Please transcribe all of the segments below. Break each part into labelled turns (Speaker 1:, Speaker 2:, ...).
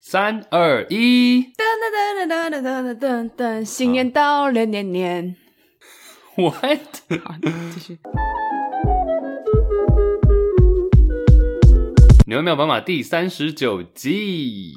Speaker 1: 三二一，
Speaker 2: 噔噔噔噔噔噔噔噔噔，新年到了，年年。
Speaker 1: what？
Speaker 2: 好，继续。
Speaker 1: 牛没有斑马第三十九集。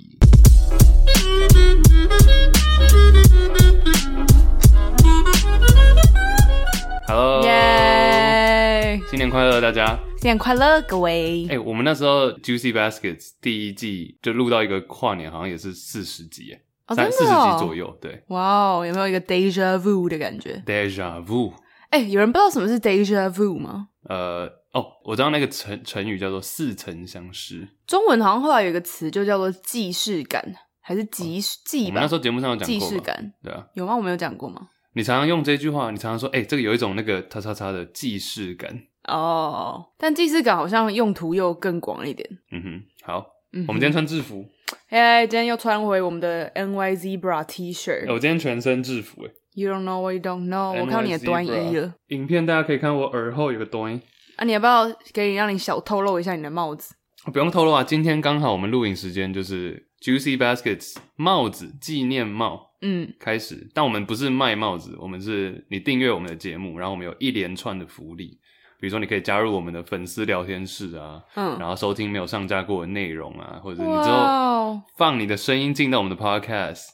Speaker 1: Hello，
Speaker 2: 耶！
Speaker 1: 新年快乐，大家！
Speaker 2: 新年快乐，各位
Speaker 1: 哎、！我们那时候 Juicy Baskets 第一季就录到一个跨年，好像也是四十集，哎、
Speaker 2: 哦
Speaker 1: 三
Speaker 2: 真
Speaker 1: 四
Speaker 2: 的
Speaker 1: 十
Speaker 2: 哦
Speaker 1: 集左右，对。
Speaker 2: 哇哦，有没有一个 deja vu 的感觉？
Speaker 1: Deja vu，
Speaker 2: 哎、有人不知道什么是 deja vu 吗？
Speaker 1: 呃，哦，我知道那个成成语叫做似曾相识。
Speaker 2: 中文好像后来有一个词就叫做既视感，还是即视
Speaker 1: 哦我
Speaker 2: 记
Speaker 1: 们
Speaker 2: 吧
Speaker 1: 那时？候节目上有讲
Speaker 2: 既
Speaker 1: 过
Speaker 2: 视
Speaker 1: 吧，
Speaker 2: 感
Speaker 1: 对啊。
Speaker 2: 有吗？我没有讲过吗？
Speaker 1: 你常常用这句话，你常常说，哎、这个有一种那个叉叉叉的既视感。
Speaker 2: 哦、但既视感好像用途又更广一点。
Speaker 1: 嗯哼，好，
Speaker 2: 嗯哼，
Speaker 1: 我们今天穿制服，
Speaker 2: 哎今天又穿回我们的 NY Zebra T 恤。
Speaker 1: 哎我今天全身制服，哎，
Speaker 2: You don't know what you don't know。我看到你的
Speaker 1: NY
Speaker 2: 端衣
Speaker 1: Zebra
Speaker 2: 了
Speaker 1: 影片大家可以看我耳后有个端，
Speaker 2: 啊！你要不要给你让你小透露一下你的帽子？
Speaker 1: 不用透露啊。今天刚好我们录影时间就是 Juicy Baskets 帽子纪念帽
Speaker 2: 嗯，
Speaker 1: 开始，但我们不是卖帽子，我们是你订阅我们的节目，然后我们有一连串的福利，比如说你可以加入我们的粉丝聊天室啊，
Speaker 2: 嗯
Speaker 1: 然后收听没有上架过的内容啊，或者你之后
Speaker 2: 哇哦
Speaker 1: 放你的声音进到我们的 Podcast。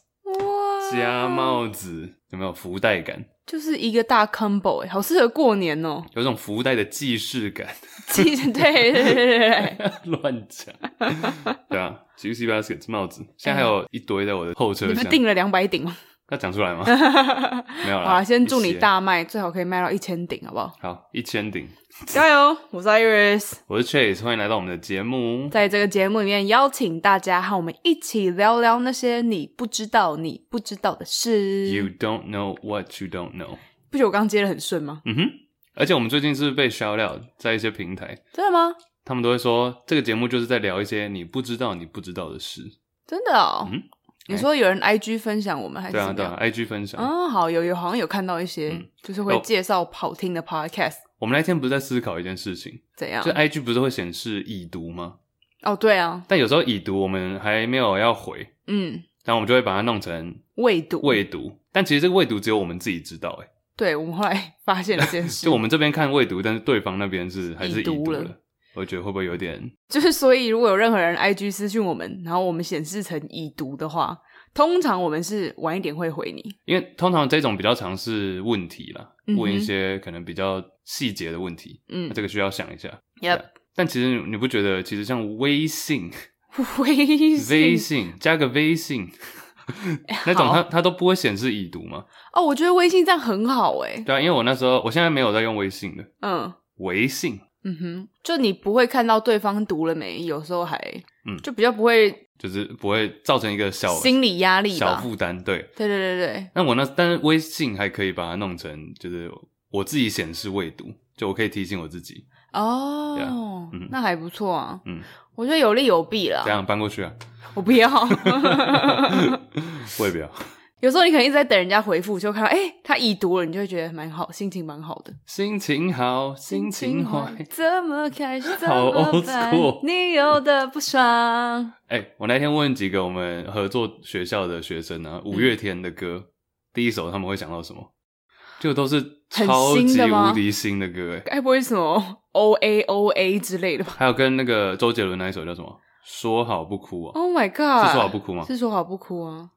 Speaker 2: 哇，
Speaker 1: 加帽子有没有福袋感？
Speaker 2: 就是一个大 combo 哎、好适合过年 哦、
Speaker 1: 有种福袋的既视感，
Speaker 2: 其实对对对对对，
Speaker 1: 乱 讲。对啊，Juicy Baskets 帽子，现在还有一堆在我的后车
Speaker 2: 你不
Speaker 1: 厢
Speaker 2: 是。订了两百顶吗？
Speaker 1: 要讲出 来吗？没有啦。
Speaker 2: 好啦，先祝
Speaker 1: 一
Speaker 2: 你
Speaker 1: 些。
Speaker 2: 大卖，最好可以卖到一千顶，好不好？
Speaker 1: 好，一千顶。
Speaker 2: 加油！我是 Iris，
Speaker 1: 我是 Chase，欢迎来到我们的节目。
Speaker 2: 在这个节目里面邀请大家和我们一起聊聊那些你不知道、你不知道的事。
Speaker 1: You don't know what you don't know。
Speaker 2: 不觉得我刚接的很顺吗？
Speaker 1: 嗯哼，而且我们最近是不是被 shout out 在一些平台，
Speaker 2: 真的吗？
Speaker 1: 他们都会说这个节目就是在聊一些你不知道你不知道的事。
Speaker 2: 真的哦。
Speaker 1: 嗯
Speaker 2: 你说有人 IG 分享我们还是
Speaker 1: 对啊，
Speaker 2: 怎么
Speaker 1: 对
Speaker 2: 样？
Speaker 1: 啊，IG 分享。
Speaker 2: 嗯，好，有有好像有看到一些，
Speaker 1: 嗯
Speaker 2: 就是
Speaker 1: 有
Speaker 2: 会介绍好听的 podcast
Speaker 1: 我们那天不是在思考一件事情，
Speaker 2: 怎样
Speaker 1: 就？IG 哎不是会显示已读吗？
Speaker 2: 哦，对啊，
Speaker 1: 但有时候已读我们还没有要回，
Speaker 2: 嗯，
Speaker 1: 然后我们就会把它弄成
Speaker 2: 未读，
Speaker 1: 未读。但其实这个未读只有我们自己知道，哎，
Speaker 2: 对我们后来发现了这件事，
Speaker 1: 就我们这边看未读，但是对方那边是还是已读
Speaker 2: 读
Speaker 1: 了。
Speaker 2: 了
Speaker 1: 我觉得会不会有点？
Speaker 2: 就是所以如果有任何人 IG 私讯我们，然后我们显示成已读的话，通常我们是晚一点会回你，
Speaker 1: 因为通常这种比较常是问题啦，
Speaker 2: 嗯哼
Speaker 1: 问一些可能比较细节的问题，
Speaker 2: 嗯
Speaker 1: 那这个需要想一下。
Speaker 2: ，Yep，
Speaker 1: 但其实你不觉得，其实像微信、
Speaker 2: 微信
Speaker 1: 微信加个微 信那种，它它都不会显示已读嘛？
Speaker 2: 哦，我觉得微信这样很好哎、
Speaker 1: 对啊，因为我那时候，我现在没有在用微信的，
Speaker 2: 嗯
Speaker 1: 微信
Speaker 2: 嗯哼，就你不会看到对方读了没，有时候还，
Speaker 1: 嗯
Speaker 2: 就比较不会
Speaker 1: 就是不会造成一个小
Speaker 2: 心理压力
Speaker 1: 小
Speaker 2: 吧，
Speaker 1: 负担。对，
Speaker 2: 对对对对，
Speaker 1: 那我那但是微信还可以把它弄成，就是我自己显示未读，就我可以提醒我自己，
Speaker 2: 哦、
Speaker 1: Yeah，嗯
Speaker 2: 那还不错啊，
Speaker 1: 嗯，
Speaker 2: 我觉得有利有弊啦
Speaker 1: 这。样搬过 去啊，
Speaker 2: 我 不要，
Speaker 1: 我也不要。
Speaker 2: 有时候你可能一直在等人家回复，就看到哎、诶他已读了，你就会觉得蛮好，心情蛮好的。
Speaker 1: 心情好，心情坏。
Speaker 2: 怎么开始？怎
Speaker 1: 好
Speaker 2: 么
Speaker 1: old
Speaker 2: 办
Speaker 1: school？
Speaker 2: 你有的不爽，
Speaker 1: 哎、我那天问几个我们合作学校的学生啊，
Speaker 2: 嗯
Speaker 1: 五月天的歌，第一首他们会想到什么？就都是
Speaker 2: 很
Speaker 1: 超
Speaker 2: 新
Speaker 1: 级
Speaker 2: 的吗
Speaker 1: 无敌新的歌、哎，
Speaker 2: 该不会是什么 O A O A 之类的吧
Speaker 1: 还有跟那个周杰伦那一首叫什么？说好不哭哦、
Speaker 2: ？Oh my god！
Speaker 1: 是说好不哭吗
Speaker 2: 是说好不哭啊？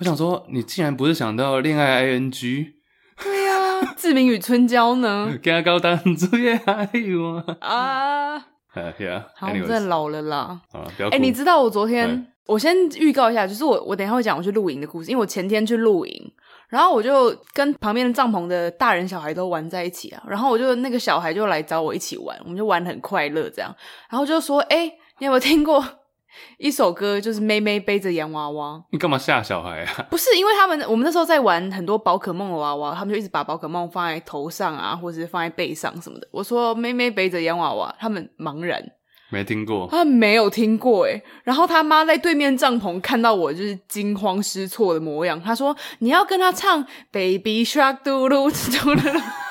Speaker 1: 我想说，你竟然不是想到恋爱 ing，
Speaker 2: 对呀、啊，志明与春娇呢？
Speaker 1: 加高当作业爱我。
Speaker 2: 啊，
Speaker 1: 哎呀
Speaker 2: 好，我们真的
Speaker 1: ，anyways，
Speaker 2: 老了啦。
Speaker 1: 好了，不要哭。
Speaker 2: 哎、你知道我昨天
Speaker 1: 对，
Speaker 2: 我先预告一下，就是我我等一下会讲我去露营的故事，因为我前天去露营，然后我就跟旁边的帐篷的大人小孩都玩在一起啊，然后我就那个小孩就来找我一起玩，我们就玩得很快乐这样，然后就说，哎、你有没有听过 一首歌就是妹妹背着洋娃娃，
Speaker 1: 你干嘛吓小孩啊？
Speaker 2: 不是因为他们我们那时候在玩很多宝可梦的娃娃，他们就一直把宝可梦放在头上啊，或者是放在背上什么的。我说妹妹背着洋娃娃，他们茫然，
Speaker 1: 没听 过，
Speaker 2: 他没有听过诶，然后他妈在对面帐篷看到我就是惊慌失措的模样，他说：“你要跟他唱 Baby Shark 嘟噜嘟噜。”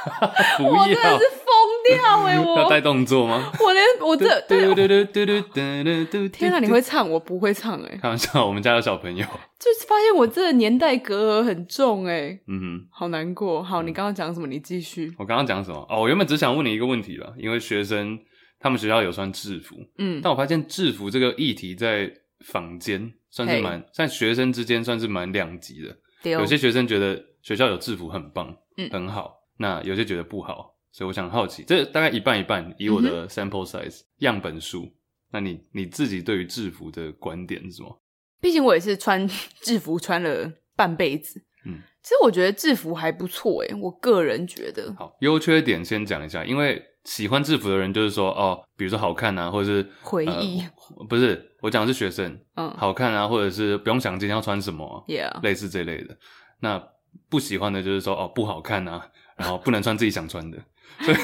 Speaker 1: 不
Speaker 2: 我真的
Speaker 1: 要
Speaker 2: 是疯掉诶，我
Speaker 1: 要带动作吗？
Speaker 2: 我连 我这对
Speaker 1: 嘟嘟嘟嘟嘟嘟嘟
Speaker 2: 天哪，你会唱？我不会唱诶，
Speaker 1: 开玩笑，我们家有小朋友，
Speaker 2: 就是发现我这个年代隔阂很重诶，
Speaker 1: 嗯哼。
Speaker 2: 好难过。好，你刚刚讲什么？你继续。
Speaker 1: 我刚刚讲什么？哦，我原本只想问你一个问题了，因为学生他们学校有穿制服，
Speaker 2: 嗯，
Speaker 1: 但我发现制服这个议题在坊间算是
Speaker 2: 嘿
Speaker 1: 蛮，在学生之间算是蛮两极的。
Speaker 2: 对
Speaker 1: 有些学生觉得学校有制服很棒，
Speaker 2: 嗯
Speaker 1: 很好，那有些觉得不好，所以我想好奇，这大概一半一半，以
Speaker 2: 嗯
Speaker 1: 我的 sample size、样本数，那你你自己对于制服的观点是什么？
Speaker 2: 毕竟我也是穿制服穿了半辈子。
Speaker 1: 嗯，
Speaker 2: 其实我觉得制服还不错诶，我个人觉得。
Speaker 1: 好，优缺点先讲一下，因为喜欢制服的人就是说，哦，比如说好看啊，或者是
Speaker 2: 回忆
Speaker 1: 呃不是我讲的是学生
Speaker 2: 嗯，
Speaker 1: 好看啊，或者是不用想今天要穿什么啊、
Speaker 2: ，Yeah，
Speaker 1: 类似这类的。那不喜欢的就是说哦不好看啊，然后不能穿自己想穿的，所以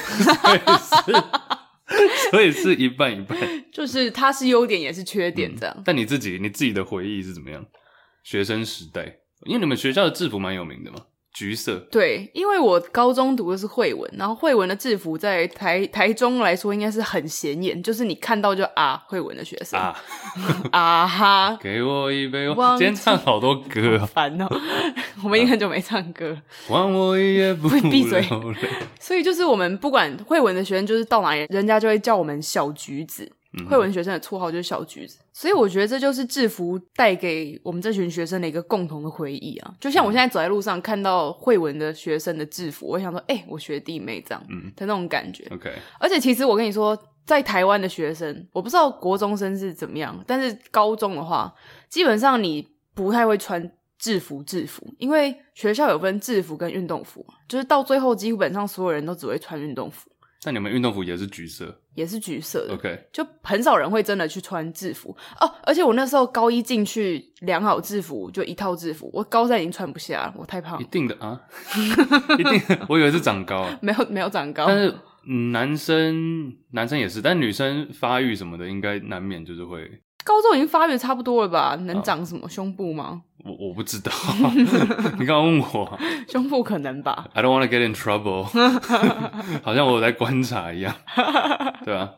Speaker 1: 所以是所以是一半一半
Speaker 2: 就是它是优点也是缺点这样。
Speaker 1: 但你自己你自己的回忆是怎么样？学生时代，因为你们学校的制服蛮有名的嘛，橘色。
Speaker 2: 对，因为我高中读的是惠文，然后惠文的制服在台台中来说应该是很显眼，就是你看到就啊，惠文的学生
Speaker 1: 啊！
Speaker 2: 啊哈，
Speaker 1: 给我一杯，我
Speaker 2: 忘
Speaker 1: 今
Speaker 2: 记
Speaker 1: 天唱好多歌 哦、
Speaker 2: 烦哦，我们已经很久没唱歌了。
Speaker 1: 还我一夜不
Speaker 2: 闭嘴
Speaker 1: 流泪
Speaker 2: 所以就是我们不管会文的学生，就是到哪里，人家就会叫我们小橘子。
Speaker 1: 嗯
Speaker 2: 会文学生的绰号就是小橘子，所以我觉得这就是制服带给我们这群学生的一个共同的回忆啊。就像我现在走在路上看到会文的学生的制服，我会想说，哎、我学弟妹这样
Speaker 1: 嗯
Speaker 2: 的那种感觉。
Speaker 1: OK，
Speaker 2: 而且其实我跟你说，在台湾的学生，我不知道国中生是怎么样，但是高中的话，基本上你不太会穿制服，制服，因为学校有分制服跟运动服嘛，就是到最后基本上所有人都只会穿运动服，
Speaker 1: 那你们运动服也是橘色
Speaker 2: 也是橘色的。
Speaker 1: ？OK，
Speaker 2: 就很少人会真的去穿制服哦，而且我那时候高一进去量好制服就一套制服，我高三已经穿不下了，我太胖
Speaker 1: 一
Speaker 2: 了，
Speaker 1: 定的啊，一定的，我以为是长高、啊。
Speaker 2: 没有没有长高。
Speaker 1: 但是嗯男生男生也是，但女生发育什么的，应该难免就是会，
Speaker 2: 高中已经发育得差不多了吧？能长什么胸部吗？
Speaker 1: 我我不知道。你刚刚问我
Speaker 2: 胸部可 能吧。
Speaker 1: ，I don't want to get in trouble，好像我有在观察一样，对吧、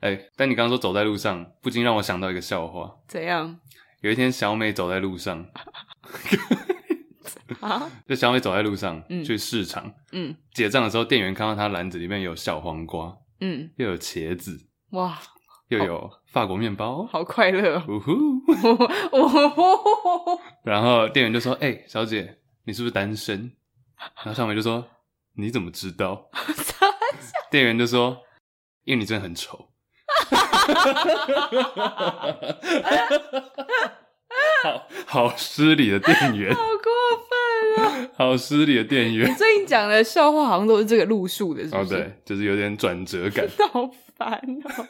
Speaker 1: 哎、但你刚刚说走在路上，不禁让我想到一个笑话。
Speaker 2: 怎样
Speaker 1: 有一天，小美走在路上，
Speaker 2: 啊？
Speaker 1: 就小美走在路上、
Speaker 2: 嗯
Speaker 1: 去市场
Speaker 2: 嗯
Speaker 1: 结账的时候，店员看到她篮子里面有小黄瓜，
Speaker 2: 嗯，
Speaker 1: 又有茄子，
Speaker 2: 哇，
Speaker 1: 又有法国面包，
Speaker 2: 好快乐 哦！
Speaker 1: 呜呼！
Speaker 2: 我
Speaker 1: 然后店员就说：“哎、小姐，你是不是单身？”然后小美就说：“你怎么知道？” 店员就说：“因为你真的很丑。” 好好失礼的店员，
Speaker 2: 好过分啊！
Speaker 1: 好失礼的店员
Speaker 2: 你。最近讲的笑话好像都是这个路数 的，是
Speaker 1: 哦，
Speaker 2: 不是？
Speaker 1: 对，就是有点转折感，
Speaker 2: 好烦哦！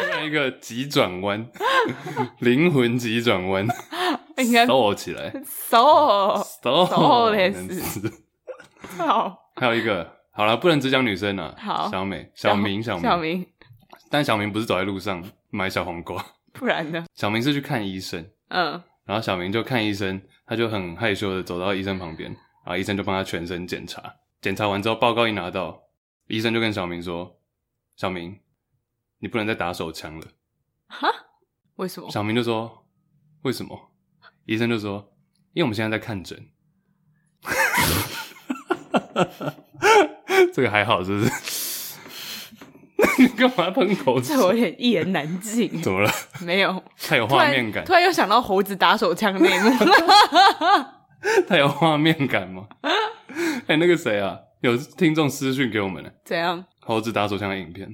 Speaker 1: 突然一个急转弯， 灵魂急转弯，
Speaker 2: 应该哦
Speaker 1: 收起 来，
Speaker 2: so
Speaker 1: 收
Speaker 2: 嘞
Speaker 1: 死。
Speaker 2: 好
Speaker 1: 还有一个，好了，不能只讲女生了。
Speaker 2: 好
Speaker 1: 小美、小明、小明、
Speaker 2: 小，明，
Speaker 1: 但小明不是走在路上买小黄瓜，
Speaker 2: 不然呢？
Speaker 1: 小明是去看医生，
Speaker 2: 嗯，
Speaker 1: 然后小明就看医生，他就很害羞的走到医生旁边，然后医生就帮他全身检查，检查完之后报告一拿到，医生就跟小明说：“小明，你不能再打手枪了。
Speaker 2: 为什”么？
Speaker 1: 小明就说：“为什么？”医生就说：“因为我们现在在看诊。”这个还好，是不 是？你干嘛喷口水
Speaker 2: 这？我有点一言难 尽。
Speaker 1: 怎么了？
Speaker 2: 没有，
Speaker 1: 太有
Speaker 2: 突
Speaker 1: 画
Speaker 2: 然
Speaker 1: 面感
Speaker 2: 突，然又想到猴子打手枪那一 幕。
Speaker 1: 太有画面感吗？哎、那个谁啊，有听众私讯给我们了
Speaker 2: 怎样？
Speaker 1: 猴子打手枪的影片，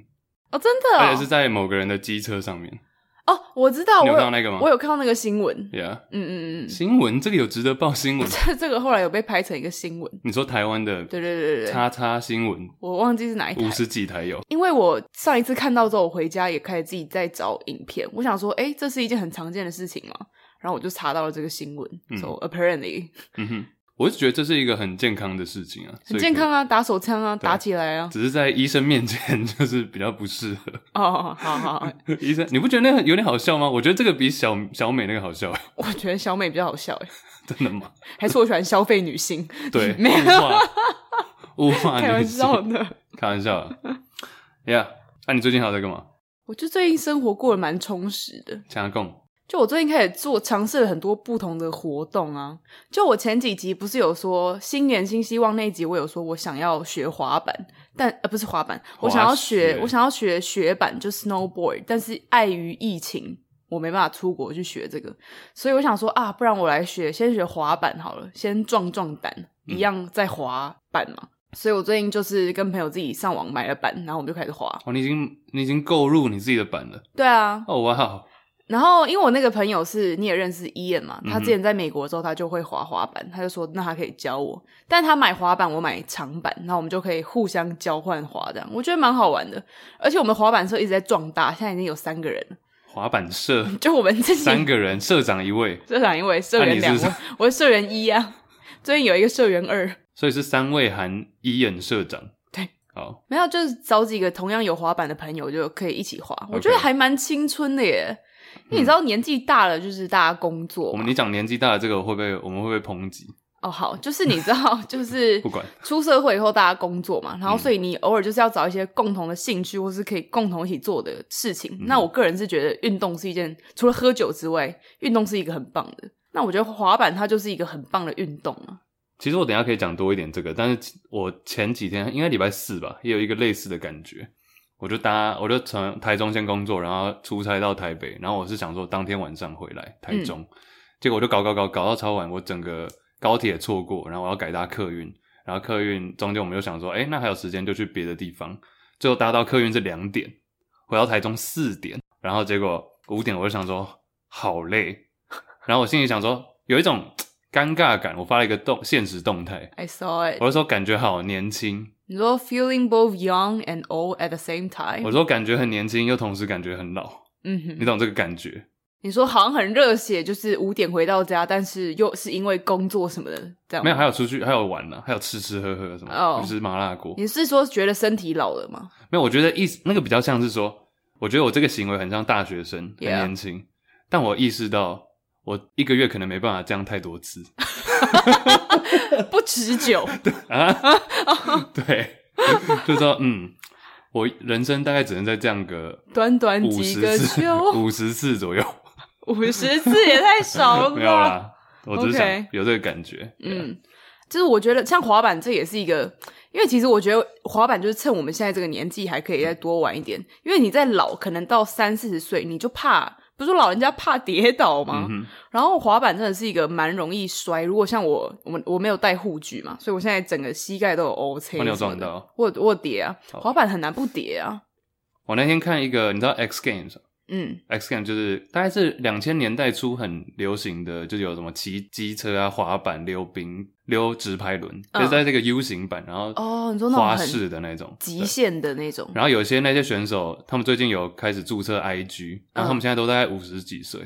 Speaker 2: 哦，真的
Speaker 1: 而且
Speaker 2: 哦
Speaker 1: 是！在某个人的机车上面。
Speaker 2: 哦，我知道，我
Speaker 1: 你有看到
Speaker 2: 有
Speaker 1: 那个吗
Speaker 2: 我有看到那个新闻，
Speaker 1: ？Yeah，
Speaker 2: 嗯嗯嗯嗯，。
Speaker 1: 新闻这个有值得报新闻
Speaker 2: 这这个后来有被拍成一个新闻，
Speaker 1: 你说台湾的
Speaker 2: 嗯对对对对对，
Speaker 1: 叉叉新闻，
Speaker 2: 我忘记是哪一台
Speaker 1: 五，十几台有，
Speaker 2: 因为我上一次看到之后，我回家也开始自己在找影片，我想说，哎，这是一件很常见的事情嘛，然后我就查到了这个新闻、
Speaker 1: 嗯
Speaker 2: s o apparently
Speaker 1: 嗯哼，我是觉得这是一个很健康的事情啊，
Speaker 2: 很
Speaker 1: 所
Speaker 2: 健
Speaker 1: 以
Speaker 2: 康啊，打手枪啊，打起来啊
Speaker 1: 可以，，只是在医生面前 就是比较不适合。
Speaker 2: 哦，好好 好，
Speaker 1: 医生，你不觉得那个有点好笑吗？我觉得这个比小小美那个好笑，
Speaker 2: 我觉得小美比较好笑哎，
Speaker 1: 真的吗？
Speaker 2: 还是我喜欢消费女性，
Speaker 1: 对，
Speaker 2: 没有
Speaker 1: 物化，物化
Speaker 2: 开
Speaker 1: 女
Speaker 2: 玩
Speaker 1: 性
Speaker 2: 笑呢。
Speaker 1: 开玩笑啊。Yeah，那、你最近还有在干嘛？
Speaker 2: 我就最近生活过得蛮充实的，
Speaker 1: 加共，
Speaker 2: 就我最近开始做尝试了很多不同的活动啊。就我前几集不是有说新年新希望那一集，我有说我想要学滑板，但呃不是滑板，我想要学
Speaker 1: 雪
Speaker 2: 我想要学雪板，就 snowboard，但是碍于疫情。我没办法出国去学这个，所以我想说啊，不然我来学，先学滑板好了，先壮壮胆，一样在滑板嘛。所以我最近就是跟朋友自己上网买了板，然后我们就开始滑。
Speaker 1: 哦，你已经你已经购入你自己的版了。
Speaker 2: 对啊，
Speaker 1: 哦，哇哦，
Speaker 2: 然后，因为我那个朋友是你也认识伊恩嘛，
Speaker 1: 嗯哼
Speaker 2: 他之前在美国的时候，他就会滑滑板，他就说那他可以教我，但他买滑板，我买长板，然后我们就可以互相交换滑，这样我觉得蛮好玩的。而且我们滑板社一直在壮大，现在已经有三个人了，
Speaker 1: 滑板 社
Speaker 2: 就我们自己
Speaker 1: 三个人，社长一位，
Speaker 2: 社长一位，社员两
Speaker 1: 那你
Speaker 2: 位，
Speaker 1: 是不
Speaker 2: 我是社员一啊，最近有一个社员二，
Speaker 1: 所以是三位含伊恩社长。
Speaker 2: 对，
Speaker 1: 好，
Speaker 2: 没有就是找几个同样有滑板的朋友就可以一起滑，我觉得
Speaker 1: OK 嗯
Speaker 2: 还蛮青春的耶。因为你知道年纪大了，就是大家工作嘛，
Speaker 1: 我们你讲年纪大的这个会不会我们会不会抨击？
Speaker 2: 哦，好，就是你知道，就是
Speaker 1: 不管
Speaker 2: 出社会以后大家工作嘛，
Speaker 1: 嗯
Speaker 2: 然后所以你偶尔就是要找一些共同的兴趣，或是可以共同一起做的事情。
Speaker 1: 嗯
Speaker 2: 那我个人是觉得运动是一件，除了喝酒之外，运动是一个很棒的。那我觉得滑板它就是一个很棒的运动啊。
Speaker 1: 其实我等一下可以讲多一点这个，但是其我前几天应该礼拜四吧，也有一个类似的感觉。我就搭，我就从台中先工作，然后出差到台北，然后我是想说当天晚上回来台中，结果我就搞搞搞搞到超晚，我整个高铁错过，然后我要改搭客运，然后客运中间我们就想说，哎、那还有时间就去别的地方，最后搭到客运是两点，回到台中四点，然后结果五点我就想说好累，然后我心里想说有一种尴尬感，我发了一个动现实动态，
Speaker 2: I saw it。
Speaker 1: 我就说感觉好年轻，
Speaker 2: 你说 feeling both young and old at the same
Speaker 1: 我
Speaker 2: time。
Speaker 1: 说感觉很年轻，又同时感觉很老，
Speaker 2: 嗯
Speaker 1: 你
Speaker 2: 哼，
Speaker 1: 懂这个感觉？
Speaker 2: 你说好像很热血，就是五点回到家，但是又是因为工作什么的，这样
Speaker 1: 没有，还
Speaker 2: 有？
Speaker 1: 有出去，还有玩呢、还有吃吃喝喝什么
Speaker 2: 哦
Speaker 1: 吃麻辣锅。
Speaker 2: 你是说觉得身体老了吗？
Speaker 1: 没有，我觉得意思那个比较像是说，我觉得我这个行为很像大学生，很
Speaker 2: Yeah
Speaker 1: 年轻但我意识到我一个月可能没办法这样太多次
Speaker 2: 不持久。
Speaker 1: 啊，
Speaker 2: 哦
Speaker 1: 对，就说嗯，我人生大概只能在这样个
Speaker 2: 短短
Speaker 1: 五
Speaker 2: 几
Speaker 1: 十
Speaker 2: 个
Speaker 1: 次
Speaker 2: 秋，
Speaker 1: 五十次左右，
Speaker 2: 五十次也太少 了
Speaker 1: 没有
Speaker 2: 吧？
Speaker 1: 啦，我只是
Speaker 2: OK
Speaker 1: 想有这个感觉，对啊，
Speaker 2: 嗯，就是我觉得像滑板，这也是一个，因为其实我觉得滑板就是趁我们现在这个年纪还可以再多玩一点，因为你在老，可能到三四十岁，你就怕。不是说老人家怕跌倒吗？
Speaker 1: 嗯哼，
Speaker 2: 然后滑板真的是一个蛮容易摔。如果像我，我我没有带护具嘛，所以我现在整个膝盖都有 O C。
Speaker 1: 哦你有撞到？哦
Speaker 2: 我有我有跌啊，
Speaker 1: 好
Speaker 2: 滑板很难不跌啊。
Speaker 1: 我那天看一个，你知道 X Games 吗。
Speaker 2: 嗯
Speaker 1: X Game 就是大概是两千年代初很流行的，就是有什么骑机车啊、滑板、溜冰、溜直排轮，就
Speaker 2: 嗯
Speaker 1: 是在这个 U 型版，然后
Speaker 2: 哦你说那种
Speaker 1: 花
Speaker 2: 很
Speaker 1: 式的那种
Speaker 2: 极
Speaker 1: 对
Speaker 2: 限的那种。
Speaker 1: 然后有一些那些选手，他们最近有开始注册
Speaker 2: 嗯
Speaker 1: IG，然后他们现在都大概五十几岁，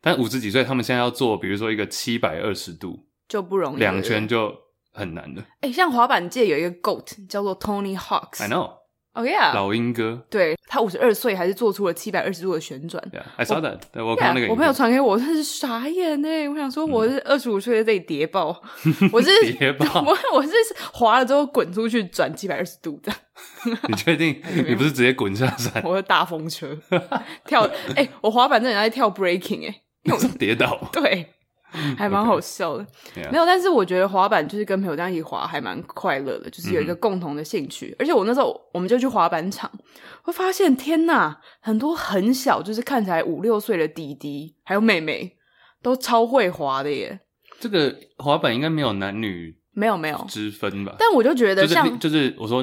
Speaker 1: 但五十几岁他们现在要做，比如说一个七百二十度
Speaker 2: 就不容易
Speaker 1: 两
Speaker 2: 对
Speaker 1: 圈
Speaker 2: 不对
Speaker 1: 就很难了。
Speaker 2: 哎、像滑板界有一个 GOAT 叫做 Tony Hawk's。
Speaker 1: I know，、
Speaker 2: Oh yeah，
Speaker 1: 老鹰哥
Speaker 2: 对他五十二岁还是做出了七百二十度的旋转。
Speaker 1: ，Yeah，I saw that，对我看到那个
Speaker 2: Yeah，我
Speaker 1: 影
Speaker 2: 朋
Speaker 1: 片
Speaker 2: 友
Speaker 1: 嗯
Speaker 2: 传给我，真是傻眼哎！我想说，我是二十五岁在这里跌 爆，我是
Speaker 1: 跌爆
Speaker 2: 我我是滑了之后滚出去转七百二十度的，
Speaker 1: 你确 定你不是直接滚下山，
Speaker 2: 我是大 风车跳哎、我滑板真的在跳 breaking 哎、
Speaker 1: 跌倒？
Speaker 2: 对，还蛮好笑的。
Speaker 1: 嗯 Yeah
Speaker 2: 没有，但是我觉得滑板就是跟朋友这样一起滑，还蛮快乐的，就是有
Speaker 1: 嗯
Speaker 2: 一个共同的兴趣。而且我那时候我们就去滑板场，会发现天呐，很多很小，就是看起来五六岁的弟弟还有妹妹，都超会滑的耶。
Speaker 1: 这个滑板应该没有男女
Speaker 2: 没有没有，
Speaker 1: 之分吧？
Speaker 2: 但我就觉得
Speaker 1: 就是
Speaker 2: 像、嗯
Speaker 1: 力就是我说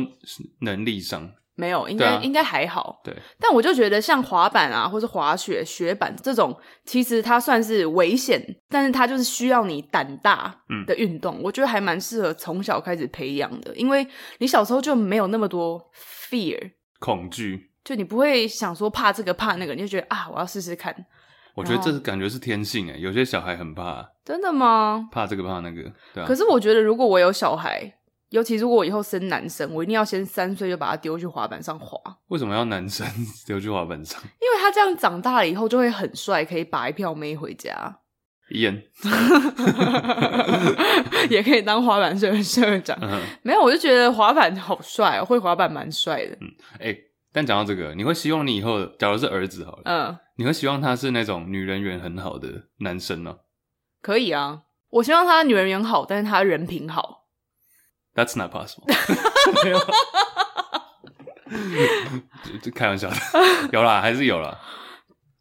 Speaker 1: 能力上，
Speaker 2: 没有，应
Speaker 1: 对
Speaker 2: 该、
Speaker 1: 啊
Speaker 2: 应该还好。
Speaker 1: 对，
Speaker 2: 但我就觉得像滑板啊，或是滑雪、雪板这种，其实它算是危险，但是它就是需要你胆大
Speaker 1: 嗯
Speaker 2: 的运动。我觉得还蛮适合从小开始培养的，因为你小时候就没有那么多 fear，
Speaker 1: 恐惧，
Speaker 2: 就你不会想说怕这个怕那个，你就觉得啊，我要试试看。
Speaker 1: 我觉得
Speaker 2: 然后
Speaker 1: 这是感觉是天性诶，有些小孩很怕，
Speaker 2: 真的吗？
Speaker 1: 怕这个怕那个，对啊
Speaker 2: 可。是我觉得，如果我有小孩，尤其如果我以后生男生，我一定要先三岁就把他丢去滑板上滑，
Speaker 1: 为什么要男生丢去滑板 上？
Speaker 2: 因为他这样长大了以后就会很帅，可以把一票妹回家，
Speaker 1: 烟，
Speaker 2: 也可以当滑板社社长。
Speaker 1: 嗯哼，
Speaker 2: 没有，我就觉得滑板好帅、哦，会滑板蛮帅的。
Speaker 1: 哎、但讲到这个，你会希望你以后，假如是儿子好了，
Speaker 2: 嗯，
Speaker 1: 你会希望他是那种女人缘很好的男生呢、
Speaker 2: 可以啊。我希望他女人缘好，但是他人品好。
Speaker 1: t h a t s not possible 这。这开玩笑的， 有啦，还是有啦，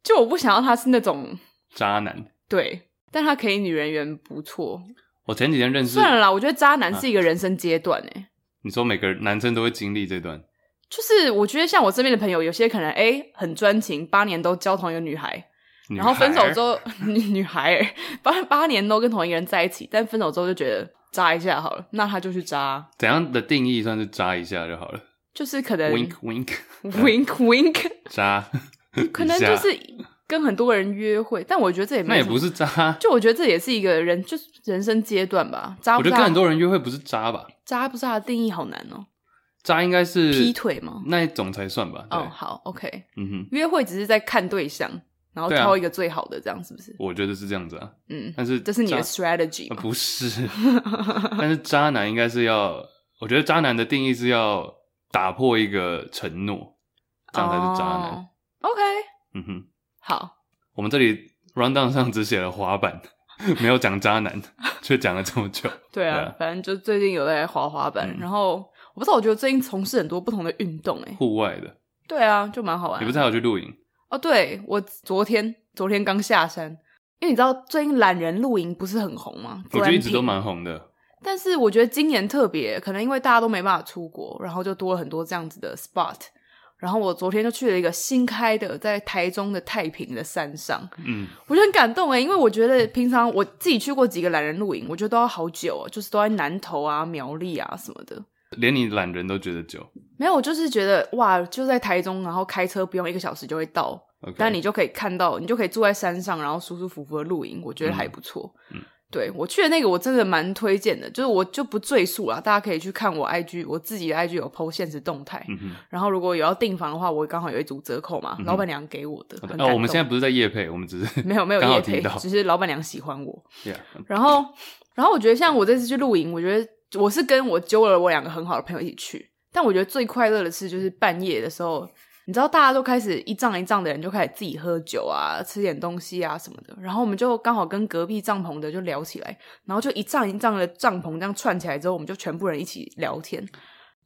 Speaker 2: 就我不想要他是那种
Speaker 1: 渣男。
Speaker 2: 对，但他可以女人缘不错。
Speaker 1: 我前几天认识，
Speaker 2: 算了啦，我觉得渣男是一个人生阶段诶、
Speaker 1: 你说每个男生都会经历这段，
Speaker 2: 就是我觉得像我身边的朋友，有些可能哎、诶很专情，八年都交同一个女孩，然后分手之
Speaker 1: 后，
Speaker 2: 后 女女孩儿八八年都跟同一个人在一起，但分手之后就觉得渣一下好了，那他就去渣，
Speaker 1: 怎样的定义算是渣一下就好了
Speaker 2: 就是可能
Speaker 1: ？Wink wink，
Speaker 2: wink wink，
Speaker 1: 渣，
Speaker 2: 可能
Speaker 1: 一下
Speaker 2: 就是跟很多人约会，但我觉得这也没
Speaker 1: 那也
Speaker 2: 什么
Speaker 1: 不，是渣。
Speaker 2: 就我觉得这也是一个人就是人生阶段吧，渣
Speaker 1: 我
Speaker 2: 不
Speaker 1: 觉得跟
Speaker 2: 渣
Speaker 1: 很多人约会不是渣吧？
Speaker 2: 渣不渣的定义好难哦，
Speaker 1: 渣应该是
Speaker 2: 劈腿吗？
Speaker 1: 那一种才算吧。对，
Speaker 2: 哦，好，OK，
Speaker 1: 嗯哼，
Speaker 2: 约会只是在看对象，然后
Speaker 1: 对啊
Speaker 2: 挑一个最好的，这样是不是？
Speaker 1: 我觉得是这样子啊。
Speaker 2: 嗯，
Speaker 1: 但是
Speaker 2: 这是你的
Speaker 1: 渣
Speaker 2: strategy
Speaker 1: 呃
Speaker 2: 吗？
Speaker 1: 不是， 但是渣男应该是要，我觉得渣男的定义是要打破一个承诺，这样才是渣男。
Speaker 2: 哦 OK，
Speaker 1: 嗯哼，
Speaker 2: 好，
Speaker 1: 我们这里 round down 上只写了滑板，没有讲渣男，却讲了这么久。
Speaker 2: 对啊，
Speaker 1: 对啊
Speaker 2: 反正就最近有在滑滑板，
Speaker 1: 嗯
Speaker 2: 然后我不知道，我觉得最近从事很多不同的运动、欸，哎，
Speaker 1: 户外的，
Speaker 2: 对啊，就蛮好玩
Speaker 1: 你
Speaker 2: 的。
Speaker 1: 不是还有去露营？
Speaker 2: 哦，对我昨天昨天刚下山，因为你知道最近懒人露营不是很红吗？
Speaker 1: 我觉得一直都
Speaker 2: glamping
Speaker 1: 蛮红的。
Speaker 2: 但是我觉得今年特别，可能因为大家都没办法出国，然后就多了很多这样子的 spot。然后我昨天就去了一个新开的，在台中的太平的山上，
Speaker 1: 嗯，
Speaker 2: 我就很感动哎，因为我觉得平常我自己去过几个懒人露营，我觉得都要好久哦，就是都在南投啊、苗栗啊什么的。
Speaker 1: 连你懒人都觉得久。
Speaker 2: 没有，我就是觉得哇，就在台中，然后开车不用一个小时就会到，
Speaker 1: OK，
Speaker 2: 但你就可以看到，你就可以住在山上，然后舒舒服服的露营，我觉得还不错。
Speaker 1: 嗯嗯
Speaker 2: 对我去的那个我真的蛮推荐的，就是我就不赘述了，大家可以去看我 IG，我自己的 IG 有 PO 现实动态。
Speaker 1: 嗯哼。
Speaker 2: 然后如果有要订房的话，我刚好有一组折扣嘛，
Speaker 1: 嗯哼
Speaker 2: 老板娘给我的。
Speaker 1: 好
Speaker 2: 很
Speaker 1: 的
Speaker 2: 感
Speaker 1: 哦，我们
Speaker 2: 动
Speaker 1: 现在不是在夜配，我们只是
Speaker 2: 没有没有
Speaker 1: 刚好
Speaker 2: 夜
Speaker 1: 提
Speaker 2: 配
Speaker 1: 到，
Speaker 2: 只是老板娘喜欢我。
Speaker 1: Yeah，
Speaker 2: 然后，然后我觉得像我这次去露营，我觉得我是跟我揪了我两个很好的朋友一起去，但我觉得最快乐的事就是半夜的时候，你知道大家都开始一仗一仗的人就开始自己喝酒啊，吃点东西啊什么的，然后我们就刚好跟隔壁帐篷的就聊起来，然后就一仗一仗的帐篷这样串起来之后，我们就全部人一起聊天，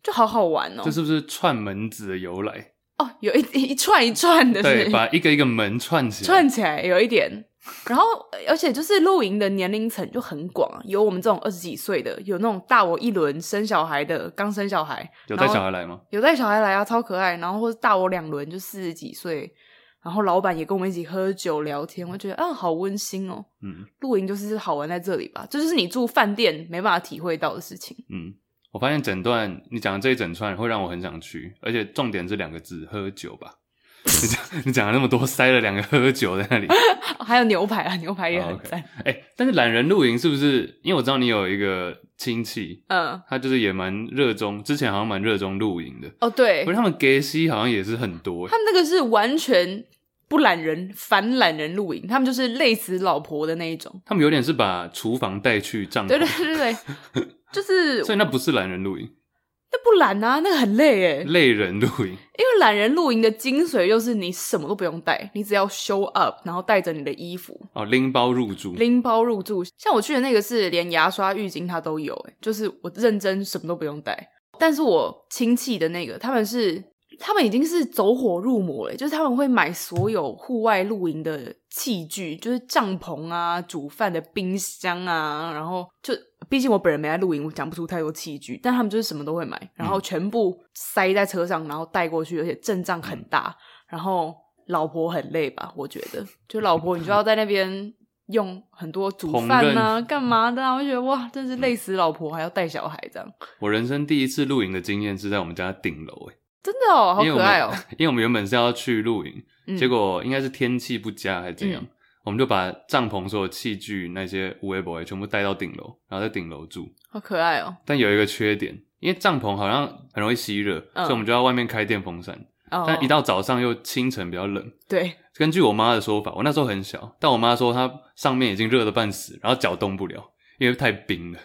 Speaker 2: 就好好玩哦，
Speaker 1: 这是不是串门子的由来？
Speaker 2: 哦，有一一串一串的是
Speaker 1: 对，把一个一个门串起来。
Speaker 2: 串起来有一点。然后，呃而且就是露营的年龄层就很广啊，有我们这种二十几岁的，有那种大我一轮生小孩的，刚生小孩，
Speaker 1: 有带
Speaker 2: 然后
Speaker 1: 小孩来吗？
Speaker 2: 有带小孩来啊，超可爱。然后或者大我两轮就四十几岁，然后老板也跟我们一起喝酒聊天，我觉得啊，好温馨哦。
Speaker 1: 嗯
Speaker 2: 露营就是好玩在这里吧，这就是你住饭店没办法体会到的事情。
Speaker 1: 嗯，我发现整段你讲的这一整串会让我很想去，而且重点是两个字：喝酒吧。你讲你讲了那么多，塞了两个喝酒在那里。
Speaker 2: 哦还有牛排啊，牛排也
Speaker 1: 哦
Speaker 2: 很
Speaker 1: ，OK
Speaker 2: 赞。
Speaker 1: 哎、但是懒人露营是不是？因为我知道你有一个亲戚，
Speaker 2: 嗯，
Speaker 1: 他就是也蛮热衷，之前好像蛮热衷露营的。
Speaker 2: 哦对
Speaker 1: 不是，他们 gay 西好像也是很多、
Speaker 2: 他们那个是完全不懒人，反懒人露营，他们就是累死老婆的那一种。
Speaker 1: 他们有点是把厨房带去帐篷，
Speaker 2: 对对对对， 对就是
Speaker 1: 所以那不是懒人露营，
Speaker 2: 那不懒啊，那个很累诶。
Speaker 1: 累人露营。
Speaker 2: 因为懒人露营的精髓就是你什么都不用带，你只要 show up，然后带着你的衣服，
Speaker 1: 哦，拎包入住，
Speaker 2: 拎包入住。像我去的那个是连牙刷、浴巾它都欸有诶，就是我认真什么都不用带。但是我亲戚的那个他们是他们已经是走火入魔了，欸就是他们会买所有户外露营的器具，就是帐篷啊、煮饭的冰箱啊，然后就毕竟我本人没在露营，我讲不出太多器具，但他们就是什么都会买，然后全部塞在车上，然后带过去，而且阵仗很大，然后老婆很累吧？我觉得，就老婆你就要在那边。用很多煮饭啊，干嘛的、啊？我觉得哇，真是累死老婆，还要带小孩这样，
Speaker 1: 我人生第一次露营的经验是在我们家顶楼，哎，
Speaker 2: 真的哦，好
Speaker 1: 因为我
Speaker 2: 可
Speaker 1: 们
Speaker 2: 爱哦。
Speaker 1: 因为我们原本是要去露营，
Speaker 2: 嗯
Speaker 1: 结果应该是天气不佳还是怎样，
Speaker 2: 嗯
Speaker 1: 我们就把帐篷所有器具那些无微不微全部带到顶楼，然后在顶楼住。
Speaker 2: 好可爱哦、
Speaker 1: 但有一个缺点，因为帐篷好像很容易吸热，
Speaker 2: 嗯
Speaker 1: 所以我们就要外面开电风扇。
Speaker 2: 哦，
Speaker 1: 但一到早上又清晨比较冷。
Speaker 2: 对，
Speaker 1: 根据我妈的说法，我那时候很小，但我妈说她上面已经热得半死，然后脚动不了，因为太冰了。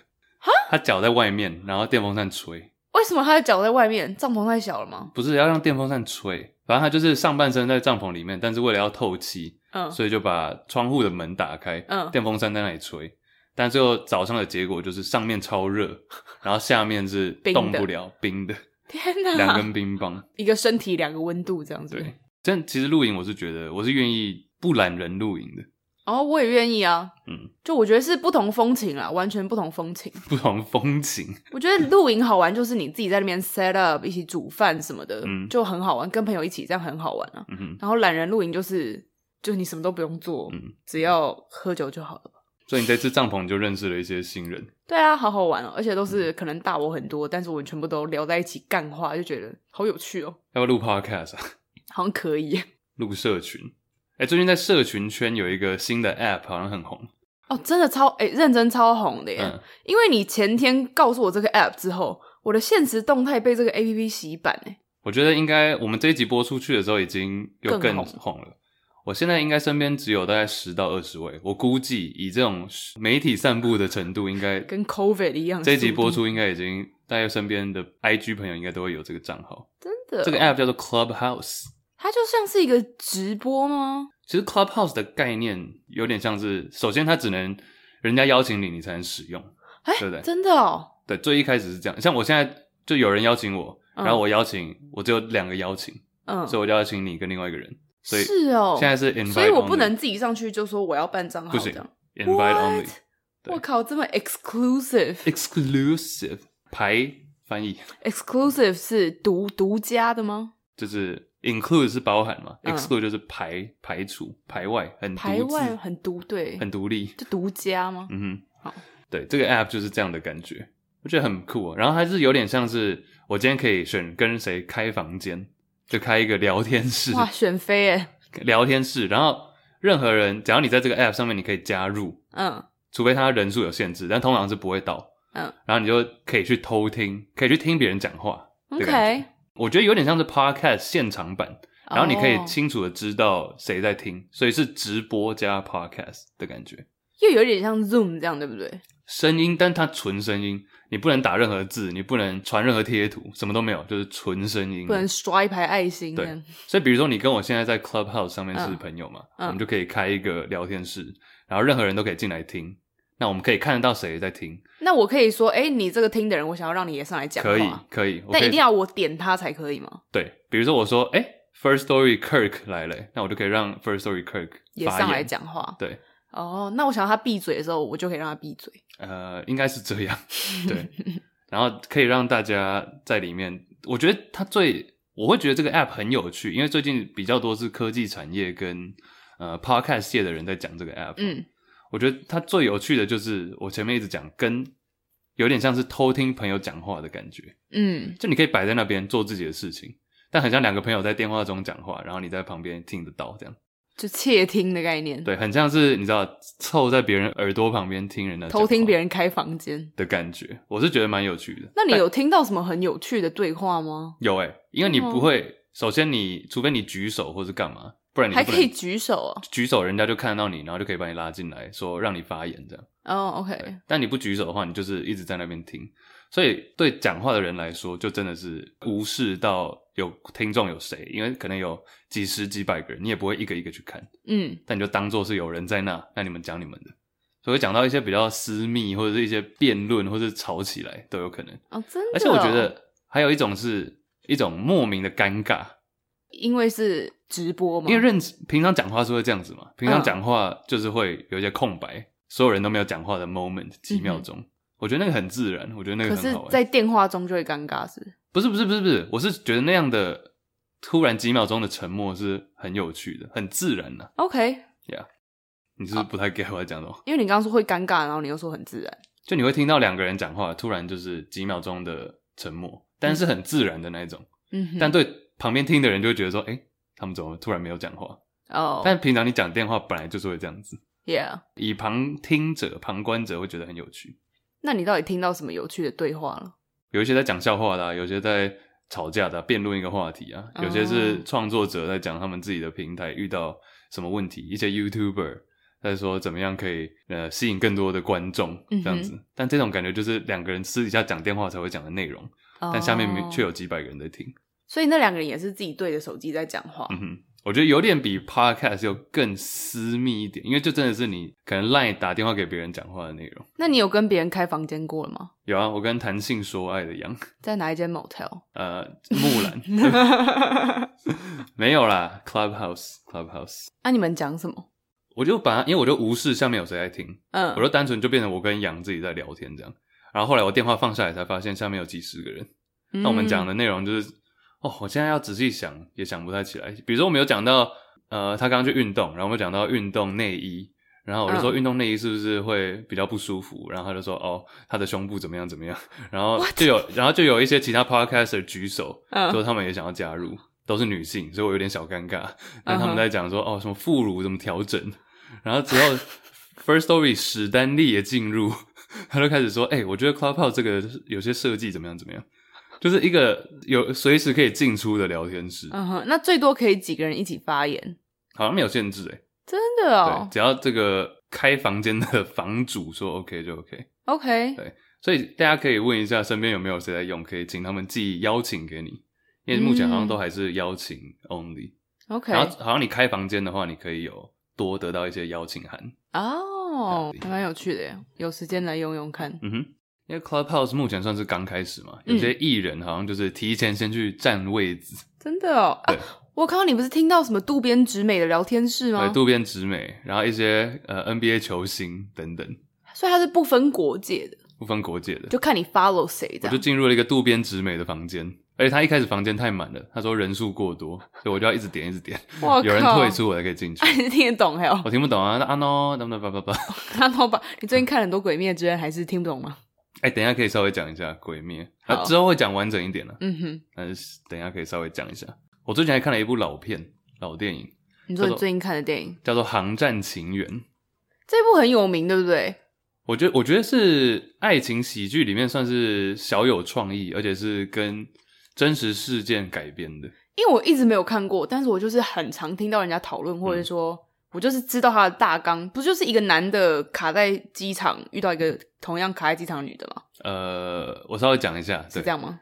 Speaker 1: 她脚在外面，然后电风扇吹，
Speaker 2: 为什么他的脚在外面？帐篷太小了吗？
Speaker 1: 不是要让电风扇吹，反正她就是上半身在帐篷里面，但是为了要透气，
Speaker 2: 嗯，
Speaker 1: 所以就把窗户的门打开，
Speaker 2: 嗯
Speaker 1: 电风扇在那里吹。但最后早上的结果就是上面超 热，然后下面是
Speaker 2: 冰的
Speaker 1: 动不了，冰的，
Speaker 2: 天 哪，
Speaker 1: 两根冰棒。
Speaker 2: 一个身体两个温度这样子。
Speaker 1: 对，但其实露营我是觉得我是愿意不懒人露营的，
Speaker 2: 然后我也愿意啊，
Speaker 1: 嗯，
Speaker 2: 就我觉得是不同风情啦，完全不同风情。
Speaker 1: 不同风情。
Speaker 2: 我觉得露营好玩就是你自己在那边 set up，一起煮饭什么的，
Speaker 1: 嗯
Speaker 2: 就很好玩，跟朋友一起这样很好玩啊。
Speaker 1: 嗯哼，
Speaker 2: 然后懒人露营就是，就你什么都不用做，
Speaker 1: 嗯
Speaker 2: 只要喝酒就好了。
Speaker 1: 所以你这次帐篷就认识了一些新人，
Speaker 2: 对啊，好好玩哦，而且都
Speaker 1: 嗯
Speaker 2: 是可能大我很多，但是我们全部都聊在一起干话，就觉得好有趣哦，
Speaker 1: 要不要录 podcast 啊？
Speaker 2: 好像可以
Speaker 1: 录社群？哎、最近在社群圈有一个新的 app 好像很红，
Speaker 2: 哦，真的超哎、认真超红的耶！
Speaker 1: 嗯，
Speaker 2: 因为你前天告诉我这个 app 之后，我的现实动态被这个 app 洗版哎，
Speaker 1: 我觉得应该我们这一集播出去的时候已经又
Speaker 2: 更
Speaker 1: 更
Speaker 2: 红
Speaker 1: 红了。我现在应该身边只有大概十到二十位，我估计以这种媒体散布的程度，应该
Speaker 2: 跟 covid 一样。
Speaker 1: 这一集
Speaker 2: 速度
Speaker 1: 播出应该已经大概身边的 IG 朋友应该都会有这个账号。
Speaker 2: 真的，哦
Speaker 1: 这个 app 叫做 Clubhouse。
Speaker 2: 它就像是一个直播吗？
Speaker 1: 其实 Clubhouse 的概念有点像是，首先它只能人家邀请你，你才能使用。
Speaker 2: 哎、
Speaker 1: 对不对
Speaker 2: 真的哦，
Speaker 1: 对，最一开始是这样。像我现在就有人邀请我，
Speaker 2: 嗯
Speaker 1: 然后我邀请我只有两个邀请，
Speaker 2: 嗯，
Speaker 1: 所以我就邀请你跟另外一个人。所以
Speaker 2: 是哦，
Speaker 1: 现在是 invite，
Speaker 2: 所以我不
Speaker 1: only
Speaker 2: 能自己上去就说我要办账号
Speaker 1: 不行
Speaker 2: 这样。
Speaker 1: invite
Speaker 2: What？
Speaker 1: only 对
Speaker 2: 我靠，这么 exclusive。
Speaker 1: exclusive 排翻译
Speaker 2: exclusive 是独独家的吗？
Speaker 1: 就是 include 是包含嘛、
Speaker 2: 嗯
Speaker 1: e x c l u d e 就是排排除排外，很独
Speaker 2: 排
Speaker 1: 自
Speaker 2: 外很独对，
Speaker 1: 很独立。
Speaker 2: 就独家吗？
Speaker 1: 嗯哼
Speaker 2: 好，
Speaker 1: 对，这个 app 就是这样的感觉，我觉得很酷、哦。然后它是有点像是我今天可以选跟谁开房间，就开一个聊天室，
Speaker 2: 哇，选妃哎，
Speaker 1: 聊天室，然后任何人只要你在这个 app 上面，你可以加入，
Speaker 2: 嗯
Speaker 1: 除非他人数有限制，但通常是不会到。
Speaker 2: 嗯
Speaker 1: 然后你就可以去偷听，可以去听别人讲话。的感
Speaker 2: ，OK，
Speaker 1: 我觉得有点像是 podcast 现场版，然后你可以
Speaker 2: 哦
Speaker 1: 清楚的知道谁在听，所以是直播加 podcast 的感觉。
Speaker 2: 又有点像 Zoom 这样，对不对？
Speaker 1: 声音，但它纯声音，你不能打任何字，你不能传任何贴图，什么都没有，就是纯声音。
Speaker 2: 不能刷一排爱心这
Speaker 1: 对
Speaker 2: 样。
Speaker 1: 所以，比如说你跟我现在在 Clubhouse 上面是
Speaker 2: 嗯
Speaker 1: 朋友嘛，
Speaker 2: 嗯
Speaker 1: 我们就可以开一个聊天室，然后任何人都可以进来听。那我们可以看得到谁在听，
Speaker 2: 那我可以说，哎、你这个听的人，我想要让你也上来讲话，
Speaker 1: 可以，可以，我
Speaker 2: 但
Speaker 1: 可
Speaker 2: 一
Speaker 1: 以
Speaker 2: 定要我点他才可以吗？
Speaker 1: 对。比如说我说，哎、f i r s t Story Kirk 来了、那我就可以让 First Story Kirk
Speaker 2: 也
Speaker 1: 发言
Speaker 2: 上来。讲话。
Speaker 1: 对，
Speaker 2: 哦，那我想要他闭嘴的时候，我就可以让他闭嘴。
Speaker 1: 呃，应该是这样，对。然后可以让大家在里面，我觉得它最，我会觉得这个 app 很有趣，因为最近比较多是科技产业跟呃 podcast 界的人在讲这个 app。，
Speaker 2: 嗯，
Speaker 1: 我觉得它最有趣的就是我前面一直讲，跟有点像是偷听朋友讲话的感觉，
Speaker 2: 嗯，
Speaker 1: 就你可以摆在那边做自己的事情，但很像两个朋友在电话中讲话，然后你在旁边听得到这样。
Speaker 2: 就窃听的概念，
Speaker 1: 对，很像是你知道凑在别人耳朵旁边听人的
Speaker 2: 偷听别
Speaker 1: 人
Speaker 2: 人开房间。
Speaker 1: 的感觉，我是觉得蛮有趣的。
Speaker 2: 那你
Speaker 1: 但
Speaker 2: 有听到什么很有趣的对话吗？
Speaker 1: 有诶、因为你
Speaker 2: 真的吗
Speaker 1: 不会，首先你除非你举手或是干嘛，不然你
Speaker 2: 还
Speaker 1: 不
Speaker 2: 可以
Speaker 1: 能
Speaker 2: 举手啊？
Speaker 1: 举手，人家就看到你，然后就可以把你拉进来，说让你发言这样。
Speaker 2: 哦，OK，
Speaker 1: 但你不举手的话，你就是一直在那边听，所以对讲话的人来说，就真的是无视到有听众有谁，因为可能有几十几百个人，你也不会一个一个去看，
Speaker 2: 嗯，
Speaker 1: 但你就当做是有人在那，那你们讲你们的。所以讲到一些比较私密，或者是一些辩论，或者是吵起来都有可能。
Speaker 2: 哦，真的、
Speaker 1: 而且我觉，得还有一种是，一种莫名的尴尬，
Speaker 2: 因为是直播嘛，
Speaker 1: 因为认识平常讲话是会这样子嘛，平常
Speaker 2: 嗯
Speaker 1: 讲话就是会有一些空白，所有人都没有讲话的 moment 几秒钟，我觉得那个很自然，我觉得那
Speaker 2: 嗯可
Speaker 1: 个很
Speaker 2: 是
Speaker 1: 好玩。
Speaker 2: 在电话中就会尴尬是不是
Speaker 1: 不是不是不是不是，我是觉得那样的突然几秒钟的沉默是很有趣的，很自然的、
Speaker 2: OK，
Speaker 1: 你
Speaker 2: 啊
Speaker 1: 是不是不太 get 我在讲什么？
Speaker 2: 因为你刚刚说会尴尬，然后你又说很自然，
Speaker 1: 就你会听到两个人讲话，突然就是几秒钟的沉默，但是很自然的那一种。
Speaker 2: 嗯哼，
Speaker 1: 但对旁边听的人就会觉得说，哎、他们怎么突然没有讲话？
Speaker 2: 哦、
Speaker 1: 但平常你讲电话本来就是会这样子，
Speaker 2: y e a h
Speaker 1: 以旁听者、旁观者会觉得很有趣。
Speaker 2: 那你到底听到什么有趣的对话了？
Speaker 1: 有一些在讲笑话的、啊，有些在吵架的啊、辩论一个话题啊，
Speaker 2: 哦
Speaker 1: 有些是创作者在讲他们自己的平台遇到什么问题，一些 YouTuber 在说怎么样可以呃吸引更多的观众
Speaker 2: 嗯哼
Speaker 1: 这样子。但这种感觉就是两个人私底下讲电话才会讲的内容，但下面没
Speaker 2: 哦
Speaker 1: 却有几百个人在听。
Speaker 2: 所以那两个人也是自己对着手机在讲话。
Speaker 1: 嗯哼，我觉得有点比 Podcast 又更私密一点，因为就真的是你可能 Line 打电话给别人讲话的内容。
Speaker 2: 那你有跟别人开房间过了吗？
Speaker 1: 有啊，我跟谈性说爱的杨，
Speaker 2: 在哪一间 motel？
Speaker 1: 呃，木 兰 没有啦，Clubhouse，Clubhouse。
Speaker 2: 啊那、你们讲什么？
Speaker 1: 我就把它，因为我就无视下面有谁在听，
Speaker 2: 嗯
Speaker 1: 我就单纯就变成我跟杨自己在聊天这样。然后后来我电话放下来，才发现下面有几十个人。
Speaker 2: 嗯
Speaker 1: 那我们讲
Speaker 2: 的，
Speaker 1: 的内容就是，哦，我现在要仔细想也想不太起来。比如说我们有讲到，呃，他刚刚去运动，然后我们讲到运动内衣，然后我就说
Speaker 2: 嗯
Speaker 1: 运动内衣是不是会比较不舒服，然后他就说哦，他的胸部怎么样怎么样，然后就有然后就有一些其他 podcaster 举手
Speaker 2: 嗯
Speaker 1: 说他们也想要加入，都是女性，所以我有点小尴尬。但他
Speaker 2: 嗯哼
Speaker 1: 们在讲说哦，什么副乳怎么调整，然后之后 First Story 史丹利也进入，他就开始说：“哎、我觉得 Clubhouse 这个有些设计怎么样怎么样，就是一个有随时可以进出的聊天室，
Speaker 2: 嗯哼，那最多可以几个人一起发言？
Speaker 1: 好像没有限制哎、
Speaker 2: 真的
Speaker 1: 对，
Speaker 2: 哦。
Speaker 1: 只要这个开房间的房主说 OK 就 OK。
Speaker 2: OK，
Speaker 1: 对所以大家可以问一下身边有没有谁在用，可以请他们寄邀请给你，因为目前好
Speaker 2: 嗯
Speaker 1: 像都还是邀请 only，、
Speaker 2: OK，
Speaker 1: 然后好像你开房间的话，你可以有多得到一些邀请函。
Speaker 2: 哦
Speaker 1: 对，
Speaker 2: 还蛮有趣的耶，有时间来用用看。
Speaker 1: 嗯哼，因为 Clubhouse 目前算是刚开始嘛，有
Speaker 2: 嗯
Speaker 1: 些艺人好像就是提前先去占位子，
Speaker 2: 真的哦，啊
Speaker 1: 对，
Speaker 2: 我靠，你不是听到什么渡边直美的聊天室
Speaker 1: 来
Speaker 2: 吗？
Speaker 1: 渡边直美，然后一些呃 NBA 球星等等，
Speaker 2: 所以它是不分国界的，
Speaker 1: 不分国界的，
Speaker 2: 就看你 follow 谁这
Speaker 1: 我就
Speaker 2: 样。
Speaker 1: 进入了一个渡边直美的房间。而且他一开始房间太满了，他说人数过多，所以我就要一直点一直点，
Speaker 2: 我
Speaker 1: 有人
Speaker 2: 靠
Speaker 1: 退，出我才可以进去。
Speaker 2: 哎你听得懂还有？
Speaker 1: 我听不懂啊，那啊 no，等等，叭叭叭。
Speaker 2: 他老板，你最近看了很多《鬼灭之刃》，还是听不懂吗？
Speaker 1: 哎，等一下可以稍微讲一下《鬼灭》，啊，
Speaker 2: 好
Speaker 1: 之后会讲完整一点啊了，
Speaker 2: 嗯哼，
Speaker 1: 但是等一下可以稍微讲一下。我最近还看了一部老片、老电影，
Speaker 2: 你
Speaker 1: 叫
Speaker 2: 说你
Speaker 1: 做
Speaker 2: 最近看的电影，
Speaker 1: 叫做《航站情缘》。
Speaker 2: 这部很有名，对不对？
Speaker 1: 我觉得，我觉得是爱情喜剧里面算是小有创意，而且是跟真实事件改编的。
Speaker 2: 因为我一直没有看过，但是我就是很常听到人家讨论，
Speaker 1: 嗯
Speaker 2: 或者说、我就是知道他的大纲，不就是一个男的卡在机场遇到一个同样卡在机场的女的吗？
Speaker 1: 呃，我稍微讲一下，
Speaker 2: 是
Speaker 1: 对
Speaker 2: 这，样吗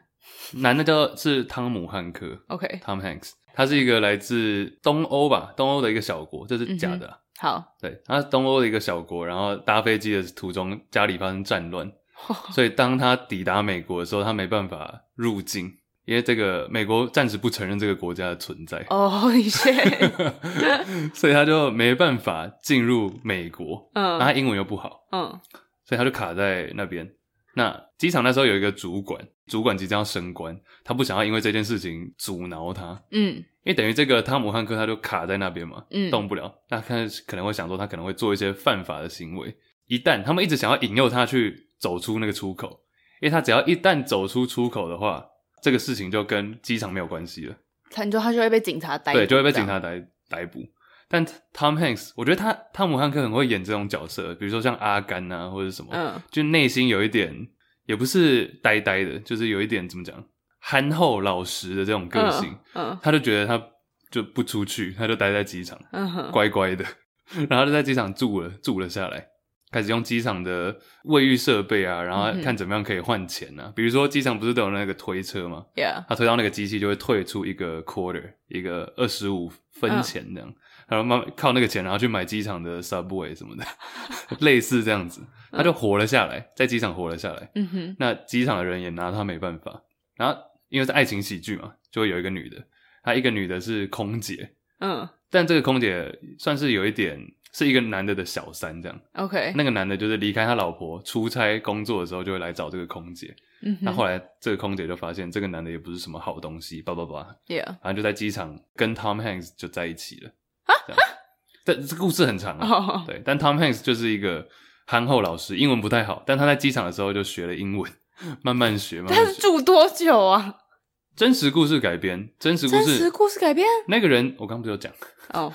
Speaker 1: 男的叫是汤姆汉克
Speaker 2: ？OK，
Speaker 1: （Tom Hanks），他是一个来自东欧吧，东欧的一个小国，这是假的啊、
Speaker 2: 嗯 好，
Speaker 1: 对，他是东欧的一个小国，然后搭飞机的途中家里发生战乱，所以当他抵达美国的时候，他没办法入境，因为这个美国暂时不承认这个国家的存在。
Speaker 2: 哦，一些，
Speaker 1: 所以他就没办法进入美国，然后
Speaker 2: 嗯
Speaker 1: 他英文又不好，
Speaker 2: 嗯
Speaker 1: 所以他就卡在那边。那机场那时候有一个主管，主管即将要升官，他不想要因为这件事情阻挠他，
Speaker 2: 嗯
Speaker 1: 因为等于这个汤姆汉克他就卡在那边嘛，
Speaker 2: 嗯
Speaker 1: 动不了。那他可能会想说，他可能会做一些犯法的行为。一旦他们一直想要引诱他去走出那个出口，因为他只要一旦走出出口的话，这个事情就跟机场没有关系了。
Speaker 2: 他你说他就会被警察逮捕，
Speaker 1: 对，就会被
Speaker 2: 这
Speaker 1: 警
Speaker 2: 样
Speaker 1: 察逮逮捕。但 Tom Hanks，我觉得他汤姆汉克很会演这种角色，比如说像阿甘啊，或者什么，
Speaker 2: 嗯
Speaker 1: 就内心有一点，也不是呆呆的，就是有一点怎么讲，憨厚老实的这种个性，
Speaker 2: 嗯
Speaker 1: 他就觉得他就不出去，他就待在机场，
Speaker 2: 嗯哼，
Speaker 1: 乖乖的， 然后就在机场住了住了下来，开始用机场的卫浴设备啊，然后
Speaker 2: 嗯哼
Speaker 1: 看怎么样可以换钱啊，比如说机场不是都有那个推车吗？
Speaker 2: ，Yeah，
Speaker 1: 他推到那个机器就会退出一个 quarter，一个二十五
Speaker 2: 嗯
Speaker 1: 分钱这样，然后慢慢靠那个钱，然后去买机场的 subway 什么的， 类似这样子，
Speaker 2: 嗯
Speaker 1: 他就活了下来，在机场活了下来。
Speaker 2: 嗯哼，
Speaker 1: 那机场的人也拿他没办法，然后因为是爱情喜剧嘛，就会有一个女的，她一个女的是空姐，
Speaker 2: 嗯
Speaker 1: 但这个空姐算是有一点是一个男的的小三这样。
Speaker 2: ，OK，
Speaker 1: 那个男的就是离开他老婆出差工作的时候，就会来找这个空姐。
Speaker 2: 嗯哼，
Speaker 1: 那后来这个空姐就发现这个男的也不是什么好东西，叭叭叭，
Speaker 2: ，Yeah，
Speaker 1: 然后就在机场跟 Tom Hanks 就在一起了。这样这这故事很长啊，
Speaker 2: 啊哦，
Speaker 1: 对，但 Tom Hanks 就是一个憨厚老师，英文不太好，但他在机场的时候就学了英文，慢慢学，慢
Speaker 2: 他
Speaker 1: 慢
Speaker 2: 是
Speaker 1: 学。
Speaker 2: 住多久 啊？
Speaker 1: 真实故事改编，真实故
Speaker 2: 真实
Speaker 1: 事，
Speaker 2: 故事改编？
Speaker 1: 那个人我刚不是有讲，
Speaker 2: 哦，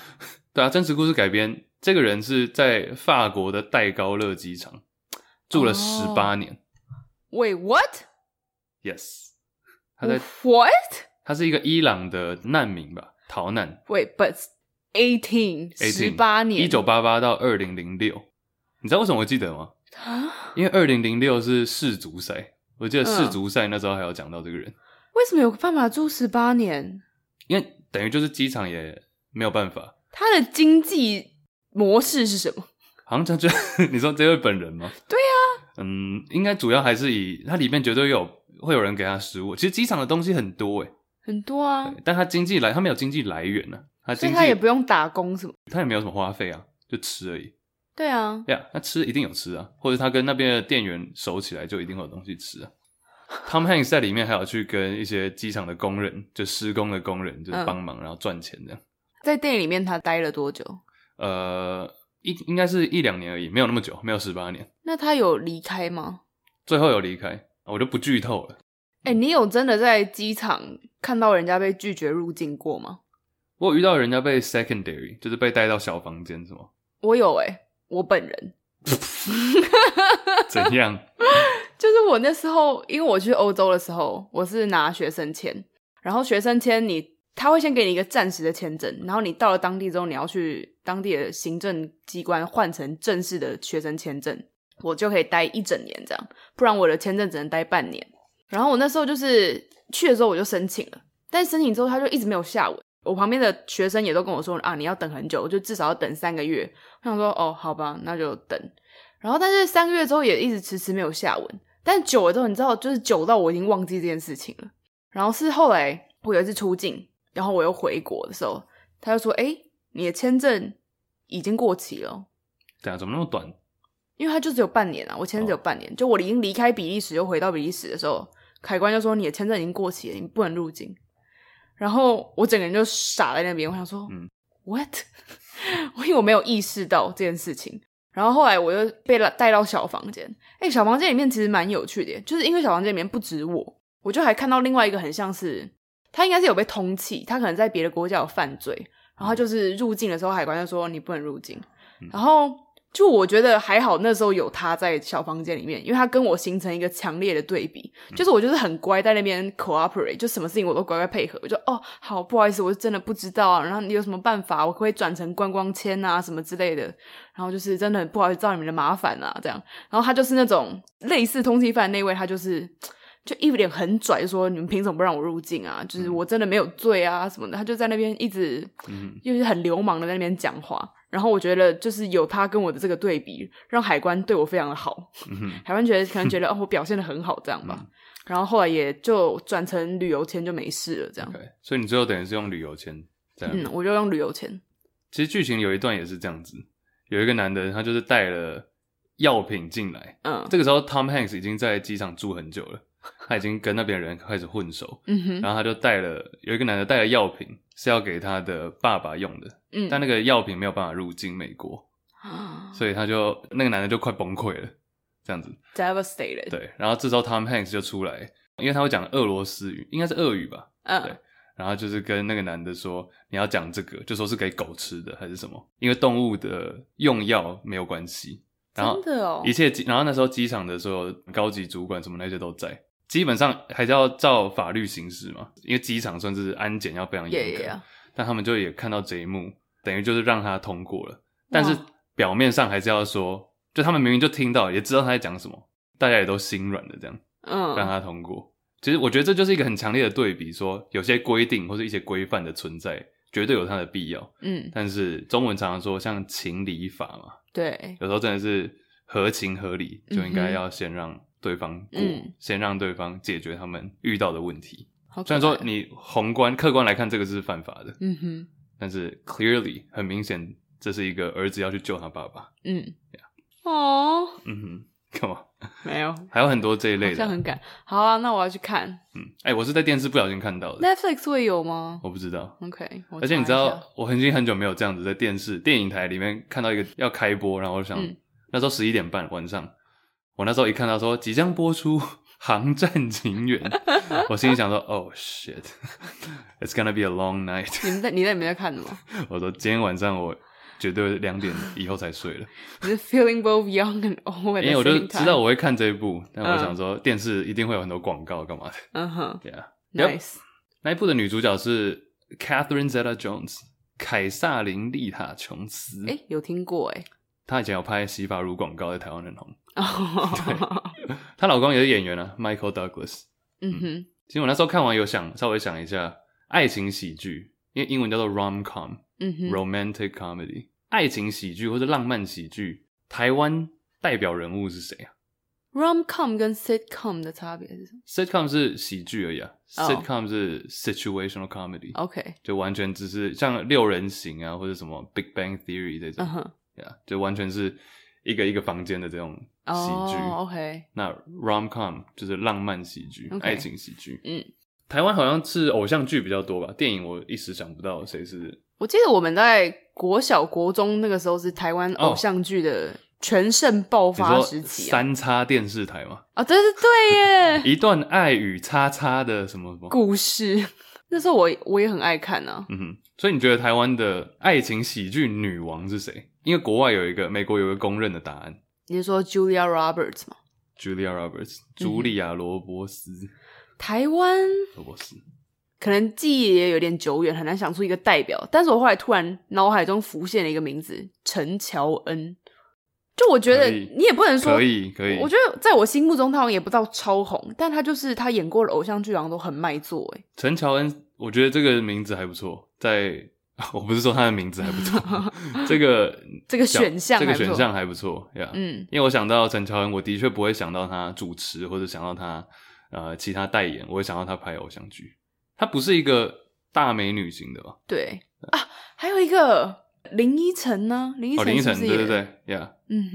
Speaker 1: 对啊，真实故事改编，这个人是在法国的戴高乐机场住
Speaker 2: 哦
Speaker 1: 了十八年、
Speaker 2: 喂，What？
Speaker 1: y e s 他在
Speaker 2: What？
Speaker 1: 他是一个伊朗的难民吧，逃难，
Speaker 2: Wait, but eighteen 十
Speaker 1: 18
Speaker 2: 八年
Speaker 1: 一九八八到二零零六，你知道为什么我记得吗？
Speaker 2: 啊？
Speaker 1: 因为二零零六是世足赛，我记得世
Speaker 2: 嗯
Speaker 1: 足赛那时候还有讲到这个人，
Speaker 2: 为什么有办法住十八年？
Speaker 1: 因为等于就是机场也没有办法，
Speaker 2: 他的经济模式是什么？
Speaker 1: 好像就 你说这位本人吗？
Speaker 2: 对
Speaker 1: 啊，嗯，应该主要还是以它里面绝对有会有人给他食物，其实机场的东西很多欸诶，
Speaker 2: 很多啊
Speaker 1: 对，但他经济来他没有经济来源呢、啊，他
Speaker 2: 所
Speaker 1: 经
Speaker 2: 以
Speaker 1: 济
Speaker 2: 他也不用打工什么。
Speaker 1: 他也没有什么花费啊，就吃而已。
Speaker 2: 对啊，
Speaker 1: 对啊，那吃一定有吃啊，或者他跟那边的店员熟起来，就一定会有东西吃啊。Tom Hanks 在里面还有去跟一些机场的工人，就施工的工人，就是帮忙，然后赚钱这样。
Speaker 2: 在电影里面他待了多久？
Speaker 1: 呃，一应该是一两年而已，没有那么久，没有十八年。
Speaker 2: 那他有离开吗？
Speaker 1: 最后有离开，我就不剧透了。
Speaker 2: 哎、你有真的在机场看到人家被拒绝入境过吗？
Speaker 1: 我有遇到人家被 secondary，就是被带到小房间，什 么
Speaker 2: 我有哎、我本人
Speaker 1: 怎样？
Speaker 2: 就是我那时候，因为我去欧洲的时候，我是拿学生签，然后学生签你他会先给你一个暂时的签证，然后你到了当地之后，你要去当地的行政机关换成正式的学生签证，我就可以待一整年这样，不然我的签证只能待半年。然后我那时候就是去的时候我就申请了，但申请之后他就一直没有下文。我旁边的学生也都跟我说啊，你要等很久，就至少要等三个月。我想说哦，好吧，那就等。然后但是三个月之后也一直迟迟没有下文，但久了之后你知道，就是久到我已经忘记这件事情了。然后是后来我有一次出境，然后我又回国的时候，他就说：“哎、你的签证已经过期了，
Speaker 1: 怎啊样？怎么那么短？
Speaker 2: 因为它就只有半年啊，我签证只有半年。就我已经离开比利时，又回到比利时的时候，海关就说你的签证已经过期了，你不能入境。”然后我整个人就傻在那边，我想说，
Speaker 1: 嗯
Speaker 2: 嗯，what？我因为我没有意识到这件事情。然后后来我又被拉带到小房间，哎、小房间里面其实蛮有趣的，就是因为小房间里面不止我，我就还看到另外一个很像是他应该是有被通缉，他可能在别的国家有犯罪，然后他就是入境的时候海关就说你不能入境，然后就我觉得还好那时候有他在小房间里面，因为他跟我形成一个强烈的对比，就是我就是很乖在那边 cooperate，就什么事情我都乖乖配合，我就哦好不好意思，我是真的不知道啊，然后你有什么办法，我可不可以转成观光签啊什么之类的，然后就是真的很不好意思造你们的麻烦啊，这样。然后他就是那种类似通缉犯那位，他就是就一脸很拽，就说你们凭什么不让我入境啊？就是我真的没有罪啊什么的。他就在那边一直
Speaker 1: 嗯，
Speaker 2: 就是很流氓的在那边讲话。然后我觉得就是有他跟我的这个对比，让海关对我非常的好。
Speaker 1: 嗯哼，
Speaker 2: 海关觉得可能觉 得哦我表现的很好这样吧。
Speaker 1: 嗯
Speaker 2: 然后后来也就转成旅游签就没事了这样。
Speaker 1: OK，所以你最后等于是用旅游签在那边
Speaker 2: 啊嗯，我就用旅游签。
Speaker 1: 其实剧情有一段也是这样子，有一个男的他就是带了药品进来，
Speaker 2: 嗯
Speaker 1: 这个时候 Tom Hanks 已经在机场住很久了，他已经跟那边人开始混熟，
Speaker 2: 嗯哼
Speaker 1: 然后他就带了有一个男的带了药品是要给他的爸爸用的，
Speaker 2: 嗯
Speaker 1: 但那个药品没有办法入境美国，
Speaker 2: 啊
Speaker 1: 所以他就那个男的就快崩溃了，这样子
Speaker 2: ，devastated。
Speaker 1: 对，然后这时候 Tom Hanks 就出来，因为他会讲俄罗斯语，应该是俄语吧，对
Speaker 2: 嗯
Speaker 1: 然后就是跟那个男的说你要讲这个，就说是给狗吃的还是什么，因为动物的用药没有关系。然后
Speaker 2: 真的哦
Speaker 1: 一切机，然后那时候机场的所有高级主管什么那些都在，基本上还是要照法律行事嘛，因为机场算是安检要非常严格。
Speaker 2: ，yeah yeah，
Speaker 1: 但他们就也看到这一幕，等于就是让他通过了，但是
Speaker 2: 哇
Speaker 1: 表面上还是要说，就他们明明就听到，也知道他在讲什么，大家也都心软的这样。
Speaker 2: 嗯，
Speaker 1: 让他通过。其实我觉得这就是一个很强烈的对比，说有些规定或者一些规范的存在，绝对有它的必要。
Speaker 2: 嗯，
Speaker 1: 但是中文常常说像情理法嘛，
Speaker 2: 对，
Speaker 1: 有时候真的是合情合理，
Speaker 2: 嗯哼
Speaker 1: 就应该要先让对方过，
Speaker 2: 嗯
Speaker 1: 先让对方解决他们遇到的问题。
Speaker 2: 好可
Speaker 1: 虽然说
Speaker 2: 爱哦，
Speaker 1: 你宏观客观来看这个是犯法的，
Speaker 2: 嗯哼，
Speaker 1: 但是 clearly 很明显这是一个儿子要去救他爸爸。
Speaker 2: 嗯，哦，
Speaker 1: 嗯哼，干嘛？
Speaker 2: 没有，
Speaker 1: 还有很多这一
Speaker 2: 好
Speaker 1: 类的
Speaker 2: 像
Speaker 1: 啊。
Speaker 2: 很感。好啊，那我要去看
Speaker 1: 嗯，哎、我是在电视不小心看到的，
Speaker 2: Netflix 会有吗
Speaker 1: 我不知道。
Speaker 2: ？OK，我
Speaker 1: 而且你知
Speaker 2: 查一下
Speaker 1: 道，我已经很久没有这样子在电视、电影台里面看到一个要开播，然后我就想、
Speaker 2: 嗯
Speaker 1: 那时候十一点半晚上，我那时候一看到说即将播出《航站情缘》， 我心里想说，Oh shit，it's gonna be a long night。
Speaker 2: 你们在你在里面在看什么？
Speaker 1: 我说今天晚上我绝对两点以后才睡了，
Speaker 2: 你是 feeling both young and old，at the
Speaker 1: 因为我就
Speaker 2: same
Speaker 1: 知道
Speaker 2: time
Speaker 1: 我会看这一部，但我
Speaker 2: 嗯
Speaker 1: 想说电视一定会有很多广告干嘛的，
Speaker 2: 嗯哼
Speaker 1: 对啊。Yep
Speaker 2: ，nice，
Speaker 1: 那一部的女主角是 Catherine Zeta-Jones，凯撒琳·丽塔·琼斯。
Speaker 2: 哎，有听过哎，
Speaker 1: 她以前有拍洗发乳广告，在台湾很红。
Speaker 2: 哦，
Speaker 1: 她老公也是演员啊，Michael Douglas。
Speaker 2: 嗯哼，
Speaker 1: 其实我那时候看完有想稍微想一下，爱情喜剧，因为英文叫做 rom com，romantic
Speaker 2: 嗯哼，
Speaker 1: comedy，、爱情喜剧或者浪漫喜剧，台湾代表人物是谁啊
Speaker 2: rom com 跟 sitcom 的差别是什么
Speaker 1: ？sitcom 是喜剧而已啊、
Speaker 2: 哦
Speaker 1: s i t c o m 是 situational comedy，、
Speaker 2: ？OK，
Speaker 1: 就完全只是像六人行啊，或者什么 Big Bang Theory 这种
Speaker 2: 嗯，哼，
Speaker 1: 对啊，就完全是一个一个房间的这种喜剧。
Speaker 2: 哦，OK，
Speaker 1: 那 rom com 就是浪漫喜剧、
Speaker 2: OK
Speaker 1: 爱情喜剧。
Speaker 2: 嗯，
Speaker 1: 台湾好像是偶像剧比较多吧，电影我一时想不到谁是。
Speaker 2: 我记得我们在国小、国中那个时候是台湾偶像剧的全盛爆
Speaker 1: 哦你
Speaker 2: 发
Speaker 1: 说
Speaker 2: 时期啊！
Speaker 1: 三叉电视台 嘛，
Speaker 2: 啊，对对对耶，
Speaker 1: 一段爱与叉叉的什么什么，
Speaker 2: 故事那时候我我也很爱看啊。
Speaker 1: 嗯哼。所以你觉得台湾的爱情喜剧女王是谁？因为国外有一个，美国有一个公认的答案
Speaker 2: 你是说 Julia Roberts 吗？
Speaker 1: ，Julia Roberts，茱
Speaker 2: 嗯
Speaker 1: 莉亚·罗伯斯，
Speaker 2: 台湾
Speaker 1: 罗伯斯。
Speaker 2: 可能记忆也有点久远，很难想出一个代表。但是我后来突然脑海中浮现了一个名字——陈乔恩。就我觉得
Speaker 1: 可以
Speaker 2: 你也不能说
Speaker 1: 可以可以，
Speaker 2: 我觉得在我心目中，他好像也不到超红，但他就是他演过的偶像剧好像都很卖座哎。
Speaker 1: 陈乔恩，我觉得这个名字还不错，在 我不是说他的名字还不 错，这个
Speaker 2: 这个选项
Speaker 1: 这个
Speaker 2: 还不错
Speaker 1: 选项还不错呀。
Speaker 2: 嗯
Speaker 1: 因为我想到陈乔恩，我的确不会想到他主持或者想到他呃其他代言，我会想到他拍偶像剧。她不是一个大美女型的吧？
Speaker 2: 对啊，还有一个林依晨呢，林依
Speaker 1: 哦，
Speaker 2: 晨
Speaker 1: 林依
Speaker 2: 是
Speaker 1: 晨，
Speaker 2: 不是
Speaker 1: 对对
Speaker 2: 也？
Speaker 1: 对，呀、
Speaker 2: 嗯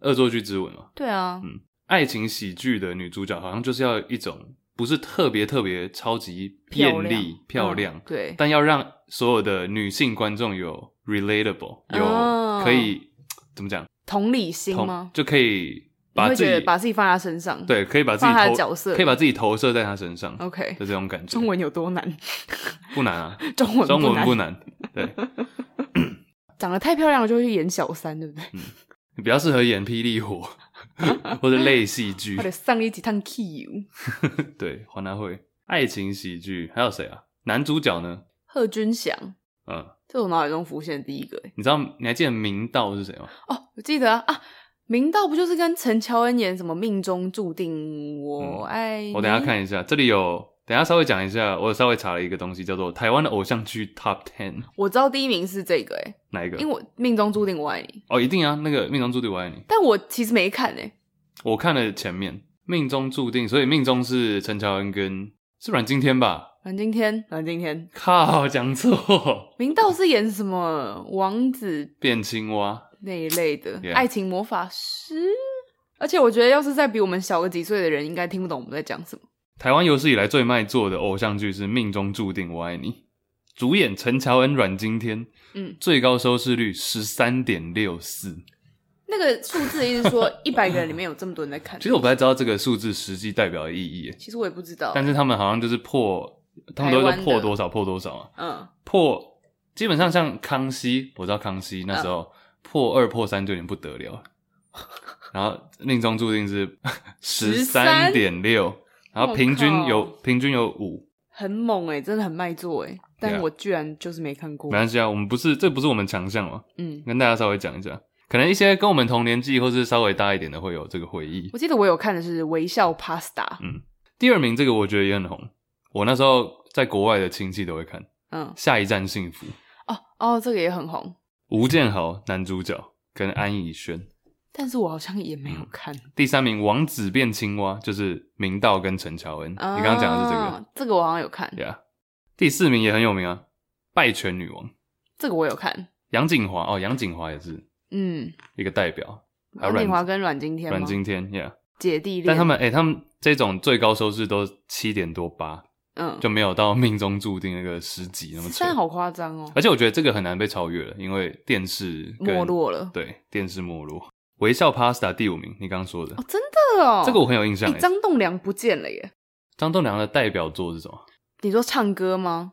Speaker 2: 哼，
Speaker 1: 恶作剧之吻嘛，
Speaker 2: 对啊，
Speaker 1: 嗯爱情喜剧的女主角好像就是要一种不是特别特别超级
Speaker 2: 漂
Speaker 1: 艳
Speaker 2: 亮
Speaker 1: 丽漂亮，
Speaker 2: 嗯对，
Speaker 1: 但要让所有的女性观众有 relatable，
Speaker 2: 哦
Speaker 1: 有可以怎么讲，
Speaker 2: 同理心
Speaker 1: 同
Speaker 2: 吗？
Speaker 1: 就可以
Speaker 2: 你
Speaker 1: 把
Speaker 2: 会
Speaker 1: 自
Speaker 2: 觉得
Speaker 1: 己
Speaker 2: 把自己放在他身上，
Speaker 1: 对，可以把自己
Speaker 2: 放他的
Speaker 1: 投
Speaker 2: 角色
Speaker 1: 可以把自己投射在他身上
Speaker 2: ，OK，
Speaker 1: 的这种感觉。
Speaker 2: 中文有多难？
Speaker 1: 不难啊，
Speaker 2: 中文
Speaker 1: 中文
Speaker 2: 难，
Speaker 1: 不难，对，
Speaker 2: 长得太漂亮了就会去演小三，对不对？
Speaker 1: 你比较适合演霹雳 火或者类戏剧
Speaker 2: 或，者上一集唱 Q，
Speaker 1: 对，黄大会爱情喜剧还有谁啊？男主角呢？
Speaker 2: 贺军翔，
Speaker 1: 嗯，
Speaker 2: 这是我脑海中浮现的第一个哎。
Speaker 1: 你知道你还记得明道是谁吗？
Speaker 2: 哦，我记得啊啊，明道不就是跟陈乔恩演什么命中注定我
Speaker 1: 嗯
Speaker 2: 爱你？
Speaker 1: 我等一下看一下，这里有，等一下稍微讲一下，我稍微查了一个东西，叫做台湾的偶像剧 Top Ten，
Speaker 2: 我知道第一名是这个哎，
Speaker 1: 哪一个？
Speaker 2: 因为我命中注定我爱你，
Speaker 1: 哦，一定啊，那个《命中注定我爱你》，
Speaker 2: 但我其实没看哎。
Speaker 1: 我看了前面《命中注定》，所以《命中》是陈乔恩跟是阮经天吧？
Speaker 2: 阮经天，阮经天，
Speaker 1: 靠，讲错，
Speaker 2: 明道是演什么王子
Speaker 1: 变青蛙，
Speaker 2: 那一类的
Speaker 1: Yeah
Speaker 2: 爱情魔法师？而且我觉得，要是再比我们小个几岁的人，应该听不懂我们在讲什么。
Speaker 1: 台湾有史以来最卖座的偶像剧是《命中注定我爱你》，主演陈乔恩、阮经天，
Speaker 2: 嗯，
Speaker 1: 最高收视率十三点六四。
Speaker 2: 那个数字的意思说，一百个人里面有这么多人在看。
Speaker 1: 其实我不太知道这个数字实际代表的意义耶，
Speaker 2: 其实我也不知道。
Speaker 1: 但是他们好像就是破，他们都
Speaker 2: 台
Speaker 1: 说
Speaker 2: 湾的
Speaker 1: 破多少破多少啊，
Speaker 2: 嗯，
Speaker 1: 破基本上像康熙，我知道康熙那时候、破二破三就已经不得了 了，然后命中注定 是十三点六，然后平均有平均有五，
Speaker 2: 很猛哎、真的很卖座哎、但
Speaker 1: Yeah
Speaker 2: 我居然就是没看过
Speaker 1: 没。关系啊，我们不是这不是我们强项嘛，
Speaker 2: 嗯，
Speaker 1: 跟大家稍微讲一下，可能一些跟我们同年纪或是稍微大一点的会有这个回忆。
Speaker 2: 我记得我有看的是《微笑 Pasta》。
Speaker 1: 第二名这个我觉得也很红，我那时候在国外的亲戚都会看《
Speaker 2: 嗯，
Speaker 1: 下一站幸福》，
Speaker 2: 哦哦，这个也很红。
Speaker 1: 吴建豪男主角跟安以轩，
Speaker 2: 但是我好像也没有看。
Speaker 1: 第三名王子变青蛙就是明道跟陈乔恩，嗯你刚刚讲的是这个
Speaker 2: 啊，这个我好像有看，
Speaker 1: ，Yeah。第四名也很有名啊，拜权女王
Speaker 2: 这个我有看。
Speaker 1: 杨景华哦，杨景华也是
Speaker 2: 嗯，
Speaker 1: 一个代表，还有
Speaker 2: 阮景华
Speaker 1: 阮
Speaker 2: 跟阮经天
Speaker 1: 阮
Speaker 2: 吗？
Speaker 1: 经天，Yeah。
Speaker 2: 姐弟恋，
Speaker 1: 但他们哎、他们这种最高收视都七点多八，
Speaker 2: 嗯，
Speaker 1: 就没有到命中注定那个十几那么扯
Speaker 2: 但。好夸张哦，
Speaker 1: 而且我觉得这个很难被超越了，因为电视跟
Speaker 2: 没，落了
Speaker 1: 对，电视没落。微笑 Pasta 第五名，你刚刚说的、
Speaker 2: 哦，真的哦，
Speaker 1: 这个我很有印象
Speaker 2: 哎
Speaker 1: 哎、
Speaker 2: 张栋梁不见了耶。
Speaker 1: 张栋梁的代表作是什么？
Speaker 2: 你说唱歌吗？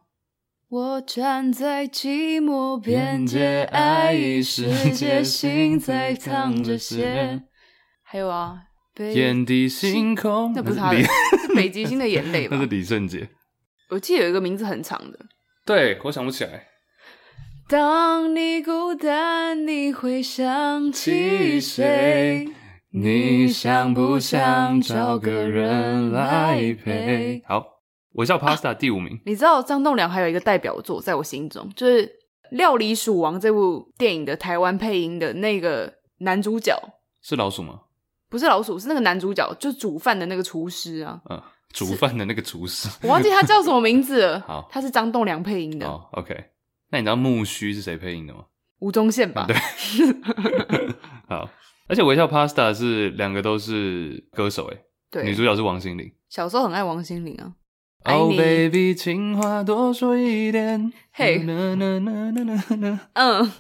Speaker 2: 我站在寂寞边界，爱与世界，心在淌着血。还有啊，北
Speaker 1: 眼底星空，
Speaker 2: 那不是他的，
Speaker 1: 李
Speaker 2: 是北极星的 眼泪吧
Speaker 1: 那是？李圣杰。
Speaker 2: 我记得有一个名字很长的。
Speaker 1: 对，我想不起来。
Speaker 2: 当你孤单，你会想起谁？你想不想找个人来陪？
Speaker 1: 好，微笑 Pasta 第五名，
Speaker 2: 你知道张栋梁还有一个代表作，在我心中就是《料理鼠王》这部电影的台湾配音的那个男主角，
Speaker 1: 是老鼠吗？
Speaker 2: 不是老鼠，是那个男主角，就煮饭的那个厨师啊，
Speaker 1: 嗯，煮饭的那个厨师。
Speaker 2: 我忘记他叫什么名字了。
Speaker 1: 好
Speaker 2: 他是张栋梁配音 的，
Speaker 1: 哦，OK。那你知道木须是谁配音的吗？
Speaker 2: 吴宗宪吧？
Speaker 1: 对好，而且微笑 Pasta 是两个都是歌手，哎，
Speaker 2: 对
Speaker 1: 女主角是王心凌。
Speaker 2: 小时候很爱王心凌啊。爱你
Speaker 1: Oh baby，情话多说一点。
Speaker 2: 嘿
Speaker 1: 呐呐呐呐呐呐
Speaker 2: 嗯，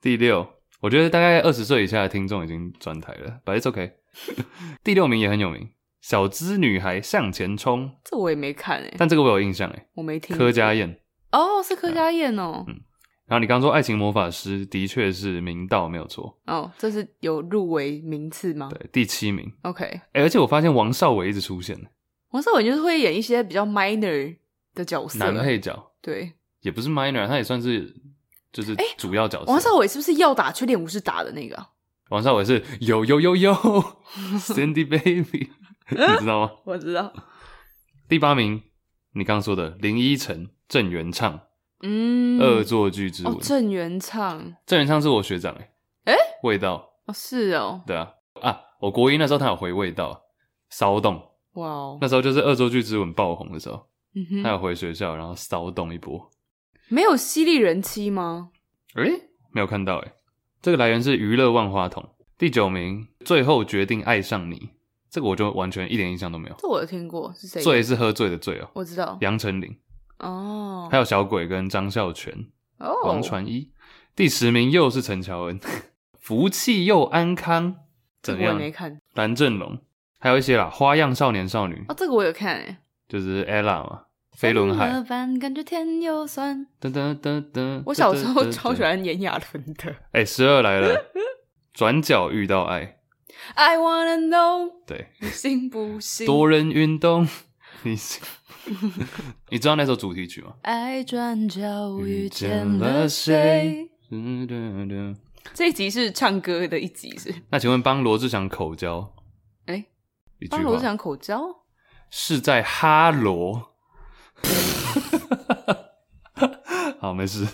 Speaker 1: 第六，我觉得大概二十岁以下的听众已经转台了，but it's okay。第六名也很有名，《小资女孩向前冲》，
Speaker 2: 这我也没看诶、
Speaker 1: 但这个我有印象哎，
Speaker 2: 我没听过。
Speaker 1: 柯佳嗯燕。
Speaker 2: 哦，是柯佳燕哦，
Speaker 1: 然后你刚说《爱情魔法师》的确是明道没有错，
Speaker 2: 哦，这是有入围名次吗
Speaker 1: 对，第七名。
Speaker 2: ？OK，
Speaker 1: 哎、而且我发现王少伟一直出现，
Speaker 2: 王少伟就是会演一些比较 minor 的角色，啊
Speaker 1: 男配角
Speaker 2: 对。
Speaker 1: 也不是 minor，他也算是就是主要角色。
Speaker 2: 王少伟是不是要打去练武士打的那个啊、
Speaker 1: 王少伟是有有有 有 Cindy Baby，你知道吗？
Speaker 2: 我知道，
Speaker 1: 第八名，你刚刚说的林依晨、郑元畅。
Speaker 2: 嗯，
Speaker 1: 恶作剧之吻
Speaker 2: 哦，。郑元畅，
Speaker 1: 郑元畅是我学长哎、
Speaker 2: 诶
Speaker 1: 味道
Speaker 2: 哦，是哦，
Speaker 1: 对啊啊！我国一那时候他有回味道，骚动
Speaker 2: 哇哦，
Speaker 1: 那时候就是恶作剧之吻爆红的时候，
Speaker 2: 嗯
Speaker 1: 他
Speaker 2: 哼，
Speaker 1: 有回学校然后骚动一波。
Speaker 2: 没有犀利人妻吗？
Speaker 1: 诶、没有看到诶、欸这个来源是娱乐万花筒。第九名，最后决定爱上你，这个我就完全一点印象都没有。
Speaker 2: 这我有听过，是谁？
Speaker 1: 醉，是喝醉的醉哦，
Speaker 2: 我知道，
Speaker 1: 杨丞琳，
Speaker 2: 哦，
Speaker 1: 还有小鬼跟张孝全。
Speaker 2: 哦，
Speaker 1: 王传一。第十名又是陈乔恩， 福气又安康，
Speaker 2: 这
Speaker 1: 怎
Speaker 2: 个我也
Speaker 1: 样？
Speaker 2: 没看，
Speaker 1: 蓝正龙，还有一些啦，花样少年少女，
Speaker 2: 哦，这个我有看，哎，
Speaker 1: 就是 ella 嘛，飞轮
Speaker 2: 怎
Speaker 1: 海
Speaker 2: 么，办感觉天又酸。
Speaker 1: 噔噔噔噔。
Speaker 2: 我小时候
Speaker 1: 噔噔噔
Speaker 2: 超喜欢炎亚纶的
Speaker 1: 哎，十二 来了，转角遇到爱，
Speaker 2: ，I wanna know
Speaker 1: 对，
Speaker 2: 你信不信？
Speaker 1: 多人运 动，你 你知道那首主题 曲吗？
Speaker 2: 爱转角遇
Speaker 1: 遇
Speaker 2: 见
Speaker 1: 见
Speaker 2: 了
Speaker 1: 了
Speaker 2: 谁
Speaker 1: 谁？噔噔噔
Speaker 2: 这一集是唱歌的一集是，
Speaker 1: 那请问帮罗志祥口交
Speaker 2: 哎，
Speaker 1: 一句
Speaker 2: 帮罗志
Speaker 1: 话
Speaker 2: 祥口交。
Speaker 1: 是在哈罗？ 好，没事。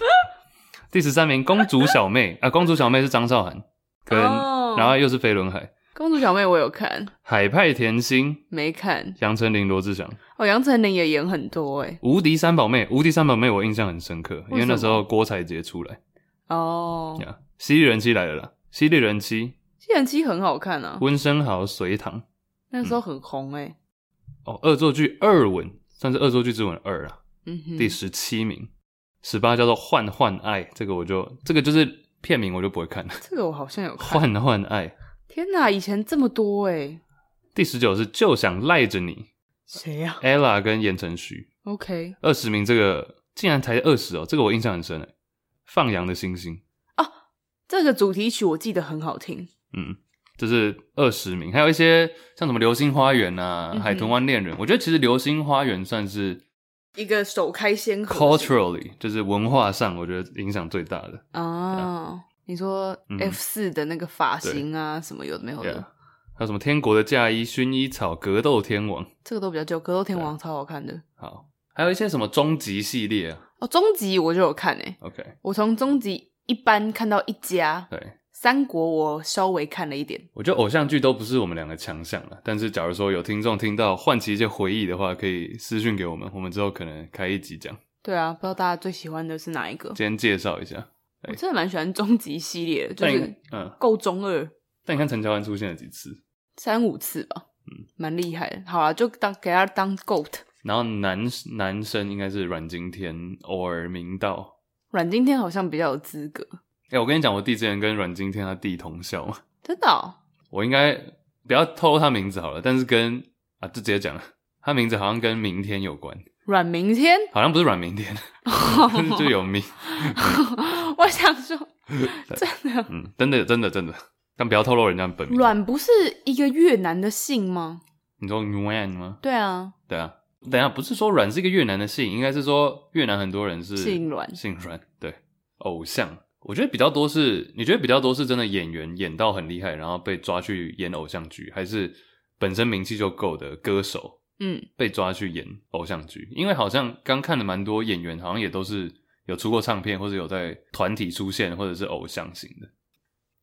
Speaker 1: 第十三名，公主小妹啊，公主小妹是张韶涵，跟、
Speaker 2: 哦
Speaker 1: 然后又是飞轮海。
Speaker 2: 公主小妹我有看，
Speaker 1: 海派甜心、
Speaker 2: 没看
Speaker 1: 杨丞琳、罗志祥，
Speaker 2: 哦。杨丞琳也演很多哎、
Speaker 1: 无敌三宝妹，无敌三宝妹我印象很深刻，因
Speaker 2: 为
Speaker 1: 为
Speaker 2: 什么
Speaker 1: 那时候郭采洁出来
Speaker 2: 哦，
Speaker 1: 呀，犀利人妻来了啦，犀利人妻、
Speaker 2: 《人妻》很好看啊，
Speaker 1: 温升豪、隋唐
Speaker 2: 那时候很红哎、
Speaker 1: 哦，恶作剧二吻算是恶作剧之吻二啊，
Speaker 2: 嗯哼，
Speaker 1: 第十七名，十八叫做换换爱，这个我就这个就是片名我就不会看了，
Speaker 2: 这个我好像有看。
Speaker 1: 换换爱。
Speaker 2: 天哪，以前这么多哎、
Speaker 1: 第十九是就想赖着你
Speaker 2: 谁呀、
Speaker 1: ，ella 跟言承旭。
Speaker 2: o k
Speaker 1: 二十名这个竟然才二十哦，这个我印象很深诶。放羊的星星，
Speaker 2: 这个主题曲我记得很好听，
Speaker 1: 嗯，这是二十名，还有一些像什么《流星花园》啊，
Speaker 2: 嗯哼
Speaker 1: 海豚湾恋人》，我觉得其实《流星花园》算是
Speaker 2: 一个首开先河
Speaker 1: culturally 就是文化上，我觉得影响最大的。
Speaker 2: 啊。你说
Speaker 1: 嗯
Speaker 2: F 四的那个发型啊，什么有的没有的
Speaker 1: Yeah，还有什么《天国的嫁衣》《薰衣草》《格斗天王》，
Speaker 2: 这个都比较旧。格斗天王超好看的
Speaker 1: 好，还有一些什么终极系列啊
Speaker 2: 哦，终极我就有看哎、
Speaker 1: ，OK，
Speaker 2: 我从终极一班看到一家，
Speaker 1: 对，
Speaker 2: 三国我稍微看了一点，
Speaker 1: 我觉得偶像剧都不是我们两个强项了，但是假如说有听众听到唤起一些回忆的话，可以私讯给我们，我们之后可能开一集讲，
Speaker 2: 对啊，不知道大家最喜欢的是哪一个？
Speaker 1: 今天介绍一下。
Speaker 2: 我真的蛮喜欢终极系列的，就
Speaker 1: 但你
Speaker 2: 是
Speaker 1: 嗯，
Speaker 2: 够中二
Speaker 1: 但你看陈乔恩出现了几次，
Speaker 2: 三五次吧，嗯，蛮厉害的。好啊，就当给他当 GOAT。
Speaker 1: 然后男男生应该是阮经天，偶尔明道。
Speaker 2: 阮经天好像比较有资格，
Speaker 1: 哎、我跟你讲，我弟之前跟阮经天他弟同校嘛，
Speaker 2: 真的哦、
Speaker 1: 我应该不要透露他名字好了，但是跟啊，就直接讲了，他名字好像跟明天有关，
Speaker 2: 阮明天，
Speaker 1: 好像不是阮明天， 就有明，
Speaker 2: 我想说，真的，
Speaker 1: 嗯，真的真的真的， 但不要透露人家本名。
Speaker 2: 阮不是一个越南的姓吗？
Speaker 1: 你说 Nguyen 吗？
Speaker 2: 对啊，
Speaker 1: 对啊，等一下不是说阮是一个越南的姓，应该是说越南很多人是
Speaker 2: 姓阮
Speaker 1: 姓阮对，偶像。我觉得比较多是，你觉得比较多是真的演员演到很厉害，然后被抓去演偶像剧，还是本身名气就够的歌手
Speaker 2: 嗯，
Speaker 1: 被抓去演偶像剧？因为好像刚看了蛮多演员，好像也都是有出过唱片，或者有在团体出现，或者是偶像型的。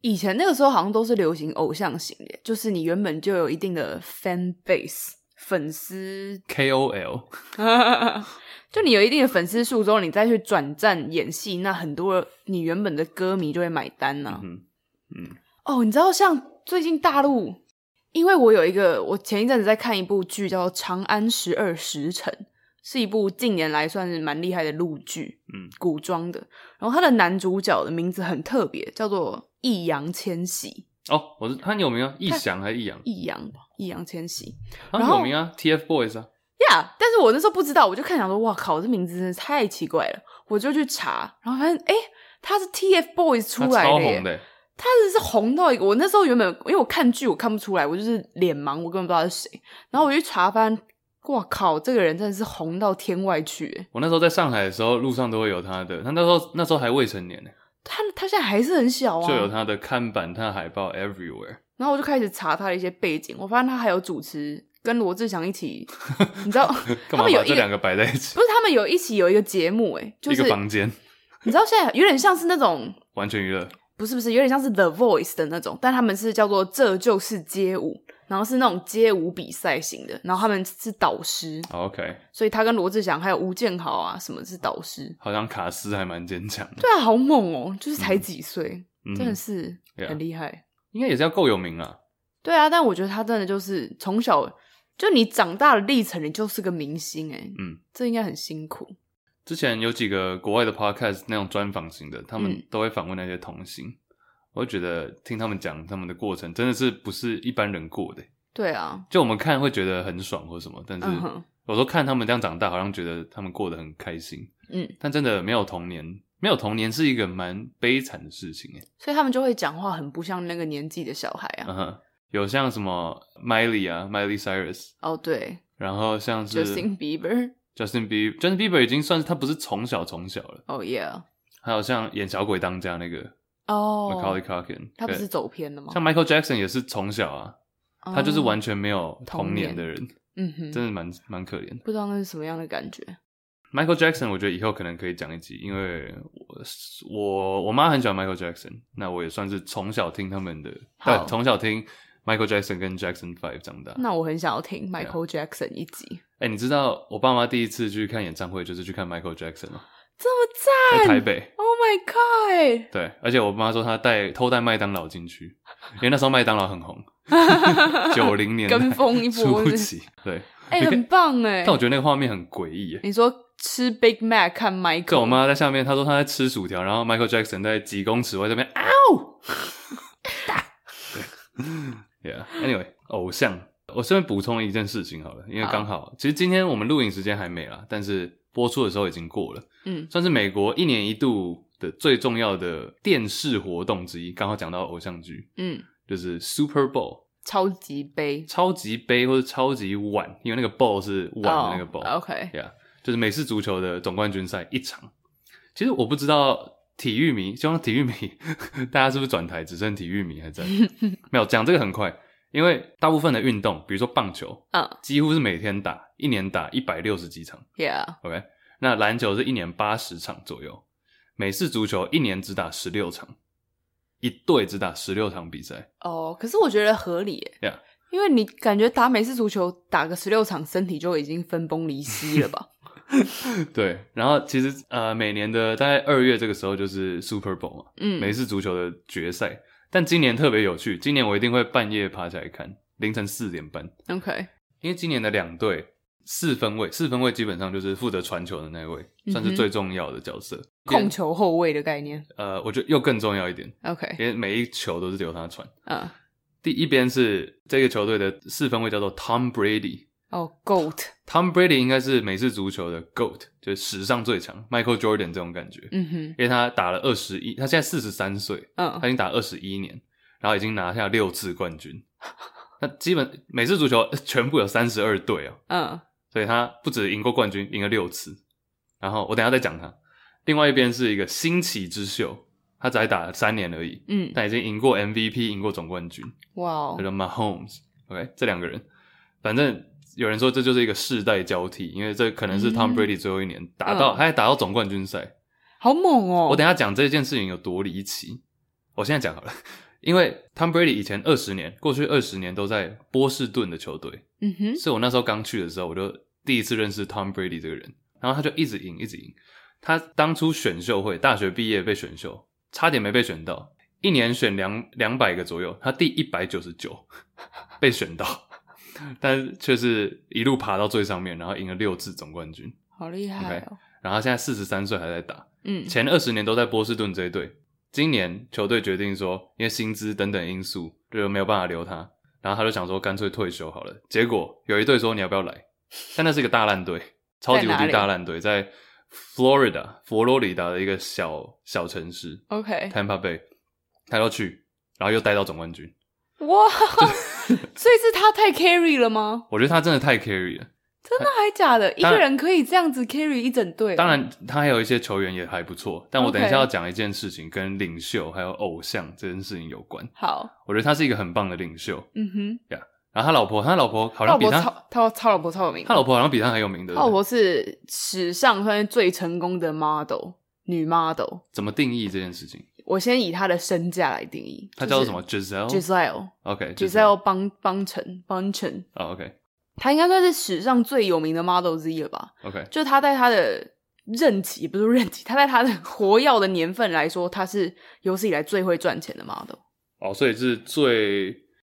Speaker 2: 以前那个时候好像都是流行偶像型的，就是你原本就有一定的 fan base 粉丝
Speaker 1: KOL，
Speaker 2: 就你有一定的粉丝数之后，你再去转战演戏，那很多你原本的歌迷就会买单呐、啊
Speaker 1: 嗯嗯，
Speaker 2: 哦，你知道像最近大陆，因为我有一个，我前一阵子在看一部剧叫《长安十二时辰》，是一部近年来算是蛮厉害的陆剧，
Speaker 1: 嗯，
Speaker 2: 古装的。然后它的男主角的名字很特别，叫做易烊千玺，
Speaker 1: 哦，我是他很有名啊，易翔还是易烊？
Speaker 2: 易烊吧，易烊千玺。
Speaker 1: 他
Speaker 2: 然
Speaker 1: 很
Speaker 2: 后
Speaker 1: 有名啊，TFBOYS 啊，
Speaker 2: 呀、但是我那时候不知道，我就看想说，哇靠，这名字真的太奇怪了，我就去查，然后发现，诶，他是 TFBOYS 出
Speaker 1: 他
Speaker 2: 来
Speaker 1: 超
Speaker 2: 的耶
Speaker 1: 红的欸。
Speaker 2: 他真的是红到一个，我那时候原本因为我看剧我看不出来，我就是脸盲，我根本不知道他是谁。然后我去查翻，哇靠，这个人真的是红到天外去耶！
Speaker 1: 我那时候在上海的时候，路上都会有他的。他那时候那时候还未成年呢，
Speaker 2: 他他现在还是很小啊。
Speaker 1: 就有他的看板、他的海报 everywhere。
Speaker 2: 然后我就开始查他的一些背景，我发现他还有主持，跟罗志祥一起，你知道，
Speaker 1: 干嘛
Speaker 2: 有
Speaker 1: 把
Speaker 2: 一
Speaker 1: 这
Speaker 2: 个
Speaker 1: 两个摆在一起？
Speaker 2: 不是他们有一起有一个节目，哎，就
Speaker 1: 一
Speaker 2: 是
Speaker 1: 个房间，
Speaker 2: 你知道现在有点像是那种
Speaker 1: 完全娱乐。
Speaker 2: 不是不是，有点像是 The Voice 的那种，但他们是叫做这就是街舞，然后是那种街舞比赛型的，然后他们是导师，
Speaker 1: OK，
Speaker 2: 所以他跟罗志祥还有吴建豪啊，什么是导师？
Speaker 1: 好像卡斯还蛮坚强的，
Speaker 2: 对啊，好猛哦、就是才几岁，
Speaker 1: 嗯
Speaker 2: 真的是
Speaker 1: Yeah
Speaker 2: 很厉害。
Speaker 1: 应该也是要够有名啊。
Speaker 2: 对啊，但我觉得他真的就是从小就你长大的历程，你就是个明星哎、
Speaker 1: 嗯，
Speaker 2: 这应该很辛苦。
Speaker 1: 之前有几个国外的 podcast 那种专访型的，他们
Speaker 2: 嗯
Speaker 1: 都会访问那些童星，我就觉得听他们讲他们的过程，真的是不是一般人过的。
Speaker 2: 对啊，
Speaker 1: 就我们看会觉得很爽或什么，但是
Speaker 2: 嗯哼，
Speaker 1: 有时候看他们这样长大，好像觉得他们过得很开心。
Speaker 2: 嗯，
Speaker 1: 但真的没有童年，没有童年是一个蛮悲惨的事情诶。
Speaker 2: 所以他们就会讲话很不像那个年纪的小孩啊。
Speaker 1: 嗯哼，有像什么 Miley 啊，Miley Cyrus，
Speaker 2: 哦，对
Speaker 1: 然后像是
Speaker 2: ，Justin Bieber，
Speaker 1: Justin Bieber，Justin Bieber 已经算是他不是从小从小了，
Speaker 2: 哦、yeah，
Speaker 1: 还有像演小鬼当家那个
Speaker 2: 哦、
Speaker 1: Macaulay Culkin，
Speaker 2: 他不是
Speaker 1: 对
Speaker 2: 走偏了吗？哦
Speaker 1: 像 Michael Jackson 也是从小啊，他就是完全没有童年
Speaker 2: 童年
Speaker 1: 的人，
Speaker 2: 嗯哼，
Speaker 1: 真的蛮蛮可怜的。
Speaker 2: 不知道那是什么样的感觉。
Speaker 1: Michael Jackson，我觉得以后可能可以讲一集，因为我我我妈很喜欢 Michael Jackson，那我也算是从小听他们的，
Speaker 2: 好
Speaker 1: 对，从小听 Michael Jackson 跟 Jackson Five 长大。哎、
Speaker 2: 那我很想要听 Michael Jackson 一集，
Speaker 1: 你知道我爸妈第一次去看演唱会就是去看 Michael Jackson 吗？
Speaker 2: 这么
Speaker 1: 在
Speaker 2: 赞
Speaker 1: 台北，
Speaker 2: ！Oh my god！
Speaker 1: 对，而且我妈说她带偷带麦当劳进去，因为那时候麦当劳很 红，九零年代
Speaker 2: 跟风一波
Speaker 1: 初期，对。
Speaker 2: 哎、
Speaker 1: 你可以
Speaker 2: 很棒哎
Speaker 1: 但！我觉得那个画面很诡异耶。
Speaker 2: 你说吃 Big Mac 看 Michael，
Speaker 1: 跟我妈在下面，她说她在吃薯条，然后 Michael Jackson 在几公尺外这边啊对 Yeah. Anyway，偶像，我顺便补充一件事情好了，因为
Speaker 2: 好
Speaker 1: 刚好，其实今天我们录影时间还没啦，但是播出的时候已经过了，
Speaker 2: 嗯，
Speaker 1: 算是美国一年一度的最重要的电视活动之一。刚好讲到偶像剧，
Speaker 2: 嗯，
Speaker 1: 就是 Super Bowl
Speaker 2: 超级杯
Speaker 1: 超级杯或者超级碗，因为那个 bowl 是碗的
Speaker 2: 哦
Speaker 1: 那个 bowl，、
Speaker 2: o k
Speaker 1: Yeah，就是美式足球的总冠军赛一场。其实我不知道体育迷，希望体育迷 大家是不是转台只剩体育迷还在？ 没有讲这个很快，因为大部分的运动，比如说棒球，
Speaker 2: 嗯
Speaker 1: 几乎是每天打，一年打一百六十几场。
Speaker 2: ，Yeah，
Speaker 1: OK，那篮球是一年八十场左右，美式足球一年只打十六场。一队只打十六场比赛，
Speaker 2: 哦，可是我觉得合理耶
Speaker 1: Yeah
Speaker 2: 因为你感觉打美式足球打个十六场，身体就已经分崩离析 了吧？
Speaker 1: 对。然后其实呃，每年的大概二月这个时候就是 Super Bowl 嘛，
Speaker 2: 嗯，
Speaker 1: 美式足球的决赛。但今年特别有趣，今年我一定会半夜爬起来看，凌晨四点半，
Speaker 2: 嗯 OK，
Speaker 1: 因为今年的两队四分卫，四分卫基本上就是负责传球的那位，算
Speaker 2: 嗯
Speaker 1: 是
Speaker 2: 哼
Speaker 1: 最重要的角色。
Speaker 2: 控球后卫的概念。
Speaker 1: 呃，我觉得又更重要一点，
Speaker 2: OK，
Speaker 1: 因为每一球都是由他传。
Speaker 2: 嗯，
Speaker 1: 第一边是这个球队的四分卫叫做 Tom Brady。
Speaker 2: 哦，Goat，
Speaker 1: Tom Brady 应该是美式足球的 GOAT，就是史上最强 Michael Jordan 这种感觉，
Speaker 2: 嗯哼，
Speaker 1: 因为他打了二十一，他现在四十三岁，
Speaker 2: 嗯
Speaker 1: 他已经打二十一年，然后已经拿下六次冠军。那基本美式足球 呃全部有三十二队啊，
Speaker 2: 嗯
Speaker 1: 所以他不止赢过冠军，赢了六次。然后我等一下再讲他。另外一边是一个新奇之秀，他才打了三年而已，
Speaker 2: 嗯，
Speaker 1: 但已经赢过 MVP，赢过总冠军。
Speaker 2: 哇哦
Speaker 1: 叫，做 Mahomes。OK，这两个人，反正有人说这就是一个世代交替，因为这可能是 Tom
Speaker 2: 嗯
Speaker 1: Brady 最后一年、打到，
Speaker 2: 嗯
Speaker 1: 他还打到总冠军赛。
Speaker 2: 好猛哦！
Speaker 1: 我等一下讲这件事情有多离奇，我现在讲好了。 因为 Tom Brady 以前二十年，过去二十年都在波士顿的球队，
Speaker 2: 嗯哼，
Speaker 1: 是我那时候刚去的时候，我就第一次认识 Tom Brady 这个人，然后他就一直赢，一直赢。他当初选秀会，大学毕业被选秀，差点没被选到，一年选两两百个左右，他第一百九十九 被选到，但是却是一路爬到最上面，然后赢了六次总冠军。
Speaker 2: 好厉害哦，
Speaker 1: 然后他现在四十三岁还在打，
Speaker 2: 嗯
Speaker 1: 前二十年都在波士顿这一队，今年球队决定说，因为薪资等等因素，就没有办法留他，然后他就想说干脆退休好了。结果有一队说你要不要来，但那是一个大烂队，超级无
Speaker 2: 在哪
Speaker 1: 敌
Speaker 2: 里
Speaker 1: 大烂队，在 Florida 佛罗里达的一个小小城市
Speaker 2: ，OK，
Speaker 1: Tampa Bay，他要去，然后又带到总冠军。
Speaker 2: 哇，所以是他太 carry 了吗？
Speaker 1: 我觉得他真的太 carry 了，
Speaker 2: 真的还假的？一
Speaker 1: 当然
Speaker 2: 个人可以这样子 carry 一整队？哦
Speaker 1: 当，然他还有一些球员也还不错，但我等一下
Speaker 2: OK
Speaker 1: 要讲一件事情跟领袖还有偶像这件事情有关。
Speaker 2: 好，
Speaker 1: 我觉得他是一个很棒的领袖，
Speaker 2: 嗯哼，
Speaker 1: 然后他老婆，他老婆好
Speaker 2: 他
Speaker 1: 像
Speaker 2: 老
Speaker 1: 比
Speaker 2: 婆
Speaker 1: 他，
Speaker 2: 超哦他他老婆超有名，
Speaker 1: 他老婆好像比他还有名的。
Speaker 2: 他老婆是史上算是最成功的 model 女 model。
Speaker 1: 怎么定义这件事情？
Speaker 2: 我先以她的身价来定义，
Speaker 1: 他叫做什么？Giselle。
Speaker 2: ？Giselle
Speaker 1: OK。
Speaker 2: Giselle 邦邦辰邦辰，
Speaker 1: 哦，OK。
Speaker 2: 她应该算是史上最有名的 model 之一了吧？
Speaker 1: OK。
Speaker 2: 就她在她的任期，也不是说任期，她在她的活跃的年份来说，她是有史以来最会赚钱的 model，
Speaker 1: 哦，所以是最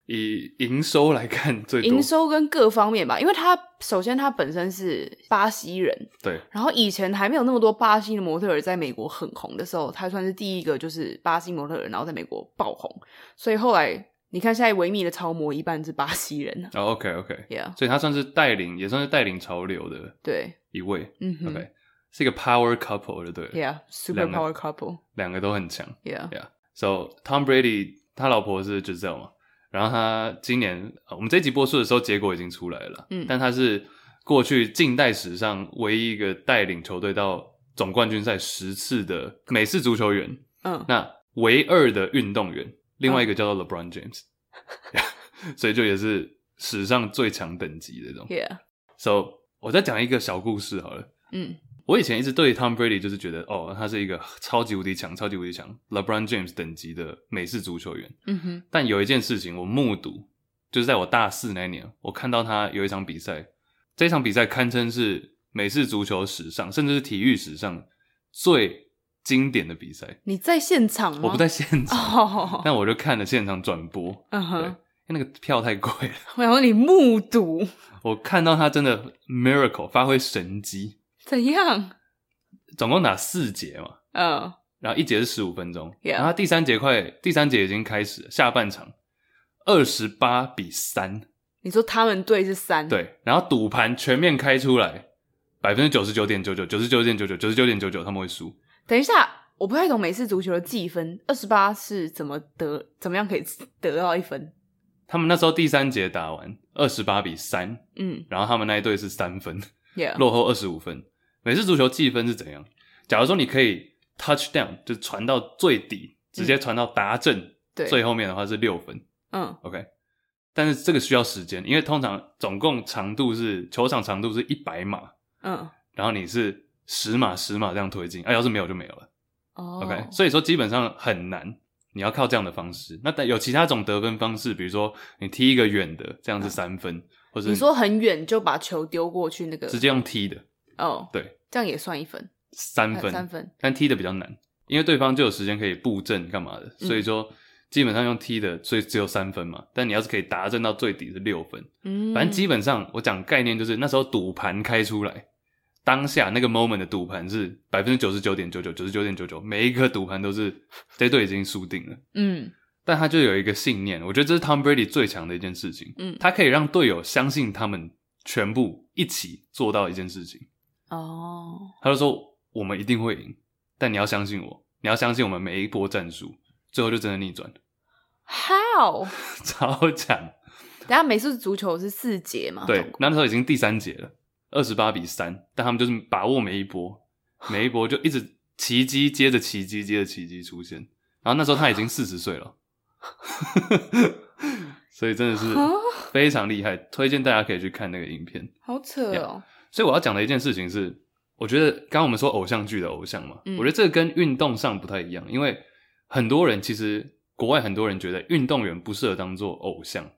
Speaker 1: 以营收来看最多
Speaker 2: 营收跟各方面吧。因为她首先她本身是巴西人，
Speaker 1: 对
Speaker 2: 然后以前还没有那么多巴西的模特儿在美国很红的时候，他算是第一个就是巴西模特儿，然后在美国爆红。所以后来你看，现在维密的超模一半是巴西人啊
Speaker 1: 哦，OK OK。
Speaker 2: ，Yeah，
Speaker 1: 所以他算是带领，也算是带领潮流的
Speaker 2: 对，
Speaker 1: 一位。
Speaker 2: 嗯哼
Speaker 1: OK，是一个 power couple 就对了，
Speaker 2: ，Yeah，super
Speaker 1: 两个
Speaker 2: power couple，Yeah，
Speaker 1: 两个都很强。So Tom Brady 他老婆是 Giselle 嘛，然后他今年呃我们这一集播出的时候结果已经出来了，
Speaker 2: 嗯
Speaker 1: 但他是过去近代史上唯一一个带领球队到总冠军赛十次的美式足球员，
Speaker 2: 嗯，
Speaker 1: 那唯二的运动员，另外一个叫做 LeBron James，、所以就也是史上最强等级的这种。
Speaker 2: ，Yeah，
Speaker 1: So 我再讲一个小故事好了。
Speaker 2: 嗯
Speaker 1: 我以前一直对 Tom Brady 就是觉得，哦，他是一个超级无敌强、超级无敌强 LeBron James 等级的美式足球员。
Speaker 2: 嗯哼，
Speaker 1: 但有一件事情我目睹，就是在我大四那一年，我看到他有一场比赛，这场比赛堪称是美式足球史上，甚至是体育史上最经典的比赛。
Speaker 2: 你在现场吗？
Speaker 1: 我不在现场，
Speaker 2: 哦，
Speaker 1: 但我就看了现场转播，
Speaker 2: 嗯
Speaker 1: 对，
Speaker 2: 哼，
Speaker 1: 因为那个票太贵了，
Speaker 2: 我想说你目睹
Speaker 1: 我看到他真的 miracle 发挥神机，
Speaker 2: 怎样？
Speaker 1: 总共打四节嘛。
Speaker 2: 嗯
Speaker 1: 然后一节是十五分钟
Speaker 2: Yeah
Speaker 1: 然后第三节快第三节已经开始了下半场，二十八比三，
Speaker 2: 你说他们队是三，，
Speaker 1: 对，然后赌盘全面开出来，百分之九十九点九九，九十九点九九，九十九点九九，他们会输。
Speaker 2: 等一下。我不太懂美式足球的计分，二十八是怎么得，怎么样可以得到一分？
Speaker 1: 他们那时候第三节打完二十八比三，
Speaker 2: 嗯
Speaker 1: 然后他们那一队是三分，
Speaker 2: ，Yeah，
Speaker 1: 落后二十五分。美式足球计分是怎样？假如说你可以 touchdown，就传到最底，直接传到达阵、
Speaker 2: 嗯对，
Speaker 1: 最后面的话是六分。
Speaker 2: 嗯
Speaker 1: OK，但是这个需要时间，因为通常总共长度是球场长度是一百码，
Speaker 2: 嗯，
Speaker 1: 然后你是十码十码这样推进，啊，要是没有就没有了。
Speaker 2: 哦
Speaker 1: OK，、所以说基本上很难。你要靠这样的方式。那但有其他种得分方式，比如说你踢一个远的，这样是三分，或者
Speaker 2: 嗯你说很远就把球丢过去那个
Speaker 1: 直接用踢的
Speaker 2: 哦，
Speaker 1: 对，
Speaker 2: 这样也算一分，
Speaker 1: 三
Speaker 2: 呃
Speaker 1: 分，
Speaker 2: 三分，
Speaker 1: 但踢的比较难，因为对方就有时间可以布阵干嘛的，
Speaker 2: 嗯
Speaker 1: 所以说基本上用踢的，所以只有三分嘛。但你要是可以达阵到最底是六分，
Speaker 2: 嗯，
Speaker 1: 反正基本上我讲概念就是那时候赌盘开出来，当下那个 moment 的赌盘是百分之九十九点九九，九十九点九九，每一个赌盘都是这队已经输定了。
Speaker 2: 嗯
Speaker 1: 但他就有一个信念，我觉得这是 Tom Brady 最强的一件事情，
Speaker 2: 嗯
Speaker 1: 他可以让队友相信他们全部一起做到一件事情。
Speaker 2: 哦，
Speaker 1: 他就说我们一定会赢，但你要相信我，你要相信我们每一波战术，最后就真的逆转，
Speaker 2: how？
Speaker 1: 超强。
Speaker 2: 等一下美式足球是四节嘛？
Speaker 1: 对
Speaker 2: 总，共
Speaker 1: 那时候已经第三节了，二十八比三，但他们就是把握每一波，每一波就一直奇迹接着奇迹接着奇迹出现。然后那时候他已经四十岁了， 所以真的是
Speaker 2: 啊
Speaker 1: 非常厉害，推荐大家可以去看那个影片。
Speaker 2: 好扯哦，
Speaker 1: 所以我要讲的一件事情是，我觉得刚刚我们说偶像剧的偶像嘛，
Speaker 2: 嗯
Speaker 1: 我觉得这个跟运动上不太一样，因为很多人其实国外很多人觉得运动员不适合当做偶像，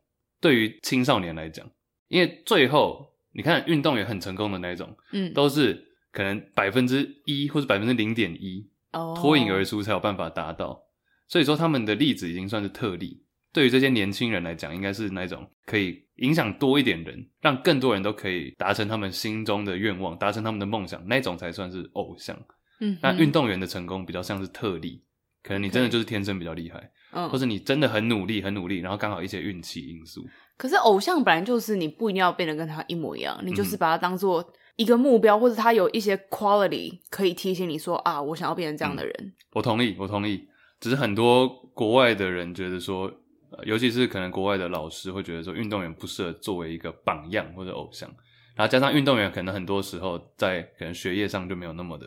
Speaker 1: 对于青少年来讲，因为最后你看运动员很成功的那一种，
Speaker 2: 嗯，
Speaker 1: 都是可能百分之一或者百分之零点一
Speaker 2: 哦
Speaker 1: 脱颖而出才有办法达到，所以说他们的例子已经算是特例。对于这些年轻人来讲，应该是那种可以影响多一点人，让更多人都可以达成他们心中的愿望，达成他们的梦想，那种才算是偶像。
Speaker 2: 嗯哼，
Speaker 1: 那运动员的成功比较像是特例，可能你真的就是天生比较厉害，
Speaker 2: 嗯，
Speaker 1: 或者你真的很努力、很努力，然后刚好一些运气因素。
Speaker 2: 可是偶像本来就是你不一定要变得跟他一模一样，你
Speaker 1: 嗯
Speaker 2: 就是把他当做一个目标，或者他有一些 quality 可以提醒你说啊，我想要变成这样的人。
Speaker 1: 我同意，我同意。只是很多国外的人觉得说，呃尤其是可能国外的老师会觉得说，运动员不适合作为一个榜样或者偶像。然后加上运动员可能很多时候在可能学业上就没有那么的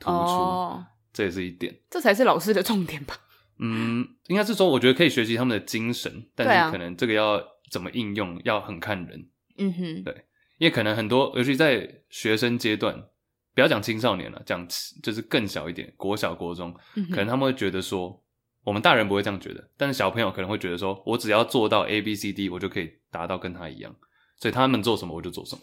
Speaker 1: 突出，
Speaker 2: 哦，
Speaker 1: 这也是一点。
Speaker 2: 这才是老师的重点吧？
Speaker 1: 嗯，应该是说，我觉得可以学习他们的精神，
Speaker 2: 对
Speaker 1: 但
Speaker 2: 啊
Speaker 1: 是可能这个要怎么应用，要很看人。
Speaker 2: 嗯哼，
Speaker 1: 因为可能很多，尤其在学生阶段，不要讲青少年了，讲就是更小一点，国小、国中，
Speaker 2: 嗯哼
Speaker 1: 可能他们会觉得说，我们大人不会这样觉得，但是小朋友可能会觉得说，我只要做到 A、B、C、D，我就可以达到跟他一样，所以他们做什么我就做什么，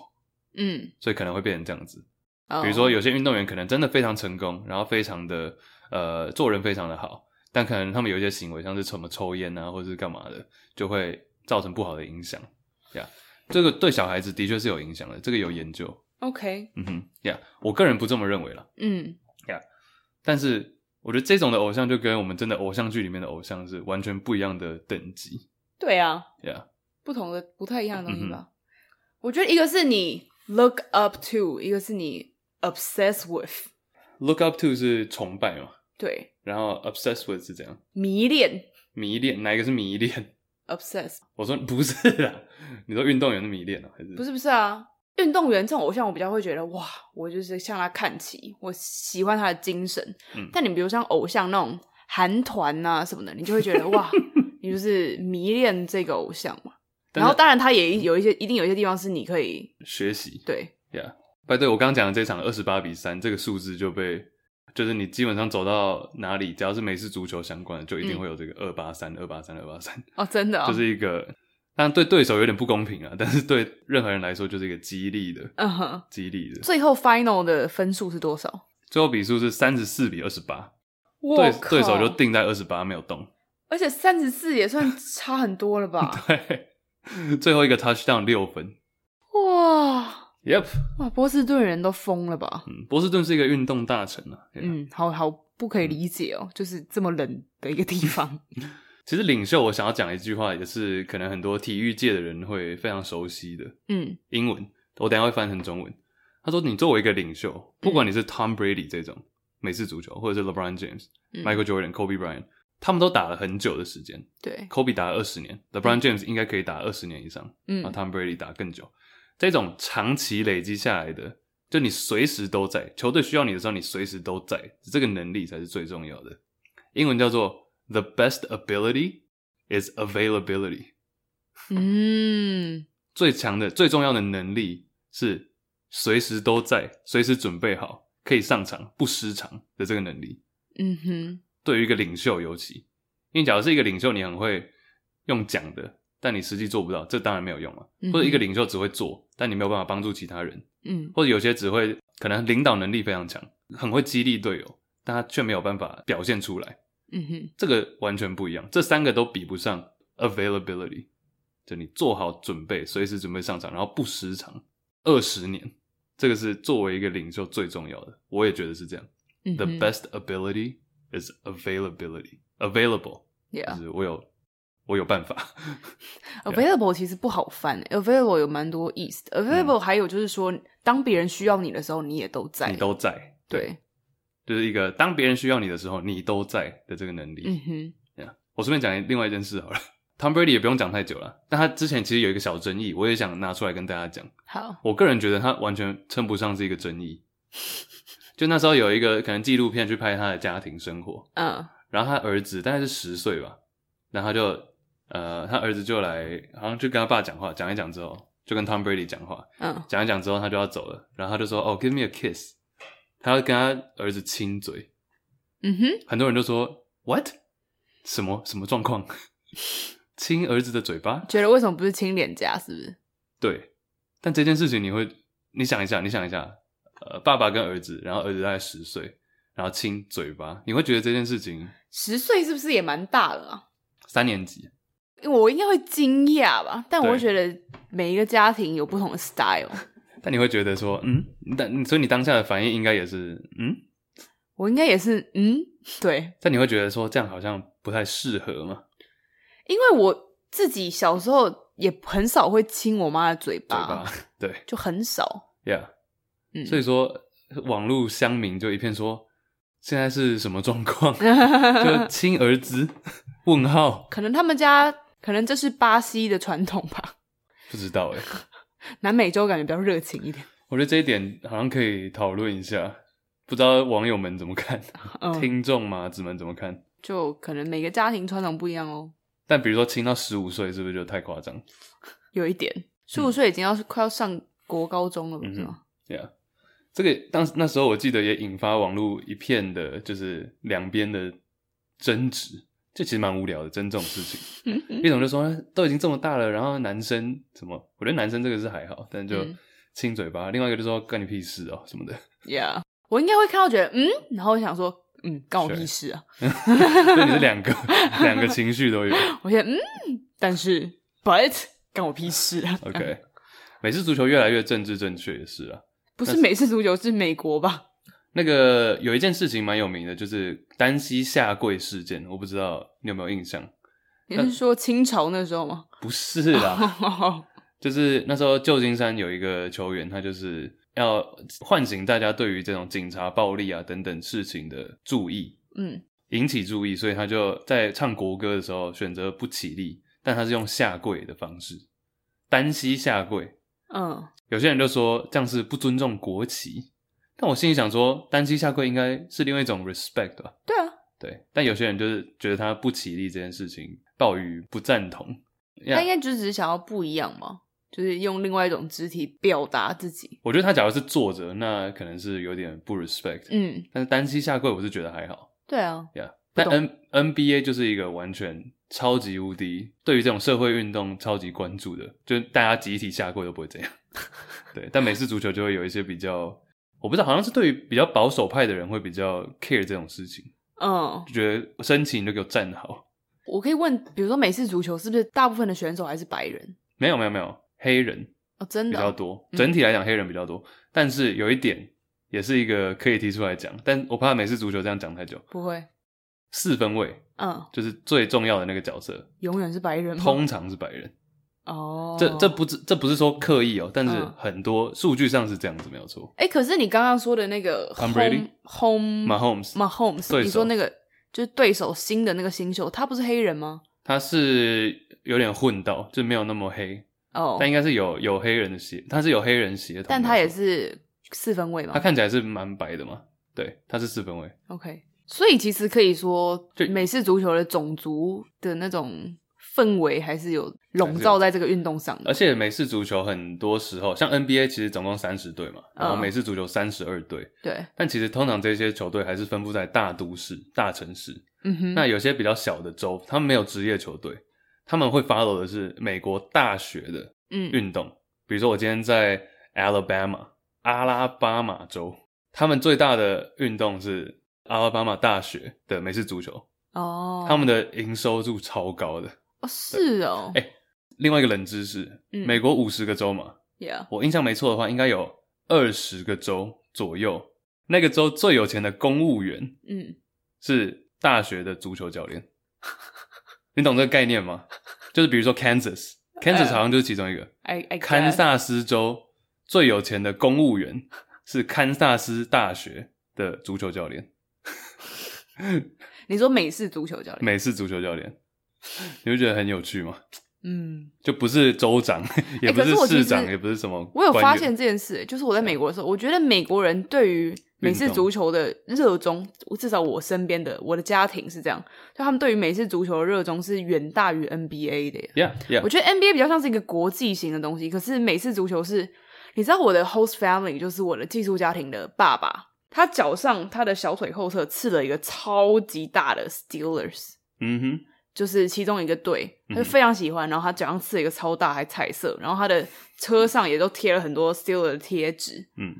Speaker 2: 嗯，
Speaker 1: 所以可能会变成这样子。
Speaker 2: 哦
Speaker 1: 比如说，有些运动员可能真的非常成功，然后非常的呃做人非常的好，但可能他们有一些行为，像是什么抽烟啊，或者是干嘛的，就会造成不好的影响呀。这个对小孩子的确是有影响的，这个有研究。
Speaker 2: OK，
Speaker 1: 嗯哼，呀、我个人不这么认为了。
Speaker 2: 嗯，
Speaker 1: 但是我觉得这种的偶像就跟我们真的偶像剧里面的偶像是完全不一样的等级
Speaker 2: 对啊，
Speaker 1: 呀。
Speaker 2: 不同的不太一样的东西吧。
Speaker 1: 嗯
Speaker 2: 我觉得一个是你 look up to，一个是你 obsess with，
Speaker 1: Look up to 是崇拜嘛，
Speaker 2: 对，
Speaker 1: 然后 obsess with 是怎样？
Speaker 2: 迷恋
Speaker 1: 迷恋，哪一个是迷恋？
Speaker 2: obsess，
Speaker 1: 我说不是啦，你说运动员是迷恋啊，还是
Speaker 2: 不是不是啊。运动员这种偶像，我比较会觉得哇，我就是向他看齐，我喜欢他的精神。
Speaker 1: 嗯
Speaker 2: 但你比如像偶像那种韩团呐什么的，你就会觉 得哇，你就是迷恋这个偶像嘛。
Speaker 1: 但
Speaker 2: 然
Speaker 1: 是
Speaker 2: 后当然他也有一些，一定有一些地方是你可以
Speaker 1: 学习
Speaker 2: 对，
Speaker 1: 呀？哎，对我刚刚讲的这场二十八比三这个数字就被，就是你基本上走到哪里，只要是美式足球相关的，就一定
Speaker 2: 嗯
Speaker 1: 会有这个二八三、二八三、二八三。
Speaker 2: 哦，真的、哦，
Speaker 1: 就是一个，当然对对手有点不公平啊，但是对任何人来说就是一个激励的，
Speaker 2: 嗯哼。
Speaker 1: 激励的。
Speaker 2: 最后 final 的分数是多少？
Speaker 1: 最后比数是三十四比二十八，
Speaker 2: 我
Speaker 1: 对
Speaker 2: 靠
Speaker 1: 对手就定在二十八没有动。
Speaker 2: 而且三十四也算差很多了吧？
Speaker 1: 对，最后一个 touchdown 六分。
Speaker 2: 哇
Speaker 1: Yep，
Speaker 2: 哇，波士顿人都疯了吧？
Speaker 1: 嗯，波士顿是一个运动大臣啊。对啊
Speaker 2: 嗯，好好不可以理解哦，就是这么冷的一个地方。
Speaker 1: 其实领袖，我想要讲一句话，也是可能很多体育界的人会非常熟悉的
Speaker 2: 嗯
Speaker 1: 英文，我等一下会翻成中文。他说：“你作为一个领
Speaker 2: 嗯
Speaker 1: 袖，不管你是 Tom Brady 这种美式足球，或者是 LeBron James，
Speaker 2: 嗯
Speaker 1: Michael Jordan、Kobe Bryant，他们都打了很久的时间。
Speaker 2: 对，
Speaker 1: Kobe 打了二十年，LeBron James 应该可以打二十年以上，
Speaker 2: 嗯
Speaker 1: 然后 Tom Brady 打更久。这种长期累积下来的，就你随时都在，球队需要你的时候，你随时都在，这个能力才是最重要的。英文叫做 The best ability is availability，
Speaker 2: 嗯，
Speaker 1: 最强的、最重要的能力是随时都在，随时准备好，可以上场不失常的这个能力。
Speaker 2: 嗯哼，
Speaker 1: 对于一个领袖尤其，因为假如是一个领袖，你很会用讲的，但你实际做不到，这当然没有用了
Speaker 2: 嗯。哼
Speaker 1: 或者一个领袖只会做，但你没有办法帮助其他人，
Speaker 2: 嗯
Speaker 1: 或者有些只会可能领导能力非常强，很会激励队友，但他却没有办法表现出来，
Speaker 2: 嗯哼，
Speaker 1: 这个完全不一样。这三个都比不上 availability，就你做好准备，随时准备上场，然后不失常，二十年，这个是作为一个领袖最重要的，我也觉得是这样。
Speaker 2: 嗯
Speaker 1: The
Speaker 2: 哼
Speaker 1: best ability is availability, available，就
Speaker 2: yeah
Speaker 1: 是我有我有办法。
Speaker 2: available 其实不好翻欸、available 有蛮多意思的。available 还有就是说，当别人需要你的时候，你也都在，
Speaker 1: 你都在，
Speaker 2: 对，
Speaker 1: 就是一个当别人需要你的时候，你都在的这个能力。
Speaker 2: 嗯哼，
Speaker 1: Yeah 我顺便讲另外一件事好了，Tom Brady 也不用讲太久了，但他之前其实有一个小争议，我也想拿出来跟大家讲。
Speaker 2: 好，
Speaker 1: 我个人觉得他完全称不上是一个争议。就那时候有一个可能纪录片去拍他的家庭生活，
Speaker 2: 嗯
Speaker 1: 然后他儿子大概是十岁吧，然后他就呃，他儿子就来，好像就跟他爸讲话，讲一讲之后，就跟 Tom Brady 讲话，
Speaker 2: 嗯
Speaker 1: 讲一讲之后他就要走了，然后他就说哦、g i v e me a kiss，他要跟他儿子亲嘴，
Speaker 2: 嗯哼，
Speaker 1: 很多人就说 what 什么什么状况， 亲儿子的嘴巴，
Speaker 2: 觉得为什么不是亲脸颊？是不是？
Speaker 1: 对，但这件事情你会，你想一下，你想一下，呃，爸爸跟儿子，然后儿子大概十岁，然后亲嘴巴，你会觉得这件事情
Speaker 2: 十岁是不是也蛮大了啊？
Speaker 1: 三年级，
Speaker 2: 我应该会惊讶吧，但我
Speaker 1: 对
Speaker 2: 会觉得每一个家庭有不同的 style。
Speaker 1: 但你会觉得说，嗯，但所以你当下的反应应该也是，嗯，
Speaker 2: 我应该也是，嗯，对，
Speaker 1: 但你会觉得说这样好像不太适合嘛，
Speaker 2: 因为我自己小时候也很少会亲我妈的嘴
Speaker 1: 嘴
Speaker 2: 巴，
Speaker 1: 巴，对
Speaker 2: 就很少。
Speaker 1: ，yeah，
Speaker 2: 啊嗯，
Speaker 1: 所以说网络乡民就一片说，现在是什么状 况？就亲儿子？ 问号
Speaker 2: 可能他们家可能这是巴西的传统吧，
Speaker 1: 不知道哎、
Speaker 2: 南美洲感觉比较热情一点。
Speaker 1: 我觉得这一点好像可以讨论一下，不知道网友们怎么看，
Speaker 2: 嗯，
Speaker 1: 听众麻子们怎么看？
Speaker 2: 就可能每个家庭传统不一样哦，
Speaker 1: 但比如说亲到十五岁，是不是就太夸张
Speaker 2: 有一点。十
Speaker 1: 嗯
Speaker 2: 五岁已经要快要上国高中了，不是吗？
Speaker 1: ？Yeah，这个当那时候我记得也引发网络一片的，就是两边的争执，这其实蛮无聊的，争这种事情。一种就说哎都已经这么大了，然后男生什么？我觉得男生这个是还好，但就
Speaker 2: 嗯
Speaker 1: 亲嘴巴。另外一个就说干你屁事哦什么的。
Speaker 2: Yeah，我应该会看到觉得嗯，然后我想说嗯，干我屁事啊！
Speaker 1: 所以你是两个两个情绪都有。
Speaker 2: 我觉得嗯，但是 but 干我屁事啊
Speaker 1: OK，美式足球越来越政治正确也是啊。
Speaker 2: 不是美式足球，是美国吧？
Speaker 1: 那个有一件事情蛮有名的，就是单膝下跪事件，我不知道你有没有印象？
Speaker 2: 你
Speaker 1: 呃
Speaker 2: 是说清朝那时候吗？
Speaker 1: 不是啦，
Speaker 2: 哦，
Speaker 1: 就是那时候旧金山有一个球员，他就是要唤醒大家对于这种警察暴力啊等等事情的注意，
Speaker 2: 嗯
Speaker 1: 引起注意，所以他就在唱国歌的时候选择不起立，但他是用下跪的方式，单膝下跪，
Speaker 2: 嗯，
Speaker 1: 有些人就说这样是不尊重国旗，但我心里想说，单膝下跪应该是另外一种 respect 吧？
Speaker 2: 对啊，
Speaker 1: 对，但有些人就是觉得他不起立这件事情，抱于不赞同。
Speaker 2: 他
Speaker 1: Yeah，
Speaker 2: 应该就只是想要不一样嘛，就是用另外一种肢体表达自己。
Speaker 1: 我觉得他假如是坐着，那可能是有点不 respect。
Speaker 2: 嗯，
Speaker 1: 但是单膝下跪，我是觉得还好。
Speaker 2: 对啊，
Speaker 1: Yeah，但
Speaker 2: 不
Speaker 1: N NBA 就是一个完全超级无敌，对于这种社会运动超级关注的，就是大家集体下跪都不会这 样。对，但美式足球就会有一些比较，我不知道，好像是对于比较保守派的人会比较 care 这种事情，
Speaker 2: 嗯，
Speaker 1: 就觉得升旗你就给我站好。
Speaker 2: 我可以问，比如说美式足球是不是大部分的选手还是白人？
Speaker 1: 没有没有没有，黑人
Speaker 2: 哦，真
Speaker 1: 比
Speaker 2: 的
Speaker 1: 较
Speaker 2: 哦、
Speaker 1: 多，
Speaker 2: 嗯
Speaker 1: 整体来讲黑人比较多，但是有一点也是一个可以提出来讲，但我怕美式足球这样讲太久。
Speaker 2: 不会，
Speaker 1: 四分卫
Speaker 2: 嗯，
Speaker 1: 就是最重要的那个角色，
Speaker 2: 永远是白人吗？
Speaker 1: 通常是白人。
Speaker 2: 哦，
Speaker 1: 这这不是这不是说刻意哦，但是
Speaker 2: 嗯
Speaker 1: 很多数据上是这样子，没有错。
Speaker 2: 哎、可是你刚刚说的那个
Speaker 1: Tom Brady？
Speaker 2: home home
Speaker 1: Mahomes
Speaker 2: Mahomes，
Speaker 1: 对手
Speaker 2: 你说那个就是对手新的那个新秀，他不是黑人吗？
Speaker 1: 他是有点混到，就没有那么黑，
Speaker 2: 哦
Speaker 1: 但，应该是有有黑人的血，他是有黑人血统的，
Speaker 2: 但他也是四分位嘛
Speaker 1: 他看起来是蛮白的嘛，对，他是四分卫，
Speaker 2: ，OK，所以其实可以说
Speaker 1: 就，
Speaker 2: 美式足球的种族的那种氛围还是有笼罩在这个运动上
Speaker 1: 而
Speaker 2: 的，
Speaker 1: 且美式足球很多时候像 NBA 其实总共三十队嘛，
Speaker 2: 嗯
Speaker 1: 然后美式足球三十二队，
Speaker 2: 对，
Speaker 1: 但其实通常这些球队还是分布在大都市、大城市，
Speaker 2: 嗯哼，
Speaker 1: 那有些比较小的州，他们没有职业球队，他们会 follow 的是美国大学的
Speaker 2: 嗯
Speaker 1: 运动。比如说，我今天在 Alabama 阿拉巴马州，他们最大的运动是阿拉巴马大学的美式足球，
Speaker 2: 哦，
Speaker 1: 他们的营收入超高的。
Speaker 2: 哦是哦，
Speaker 1: 哎另外一个冷知识，
Speaker 2: 嗯
Speaker 1: 美国五十个州嘛，
Speaker 2: ，Yeah，
Speaker 1: 我印象没错的话，应该有二十个州左右。那个州最有钱的公务员
Speaker 2: 嗯，
Speaker 1: 是大学的足球教练，你懂这个概念吗？就是比如说
Speaker 2: 嗯
Speaker 1: Kansas，Kansas 好像就是其中一个。
Speaker 2: 哎哎，
Speaker 1: 堪萨斯州最有钱的公务员是堪萨斯大学的足球教练，
Speaker 2: 你说美式足球教练，
Speaker 1: 美式足球教练，你会觉得很有趣吗？
Speaker 2: 嗯，
Speaker 1: 就不是州长，也不
Speaker 2: 哎可是我其
Speaker 1: 市
Speaker 2: 实
Speaker 1: 长，也不是什么
Speaker 2: 我有
Speaker 1: 官
Speaker 2: 发
Speaker 1: 员
Speaker 2: 现这件事，就是我在美国的时候，我觉得美国人对于美式足球的热衷，至少我身边的我的家庭是这样，就他们对于美式足球的热衷是远大于 NBA 的耶。
Speaker 1: ，Yeah Yeah，
Speaker 2: 我觉得 NBA 比较像是一个国际型的东西，可是美式足球是，你知道我的 host family 就是我的寄宿家庭的爸爸，他脚上他的小腿后侧刺了一个超级大的 Steelers，
Speaker 1: 嗯哼，
Speaker 2: 就是其中一个队，他就
Speaker 1: 嗯
Speaker 2: 非常喜欢，然后他脚上刺了一个超大还彩色，然后他的车上也都贴了很多 Steelers 的贴纸，
Speaker 1: 嗯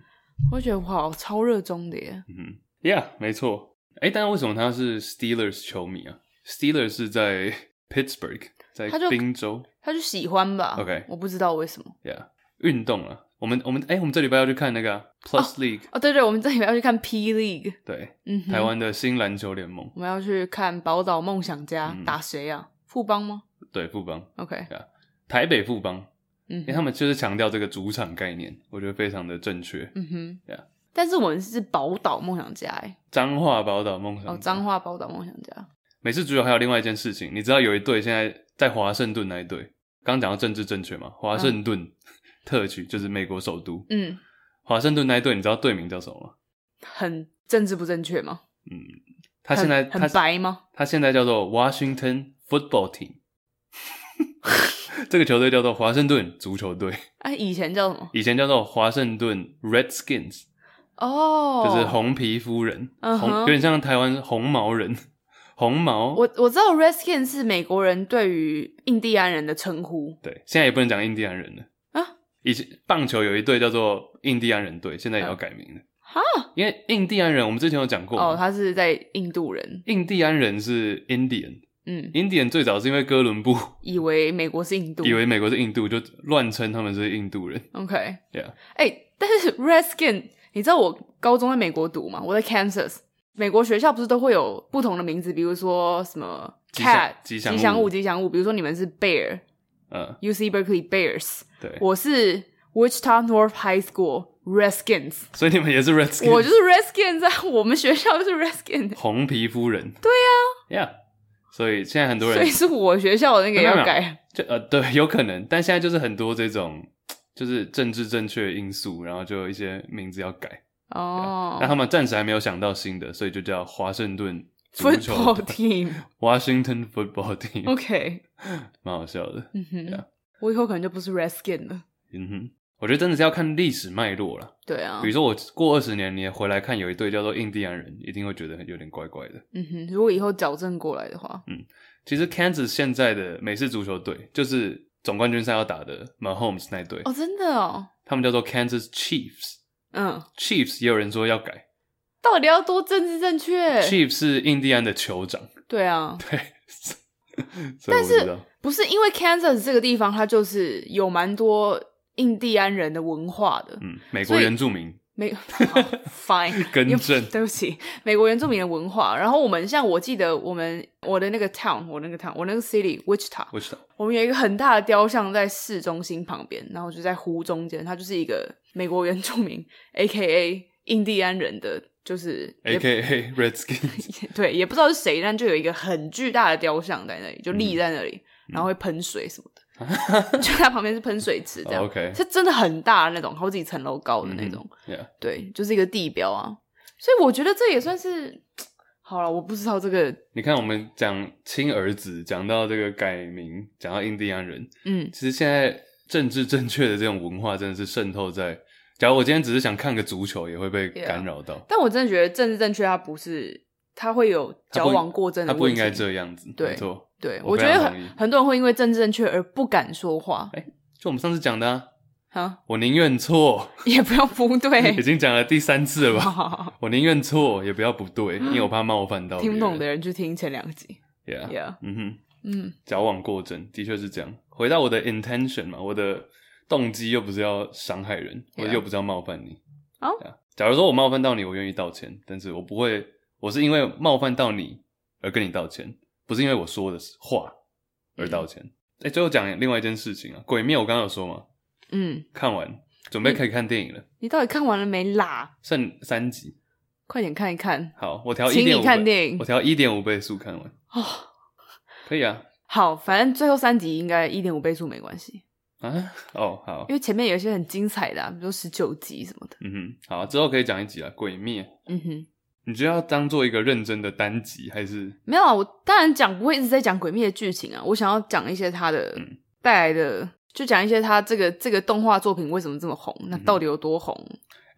Speaker 2: 我就觉得哇，超热衷的耶，
Speaker 1: 嗯哼，Yeah，没错。哎，但是为什么他是 Steelers 球迷啊？Steelers 是在 Pittsburgh，在
Speaker 2: 他就
Speaker 1: 宾州
Speaker 2: 他就喜欢吧
Speaker 1: OK
Speaker 2: 我不知道为什么。
Speaker 1: ，Yeah，运动啊。我们我们哎，我们这礼拜要去看那个啊 Plus League，
Speaker 2: 哦，对对，我们这里要去看 P League，
Speaker 1: 对，
Speaker 2: 嗯哼，
Speaker 1: 台湾的新篮球联盟，
Speaker 2: 我们要去看宝岛梦想家、
Speaker 1: 嗯
Speaker 2: 打谁啊？富邦吗
Speaker 1: 对，富邦。
Speaker 2: ？OK，
Speaker 1: 台北富邦，
Speaker 2: 嗯
Speaker 1: 因为他们就是强调这个主场概念，我觉得非常的正确。
Speaker 2: 嗯哼
Speaker 1: Yeah
Speaker 2: 但是我们是宝岛梦想家哎、
Speaker 1: 彰化宝岛梦想，
Speaker 2: 哦，彰化宝岛梦想家，
Speaker 1: 美式足球还有另外一件事情，你知道有一队现在在华盛顿那一队，刚讲到政治正确嘛，华盛顿、特区就是美国首都，
Speaker 2: 嗯，
Speaker 1: 华盛顿那一队，你知道队名叫什么吗？
Speaker 2: 很政治不正确吗？
Speaker 1: 嗯，他现在
Speaker 2: 很
Speaker 1: 他
Speaker 2: 很白吗？
Speaker 1: 他现在叫做 Washington Football Team，这个球队叫做华盛顿足球队，
Speaker 2: 哎、以前叫什么？
Speaker 1: 以前叫做华盛顿 Redskins。
Speaker 2: 哦，
Speaker 1: 就是红皮肤人，
Speaker 2: 嗯
Speaker 1: 红
Speaker 2: 哼
Speaker 1: 有点像台湾红毛人，红毛。
Speaker 2: 我我知道 Redskin 是美国人对于印第安人的称呼
Speaker 1: 对，现在也不能讲印第安人了
Speaker 2: 啊。
Speaker 1: 以前棒球有一队叫做印第安人队，现在也要改名了。
Speaker 2: 嗯哈，
Speaker 1: 因为印第安人，我们之前有讲过嘛
Speaker 2: 哦，他是在印度人，
Speaker 1: 印第安人是 Indian，Indian
Speaker 2: 嗯，
Speaker 1: 最早是因为哥伦布
Speaker 2: 以为美国是印度，
Speaker 1: 以为美国是印度，就乱称他们是印度人。
Speaker 2: OK，哎、
Speaker 1: 对啊，
Speaker 2: 但是 Redskin，你知道我高中在美国读吗？我在 Kansas，美国学校不是都会有不同的名字，比如说什么
Speaker 1: 吉祥
Speaker 2: cat
Speaker 1: 吉祥物
Speaker 2: 吉祥物吉祥物，比如说你们是 bear。
Speaker 1: 嗯，
Speaker 2: UC Berkeley Bears，
Speaker 1: 对，
Speaker 2: 我是 Wichita North High School Redskins，
Speaker 1: 所以你们也是 Redskins，
Speaker 2: 我就是 Redskins 啊，我们学校就是 Redskins，
Speaker 1: 红皮肤人。对呀、yeah，所以现在很多人
Speaker 2: 啊所以是我学校的那个
Speaker 1: 没有
Speaker 2: 要
Speaker 1: 没有
Speaker 2: 改，
Speaker 1: 就呃，对，有可能，但现在就是很多这种就是政治正确的因素，然后就有一些名字要改。
Speaker 2: 哦
Speaker 1: 那他们暂时还没有想到新的，所以就叫华盛顿足球
Speaker 2: ，Football
Speaker 1: 队
Speaker 2: Team，OK，、
Speaker 1: （Washington Football Team），蛮好笑的。
Speaker 2: 嗯哼
Speaker 1: Yeah
Speaker 2: 我以后可能就不是 Redskin 了，
Speaker 1: 嗯哼，我觉得真的是要看历史脉络啦。
Speaker 2: 对啊
Speaker 1: 比，如说我过二十年，你也回来看有一队叫做印第安人，一定会觉得有点怪怪的。
Speaker 2: 嗯哼，如果以后矫正过来的话，
Speaker 1: 其实 Kansas 现在的美式足球队就是总冠军赛要打的 Mahomes 那一队，
Speaker 2: 哦，真的哦，
Speaker 1: 他们叫做 Kansas Chiefs。
Speaker 2: 嗯，
Speaker 1: Chiefs 也有人说要改。
Speaker 2: 到底要多政治正确？
Speaker 1: Chief 是印第安的酋长，
Speaker 2: 对啊，
Speaker 1: 但是
Speaker 2: 不是因为 Kansas 这个地方，它就是有蛮多印第安人的文化的，
Speaker 1: 嗯，美国原住民
Speaker 2: 美 好 fine
Speaker 1: 更
Speaker 2: 因为
Speaker 1: 正
Speaker 2: 对不起，美国原住民的文化。然后我们像我记得我们我的那个 town，我那个 town，我那个 city Wichita，
Speaker 1: 我知道，
Speaker 2: 我们有一个很大的雕像在市中心旁边，然后就在湖中间，它就是一个美国原住民 A K A 印第安人的，就是也
Speaker 1: ，A K A Redskins，
Speaker 2: 对，也不知 道是谁，但就有一个很巨大的雕像在那里，就立在那里，
Speaker 1: 嗯
Speaker 2: 然后会喷水什么 的，就它旁边是喷水池这样。
Speaker 1: 哦，OK
Speaker 2: 是真的很大的那种，好几层楼高的那种。
Speaker 1: 嗯 Yeah
Speaker 2: 对，就是一个地标啊。所以我觉得这也算是好了，我不知道这个，
Speaker 1: 你看我们讲亲儿子，讲到这个改名，讲到印第安人，
Speaker 2: 嗯，
Speaker 1: 其实现在政治正确的这种文化真的是渗透在。假如我今天只是想看个足球，也会被
Speaker 2: Yeah
Speaker 1: 干扰到。
Speaker 2: 但我真的觉得政治正确它不是他会有
Speaker 1: 他
Speaker 2: 矫
Speaker 1: 不
Speaker 2: 枉过正的
Speaker 1: 他不
Speaker 2: 问
Speaker 1: 应
Speaker 2: 题。
Speaker 1: 该这样子，
Speaker 2: 对
Speaker 1: 没错。
Speaker 2: 对，
Speaker 1: 我
Speaker 2: 我
Speaker 1: 非
Speaker 2: 觉得
Speaker 1: 常同
Speaker 2: 很
Speaker 1: 意
Speaker 2: 很多人会因为政治正确而不敢说话
Speaker 1: 就我们上次讲的、啊，
Speaker 2: 啊，
Speaker 1: 我宁愿错，
Speaker 2: 也不要不对
Speaker 1: 已。经讲了第三次了
Speaker 2: 好
Speaker 1: 吧？
Speaker 2: 好好
Speaker 1: 我宁愿错，也不要不 对，因为我怕冒犯到
Speaker 2: 听不懂的
Speaker 1: 别
Speaker 2: 人去听前两集。
Speaker 1: 人。Yeah，
Speaker 2: Yeah，
Speaker 1: 嗯哼。
Speaker 2: 嗯，
Speaker 1: 矫枉过正，的确是这样。回到我的 intention 嘛，我的动机又不是要伤害人，
Speaker 2: Yeah.
Speaker 1: 我又不是要冒犯你。
Speaker 2: 哦
Speaker 1: 对啊假如说我冒犯到你，我愿意道歉，但是我不会，我是因为冒犯到你而跟你道歉，不是因为我说的话而道歉。哎、最后讲另外一件事情啊，《鬼灭》我刚刚有说嘛，
Speaker 2: 嗯，
Speaker 1: 看完准备可以看电影了，
Speaker 2: 你到底看完了没啦？
Speaker 1: 剩三集。
Speaker 2: 快点看一看
Speaker 1: 好，我调一
Speaker 2: 请你
Speaker 1: 点五，
Speaker 2: 看电影
Speaker 1: 我调一点五倍速看完，
Speaker 2: 哦。
Speaker 1: 可以啊
Speaker 2: 好，反正最后三集应该一点五倍速没关系，
Speaker 1: 啊哦好
Speaker 2: 因，为前面有一些很精彩的、啊，比如说十九集什么的。
Speaker 1: 嗯哼，好，之后可以讲一集啊，《鬼灭》。
Speaker 2: 嗯哼，
Speaker 1: 你觉得要当做一个认真的单集，还是
Speaker 2: 没有啊，我当然讲不会一直在讲《鬼灭》的剧情啊，我想要讲一些它的
Speaker 1: 嗯
Speaker 2: 带来的，就讲一些它这个这个动画作品为什么这么红，
Speaker 1: 嗯
Speaker 2: 那到底有多红？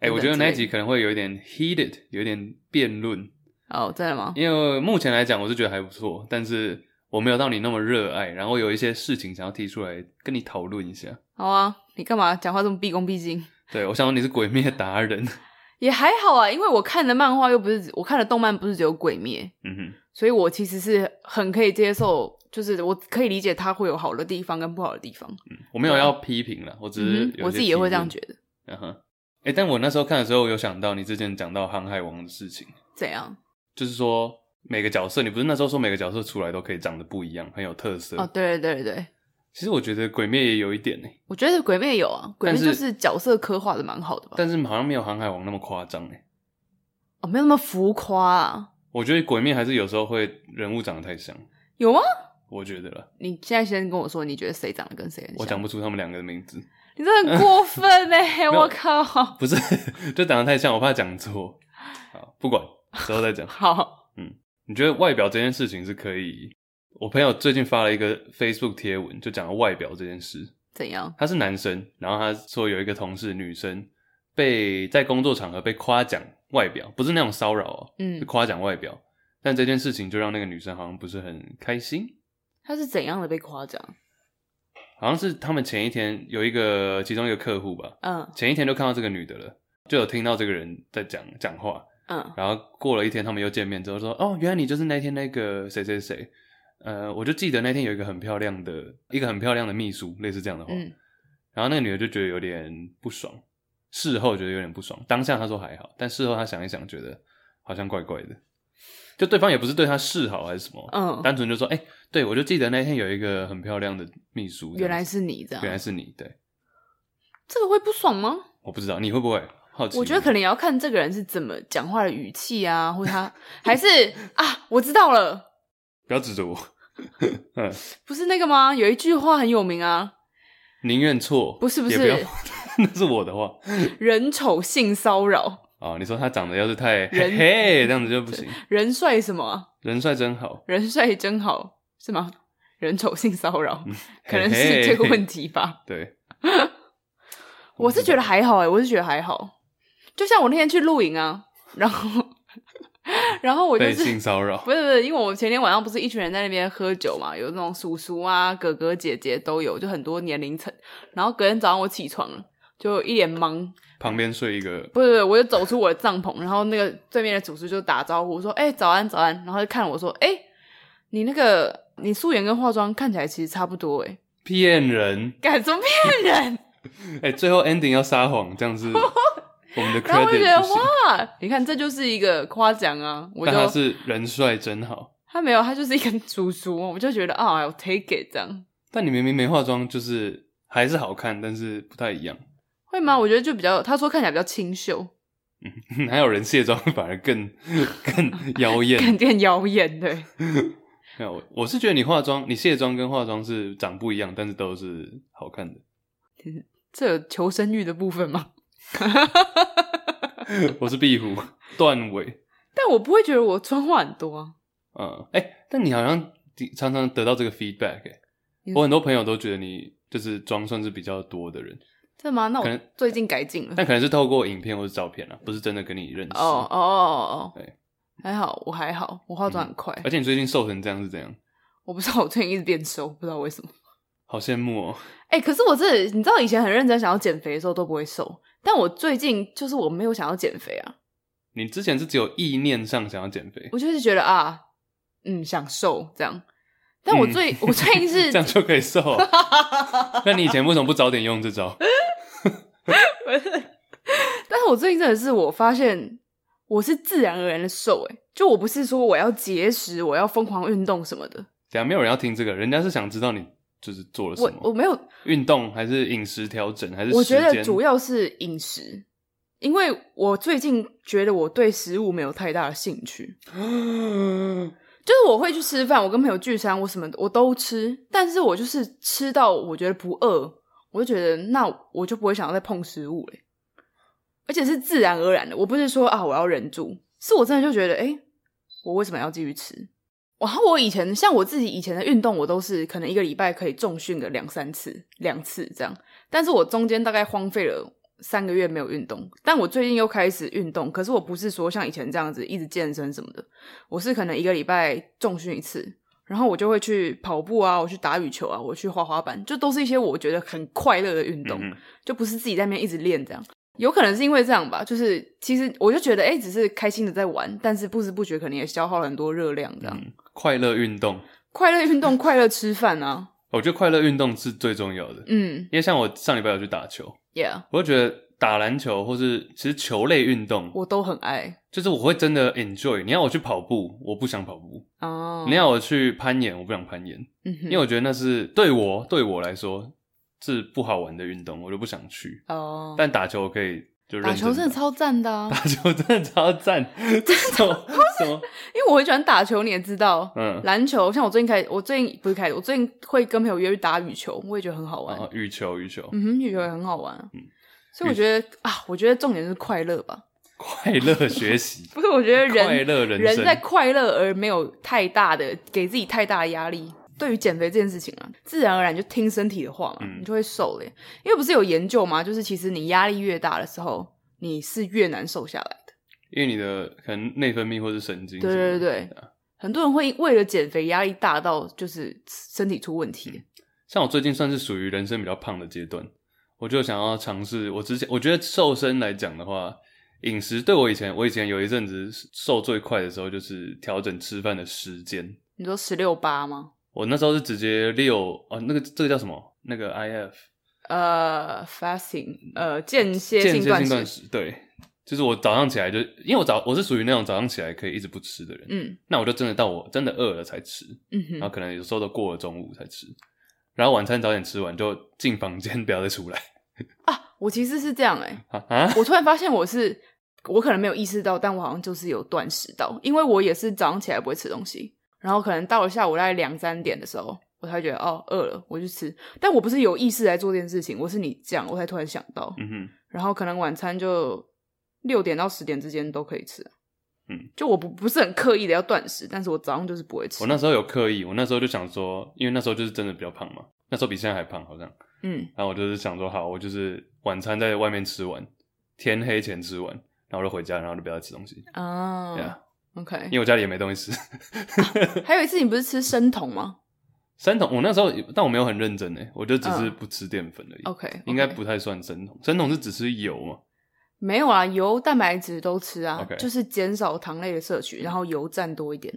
Speaker 1: 哎、
Speaker 2: 等等
Speaker 1: 我觉得那一
Speaker 2: 之
Speaker 1: 集
Speaker 2: 类
Speaker 1: 可能会有一点 heated，有一点辩论，
Speaker 2: 哦，真的吗？
Speaker 1: 因为目前来讲我是觉得还不错，但是我没有到你那么热爱，然后有一些事情想要提出来跟你讨论一下。
Speaker 2: 好啊，你干嘛讲话这么毕恭毕敬？
Speaker 1: 对，我想说你是鬼灭达人，
Speaker 2: 也还好啊，因为我看的漫画又不是我看的动漫，不是只有《鬼灭》，
Speaker 1: 嗯哼，
Speaker 2: 所以我其实是很可以接受，就是我可以理解它会有好的地方跟不好的地方。
Speaker 1: 嗯我没有要批评了，我只是
Speaker 2: 啊嗯哼我自己也会这样觉
Speaker 1: 得。
Speaker 2: 得。
Speaker 1: 嗯哼，哎、但我那时候看的时候，有想到你之前讲到航海王的事情，
Speaker 2: 怎样？
Speaker 1: 就是说每个角色，你不是那时候说每个角色出来都可以长得不一样，很有特色。
Speaker 2: 哦，对对对对，
Speaker 1: 其实我觉得鬼灭也有一点呢、
Speaker 2: 我觉得《鬼灭》有啊，《鬼
Speaker 1: 但
Speaker 2: 灭》
Speaker 1: 是
Speaker 2: 就是角色刻画的蛮好的吧？
Speaker 1: 但是好像没有《航海王》那么夸张哎。
Speaker 2: 哦，没有那么浮夸啊，
Speaker 1: 我觉得《鬼灭》还是有时候会人物长得太像，
Speaker 2: 有吗？
Speaker 1: 我觉得了，
Speaker 2: 你现在先跟我说，你觉得谁长得跟谁很
Speaker 1: 我
Speaker 2: 像
Speaker 1: 讲？不出他们两个的名字，
Speaker 2: 你这很过 分呢、
Speaker 1: 有
Speaker 2: 我靠！。
Speaker 1: 不是 就长得太像，我怕讲错。好，不管，之后再讲
Speaker 2: 好，
Speaker 1: 你觉得外表这件事情是可以？我朋友最近发了一个 Facebook 贴文，就讲到外表这件事。
Speaker 2: 怎样？
Speaker 1: 他是男生，然后他说有一个同事女生被在工作场合被夸奖外表，不是那种骚扰哦，
Speaker 2: 嗯
Speaker 1: 是夸奖外表。但这件事情就让那个女生好像不是很开心，
Speaker 2: 他是怎样的被夸奖？
Speaker 1: 好像是他们前一天有一个其中一个客户吧，
Speaker 2: 嗯
Speaker 1: 前一天就看到这个女的了，就有听到这个人在讲讲话，
Speaker 2: 嗯
Speaker 1: 然后过了一天他们又见面之后说，哦，原来你就是那天那个谁谁谁，呃，我就记得那天有一个很漂亮的一个很漂亮的秘书，类似这样的话，
Speaker 2: 嗯
Speaker 1: 然后那个女的就觉得有点不爽，事后觉得有点不爽，当下她说还好，但事后她想一想觉得好像怪怪的，就对方也不是对她示好还是什么，
Speaker 2: 嗯，
Speaker 1: 单纯就说，哎、对我就记得那天有一个很漂亮的秘书，这样
Speaker 2: 原来
Speaker 1: 子
Speaker 2: 是你这样，
Speaker 1: 原来是你，对。
Speaker 2: 这个会不爽吗？
Speaker 1: 我不知道你会不会好奇？
Speaker 2: 我觉得可能也要看这个人是怎么讲话的语气 啊，或者他还是啊，我知道了，
Speaker 1: 不要指着我， 嗯，
Speaker 2: 不是那个吗？有一句话很有名啊，
Speaker 1: 宁愿错，
Speaker 2: 不是不
Speaker 1: 也
Speaker 2: 是
Speaker 1: 不要 那是我的话
Speaker 2: 人丑性骚扰，
Speaker 1: 啊。你说他长得要是太嘿
Speaker 2: 人
Speaker 1: 嘿这样子就不行，
Speaker 2: 人帅什么啊、
Speaker 1: 人帅真好，
Speaker 2: 人帅真好是吗？人丑性骚扰，可能
Speaker 1: 嘿
Speaker 2: 是
Speaker 1: 嘿
Speaker 2: 这个问题吧。
Speaker 1: 对，
Speaker 2: 我是觉得还好哎、我是觉得还好。就像我那天去露营啊，然后 然后我就
Speaker 1: 被
Speaker 2: 是
Speaker 1: 性骚扰
Speaker 2: 不是不是，因为我们前天晚上不是一群人在那边喝酒嘛，有那种叔叔啊、哥哥姐姐都有，就很多年龄层。然后隔天早上我起床了，就一脸懵，
Speaker 1: 旁边睡一个，
Speaker 2: 不是不是，我就走出我的帐篷，然后那个对面的主厨就打招呼说：“哎、早安，早安。”然后就看我说：“哎、你那个你素颜跟化妆看起来其实差不多、欸，哎，
Speaker 1: 骗人，
Speaker 2: 敢怎么骗人
Speaker 1: 哎，最后 ending 要撒谎，这样 是我们的？”
Speaker 2: 然后我就觉得
Speaker 1: credit 不行。
Speaker 2: 哇，你看这就是一个夸奖啊！我就
Speaker 1: 但他是人帅真好，
Speaker 2: 他没有，他就是一个 主厨，我就觉得啊，I'll take it 这样
Speaker 1: 但你明明没化妆，就是还是好看，但是不太一样。
Speaker 2: 会吗？我觉得就比较，他说看起来比较清秀，
Speaker 1: 还有人卸妆反而更更妖艳，
Speaker 2: 更更妖艳，对，
Speaker 1: 没有，我我是觉得你化妆，你卸妆跟化妆是长不一样，但是都是好看的。
Speaker 2: 这有求生欲的部分吗？
Speaker 1: 我是壁虎，断尾，
Speaker 2: 但我不会觉得我穿话很多啊，
Speaker 1: 嗯，哎、但你好像的常常得到这个 feedback，、欸、
Speaker 2: 嗯
Speaker 1: 我很多朋友都觉得你就是妆算是比较多的人，
Speaker 2: 真的吗？那
Speaker 1: 可
Speaker 2: 我
Speaker 1: 能
Speaker 2: 最近改进了。
Speaker 1: 但可能是透过影片或是照片啊，不是真的跟你认识。
Speaker 2: 哦哦哦哦，
Speaker 1: 对嗯
Speaker 2: 还好，我还好，我化妆很快。
Speaker 1: 而且你最近瘦成这样是怎样？
Speaker 2: 我不知道我最近一直变瘦，不知道为什么。
Speaker 1: 好羡慕哦！
Speaker 2: 哎、可是我这你知道，以前很认真想要减肥的时候都不会瘦，但我最近就是我没有想要减肥啊，
Speaker 1: 你之前是只有意念上想要减肥，
Speaker 2: 我就是觉得啊，嗯，想瘦这样。但我最、我最近是
Speaker 1: 嗯 这样就可以瘦哦、那你以前为什么不早点用这招？
Speaker 2: 但是我最近真的是，我发现我是自然而然的瘦、欸，就我不是说我要节食，我要疯狂运动什么的，
Speaker 1: 等下没有人要听这个，人家是想知道你就是做了什
Speaker 2: 我我
Speaker 1: 么，
Speaker 2: 没有，
Speaker 1: 运动还是饮食调整还是
Speaker 2: 我觉
Speaker 1: 时
Speaker 2: 得
Speaker 1: 间
Speaker 2: 主要是饮食，因为我最近觉得我对食物没有太大的 兴趣，就是我会去吃饭，我跟朋友聚餐，我什么我都吃，但是我就是吃到我觉得不饿，我就觉得那我就不会想要再碰食物嘞、而且是自然而然的，我不是说啊我要忍住，是我真的就觉得哎、诶我为什么要继续吃？然后我以前像我自己以前的运动，我都是可能一个礼拜可以重训个两三次、两次这样，但是我中间大概荒废了三个月没有运动，但我最近又开始运动，可是我不是说像以前这样子一直健身什么的，我是可能一个礼拜重训一次，然后我就会去跑步啊，我去打羽球啊，我去滑滑板，就都是一些我觉得很快乐的运动，
Speaker 1: 嗯
Speaker 2: 就不是自己在那边一直练这样。有可能是因为这样吧，就是其实我就觉得，哎、只是开心的在玩，但是不知不觉可能也消耗了很多热量，这样、
Speaker 1: 嗯快乐运动，
Speaker 2: 快乐运动，快乐吃饭啊，
Speaker 1: 我觉得快乐运动是最重要的，
Speaker 2: 嗯
Speaker 1: 因为像我上礼拜有去打球，
Speaker 2: ，yeah，
Speaker 1: 我就觉得打篮球或是其实球类运动，
Speaker 2: 我都很爱
Speaker 1: 就是我会真的 enjoy。你要我去跑步，我不想跑步；
Speaker 2: 哦。
Speaker 1: 你要我去攀岩，我不想攀岩，
Speaker 2: 嗯哼
Speaker 1: 因为我觉得那是对我对我来说是不好玩的运动，我就不想去。
Speaker 2: 哦，
Speaker 1: 但打球我可以就认
Speaker 2: 打球真的
Speaker 1: 真
Speaker 2: 超赞的 啊
Speaker 1: 打！打球真的超 赞，什么什么
Speaker 2: 因为我很喜欢打球，你也知 道，
Speaker 1: 嗯
Speaker 2: 篮球。像我最近开，我最近不是开始，我最近会跟朋友约去打羽球，我也觉得很好玩。
Speaker 1: 啊，羽球羽球、
Speaker 2: 嗯哼，羽球也很好玩啊。
Speaker 1: 嗯
Speaker 2: 所以我觉得啊，我觉得重点是快乐吧。，
Speaker 1: 快乐学习
Speaker 2: 不是，我觉得
Speaker 1: 快
Speaker 2: 人
Speaker 1: 乐人生
Speaker 2: 在快乐而没有太大的给自己太大的压力。对于减肥这件事情啊，自然而然就听身体的话嘛，
Speaker 1: 嗯
Speaker 2: 你就会瘦了耶。因为不是有研究嘛，就是其实你压力越大的时候，你是越难瘦下来的。
Speaker 1: 因为你的可能内分泌或是神经什
Speaker 2: 对
Speaker 1: 么
Speaker 2: 对
Speaker 1: 的，
Speaker 2: 对
Speaker 1: 对啊
Speaker 2: 很多人会为了减肥压力大到就是身体出问题。
Speaker 1: 嗯像我最近算是属于人生比较胖的阶段，我就想要尝试。我之前我觉得瘦身来讲的话，饮食对我以前我以前有一阵子瘦最快的时候，就是调整吃饭的时间。
Speaker 2: 你说十六八吗？
Speaker 1: 我那时候是直接六哦，那个这个叫什么？那个 IF
Speaker 2: 呃，fasting，呃，间歇
Speaker 1: 间歇
Speaker 2: 性断
Speaker 1: 性
Speaker 2: 食。
Speaker 1: 断食，对，就是我早上起来就，因为我早我是属于那种早上起来可以一直不吃的人，
Speaker 2: 嗯
Speaker 1: 那我就真的到我真的饿了才吃，
Speaker 2: 嗯
Speaker 1: 然后
Speaker 2: 哼，
Speaker 1: 可能有时候都过了中午才吃，然后晚餐早点吃完就进房间 不要再出来
Speaker 2: 我其实是这样哎、
Speaker 1: 啊啊！
Speaker 2: 我突然发现我是，我可能没有意识到，但我好像就是有断食到，因为我也是早上起来不会吃东西，然后可能到了下午大概两三点的时候，我才会觉得哦饿了，我去吃。但我不是有意识来做这件事情，我是你这样，我才突然想到。
Speaker 1: 嗯哼。
Speaker 2: 然后可能晚餐就六点到十点之间都可以吃。啊
Speaker 1: 嗯，
Speaker 2: 就我不不是很刻意的要断食，但是我早上就是不会吃
Speaker 1: 我。那时候有刻意，我那时候就想说，因为那时候就是真的比较胖嘛，那时候比现在还胖好像。
Speaker 2: 嗯，
Speaker 1: 然后我就是想说，好，我就是晚餐在外面吃完，天黑前吃完，然后就回家，然后就不要再吃东西。
Speaker 2: 啊、
Speaker 1: 对啊，
Speaker 2: o k
Speaker 1: 因为我家里也没东西吃。
Speaker 2: 还有一次你不是吃生酮吗
Speaker 1: 生酮，我那时候，但我没有很认真欸诶，我就只是不吃淀粉而已。
Speaker 2: 嗯哦？OK，, o
Speaker 1: 应该不太算生酮，生酮是只吃油嘛。
Speaker 2: 没有啊，油、蛋白质都吃啊
Speaker 1: OK
Speaker 2: 就是减少糖类的摄取，然后油占多一点，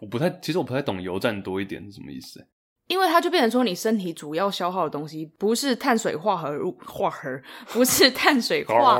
Speaker 1: 我不太，其实我不太懂油占多一点是什么意思欸。
Speaker 2: 因为它就变成说你身体主要消耗的东西不是碳水化合物，化合不是碳水
Speaker 1: 啊
Speaker 2: 化，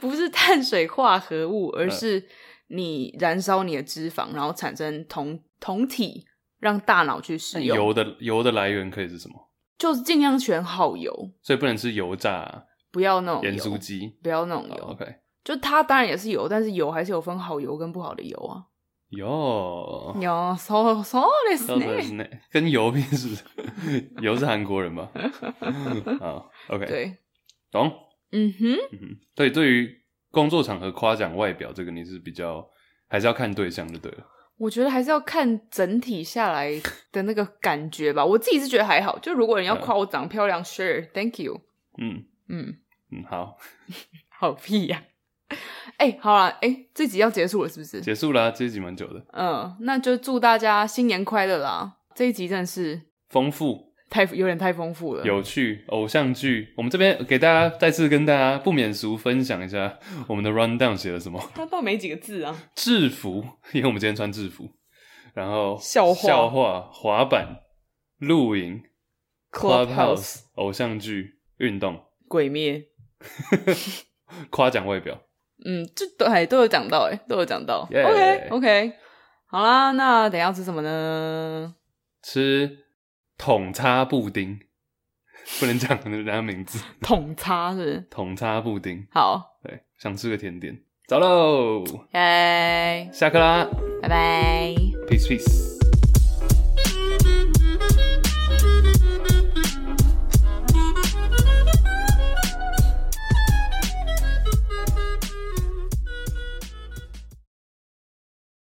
Speaker 2: 不是碳水化合物，而是你燃烧你的脂肪，然后产生酮酮体，让大脑去
Speaker 1: 那
Speaker 2: 使用，
Speaker 1: 油的油的来源可以是什么？
Speaker 2: 就是尽量选好油，
Speaker 1: 所以不能吃油炸啊、
Speaker 2: 不要那种
Speaker 1: 盐酥
Speaker 2: 油，
Speaker 1: 鸡。
Speaker 2: 不要那种
Speaker 1: 好
Speaker 2: 油，
Speaker 1: OK，
Speaker 2: 就它当然也是油，但是油还是有分好油跟不好的油啊。
Speaker 1: 油。
Speaker 2: 有，so so です
Speaker 1: 到底
Speaker 2: ね。
Speaker 1: 是那跟油比是不是？油是韩国人吧？好，OK，
Speaker 2: 对，
Speaker 1: 懂。
Speaker 2: 嗯哼，
Speaker 1: 嗯哼，对，对于工作场合夸奖外表这个，你是比较还是要看对象就对了。
Speaker 2: 我觉得还是要看整体下来的那个感觉吧。我自己是觉得还好，就如果人要
Speaker 1: 嗯
Speaker 2: 夸我长得漂亮，sure，thank you。
Speaker 1: 嗯
Speaker 2: 嗯，
Speaker 1: 嗯，好，
Speaker 2: 好屁呀、哎、好啦，哎、这集要结束了是不是？
Speaker 1: 结束啦、这一集蛮久的，
Speaker 2: 嗯，那就祝大家新年快乐啦！这一集真的是
Speaker 1: 丰富、
Speaker 2: 太有点太丰富了，
Speaker 1: 有趣、偶像剧。我们这边给大家再次跟大家不免俗分享一下我们的 rundown 写了什么。
Speaker 2: 它倒没几个字啊。
Speaker 1: 制服，因为我们今天穿制服，然后
Speaker 2: 笑话
Speaker 1: 笑话、滑板、露营、
Speaker 2: Clubhouse
Speaker 1: 偶像剧、运动、
Speaker 2: 鬼灭，
Speaker 1: 夸奖外表。
Speaker 2: 嗯，这都哎都有讲到哎、都有讲到。
Speaker 1: Yeah
Speaker 2: OK OK，好啦，那等一下要吃什么呢？
Speaker 1: 吃桶叉布丁，不能讲人家名字。
Speaker 2: 桶叉是不是
Speaker 1: 桶叉布丁，
Speaker 2: 好，
Speaker 1: 对，想吃个甜点，走喽，
Speaker 2: 拜
Speaker 1: 下课啦
Speaker 2: 拜拜。
Speaker 1: ，peace peace。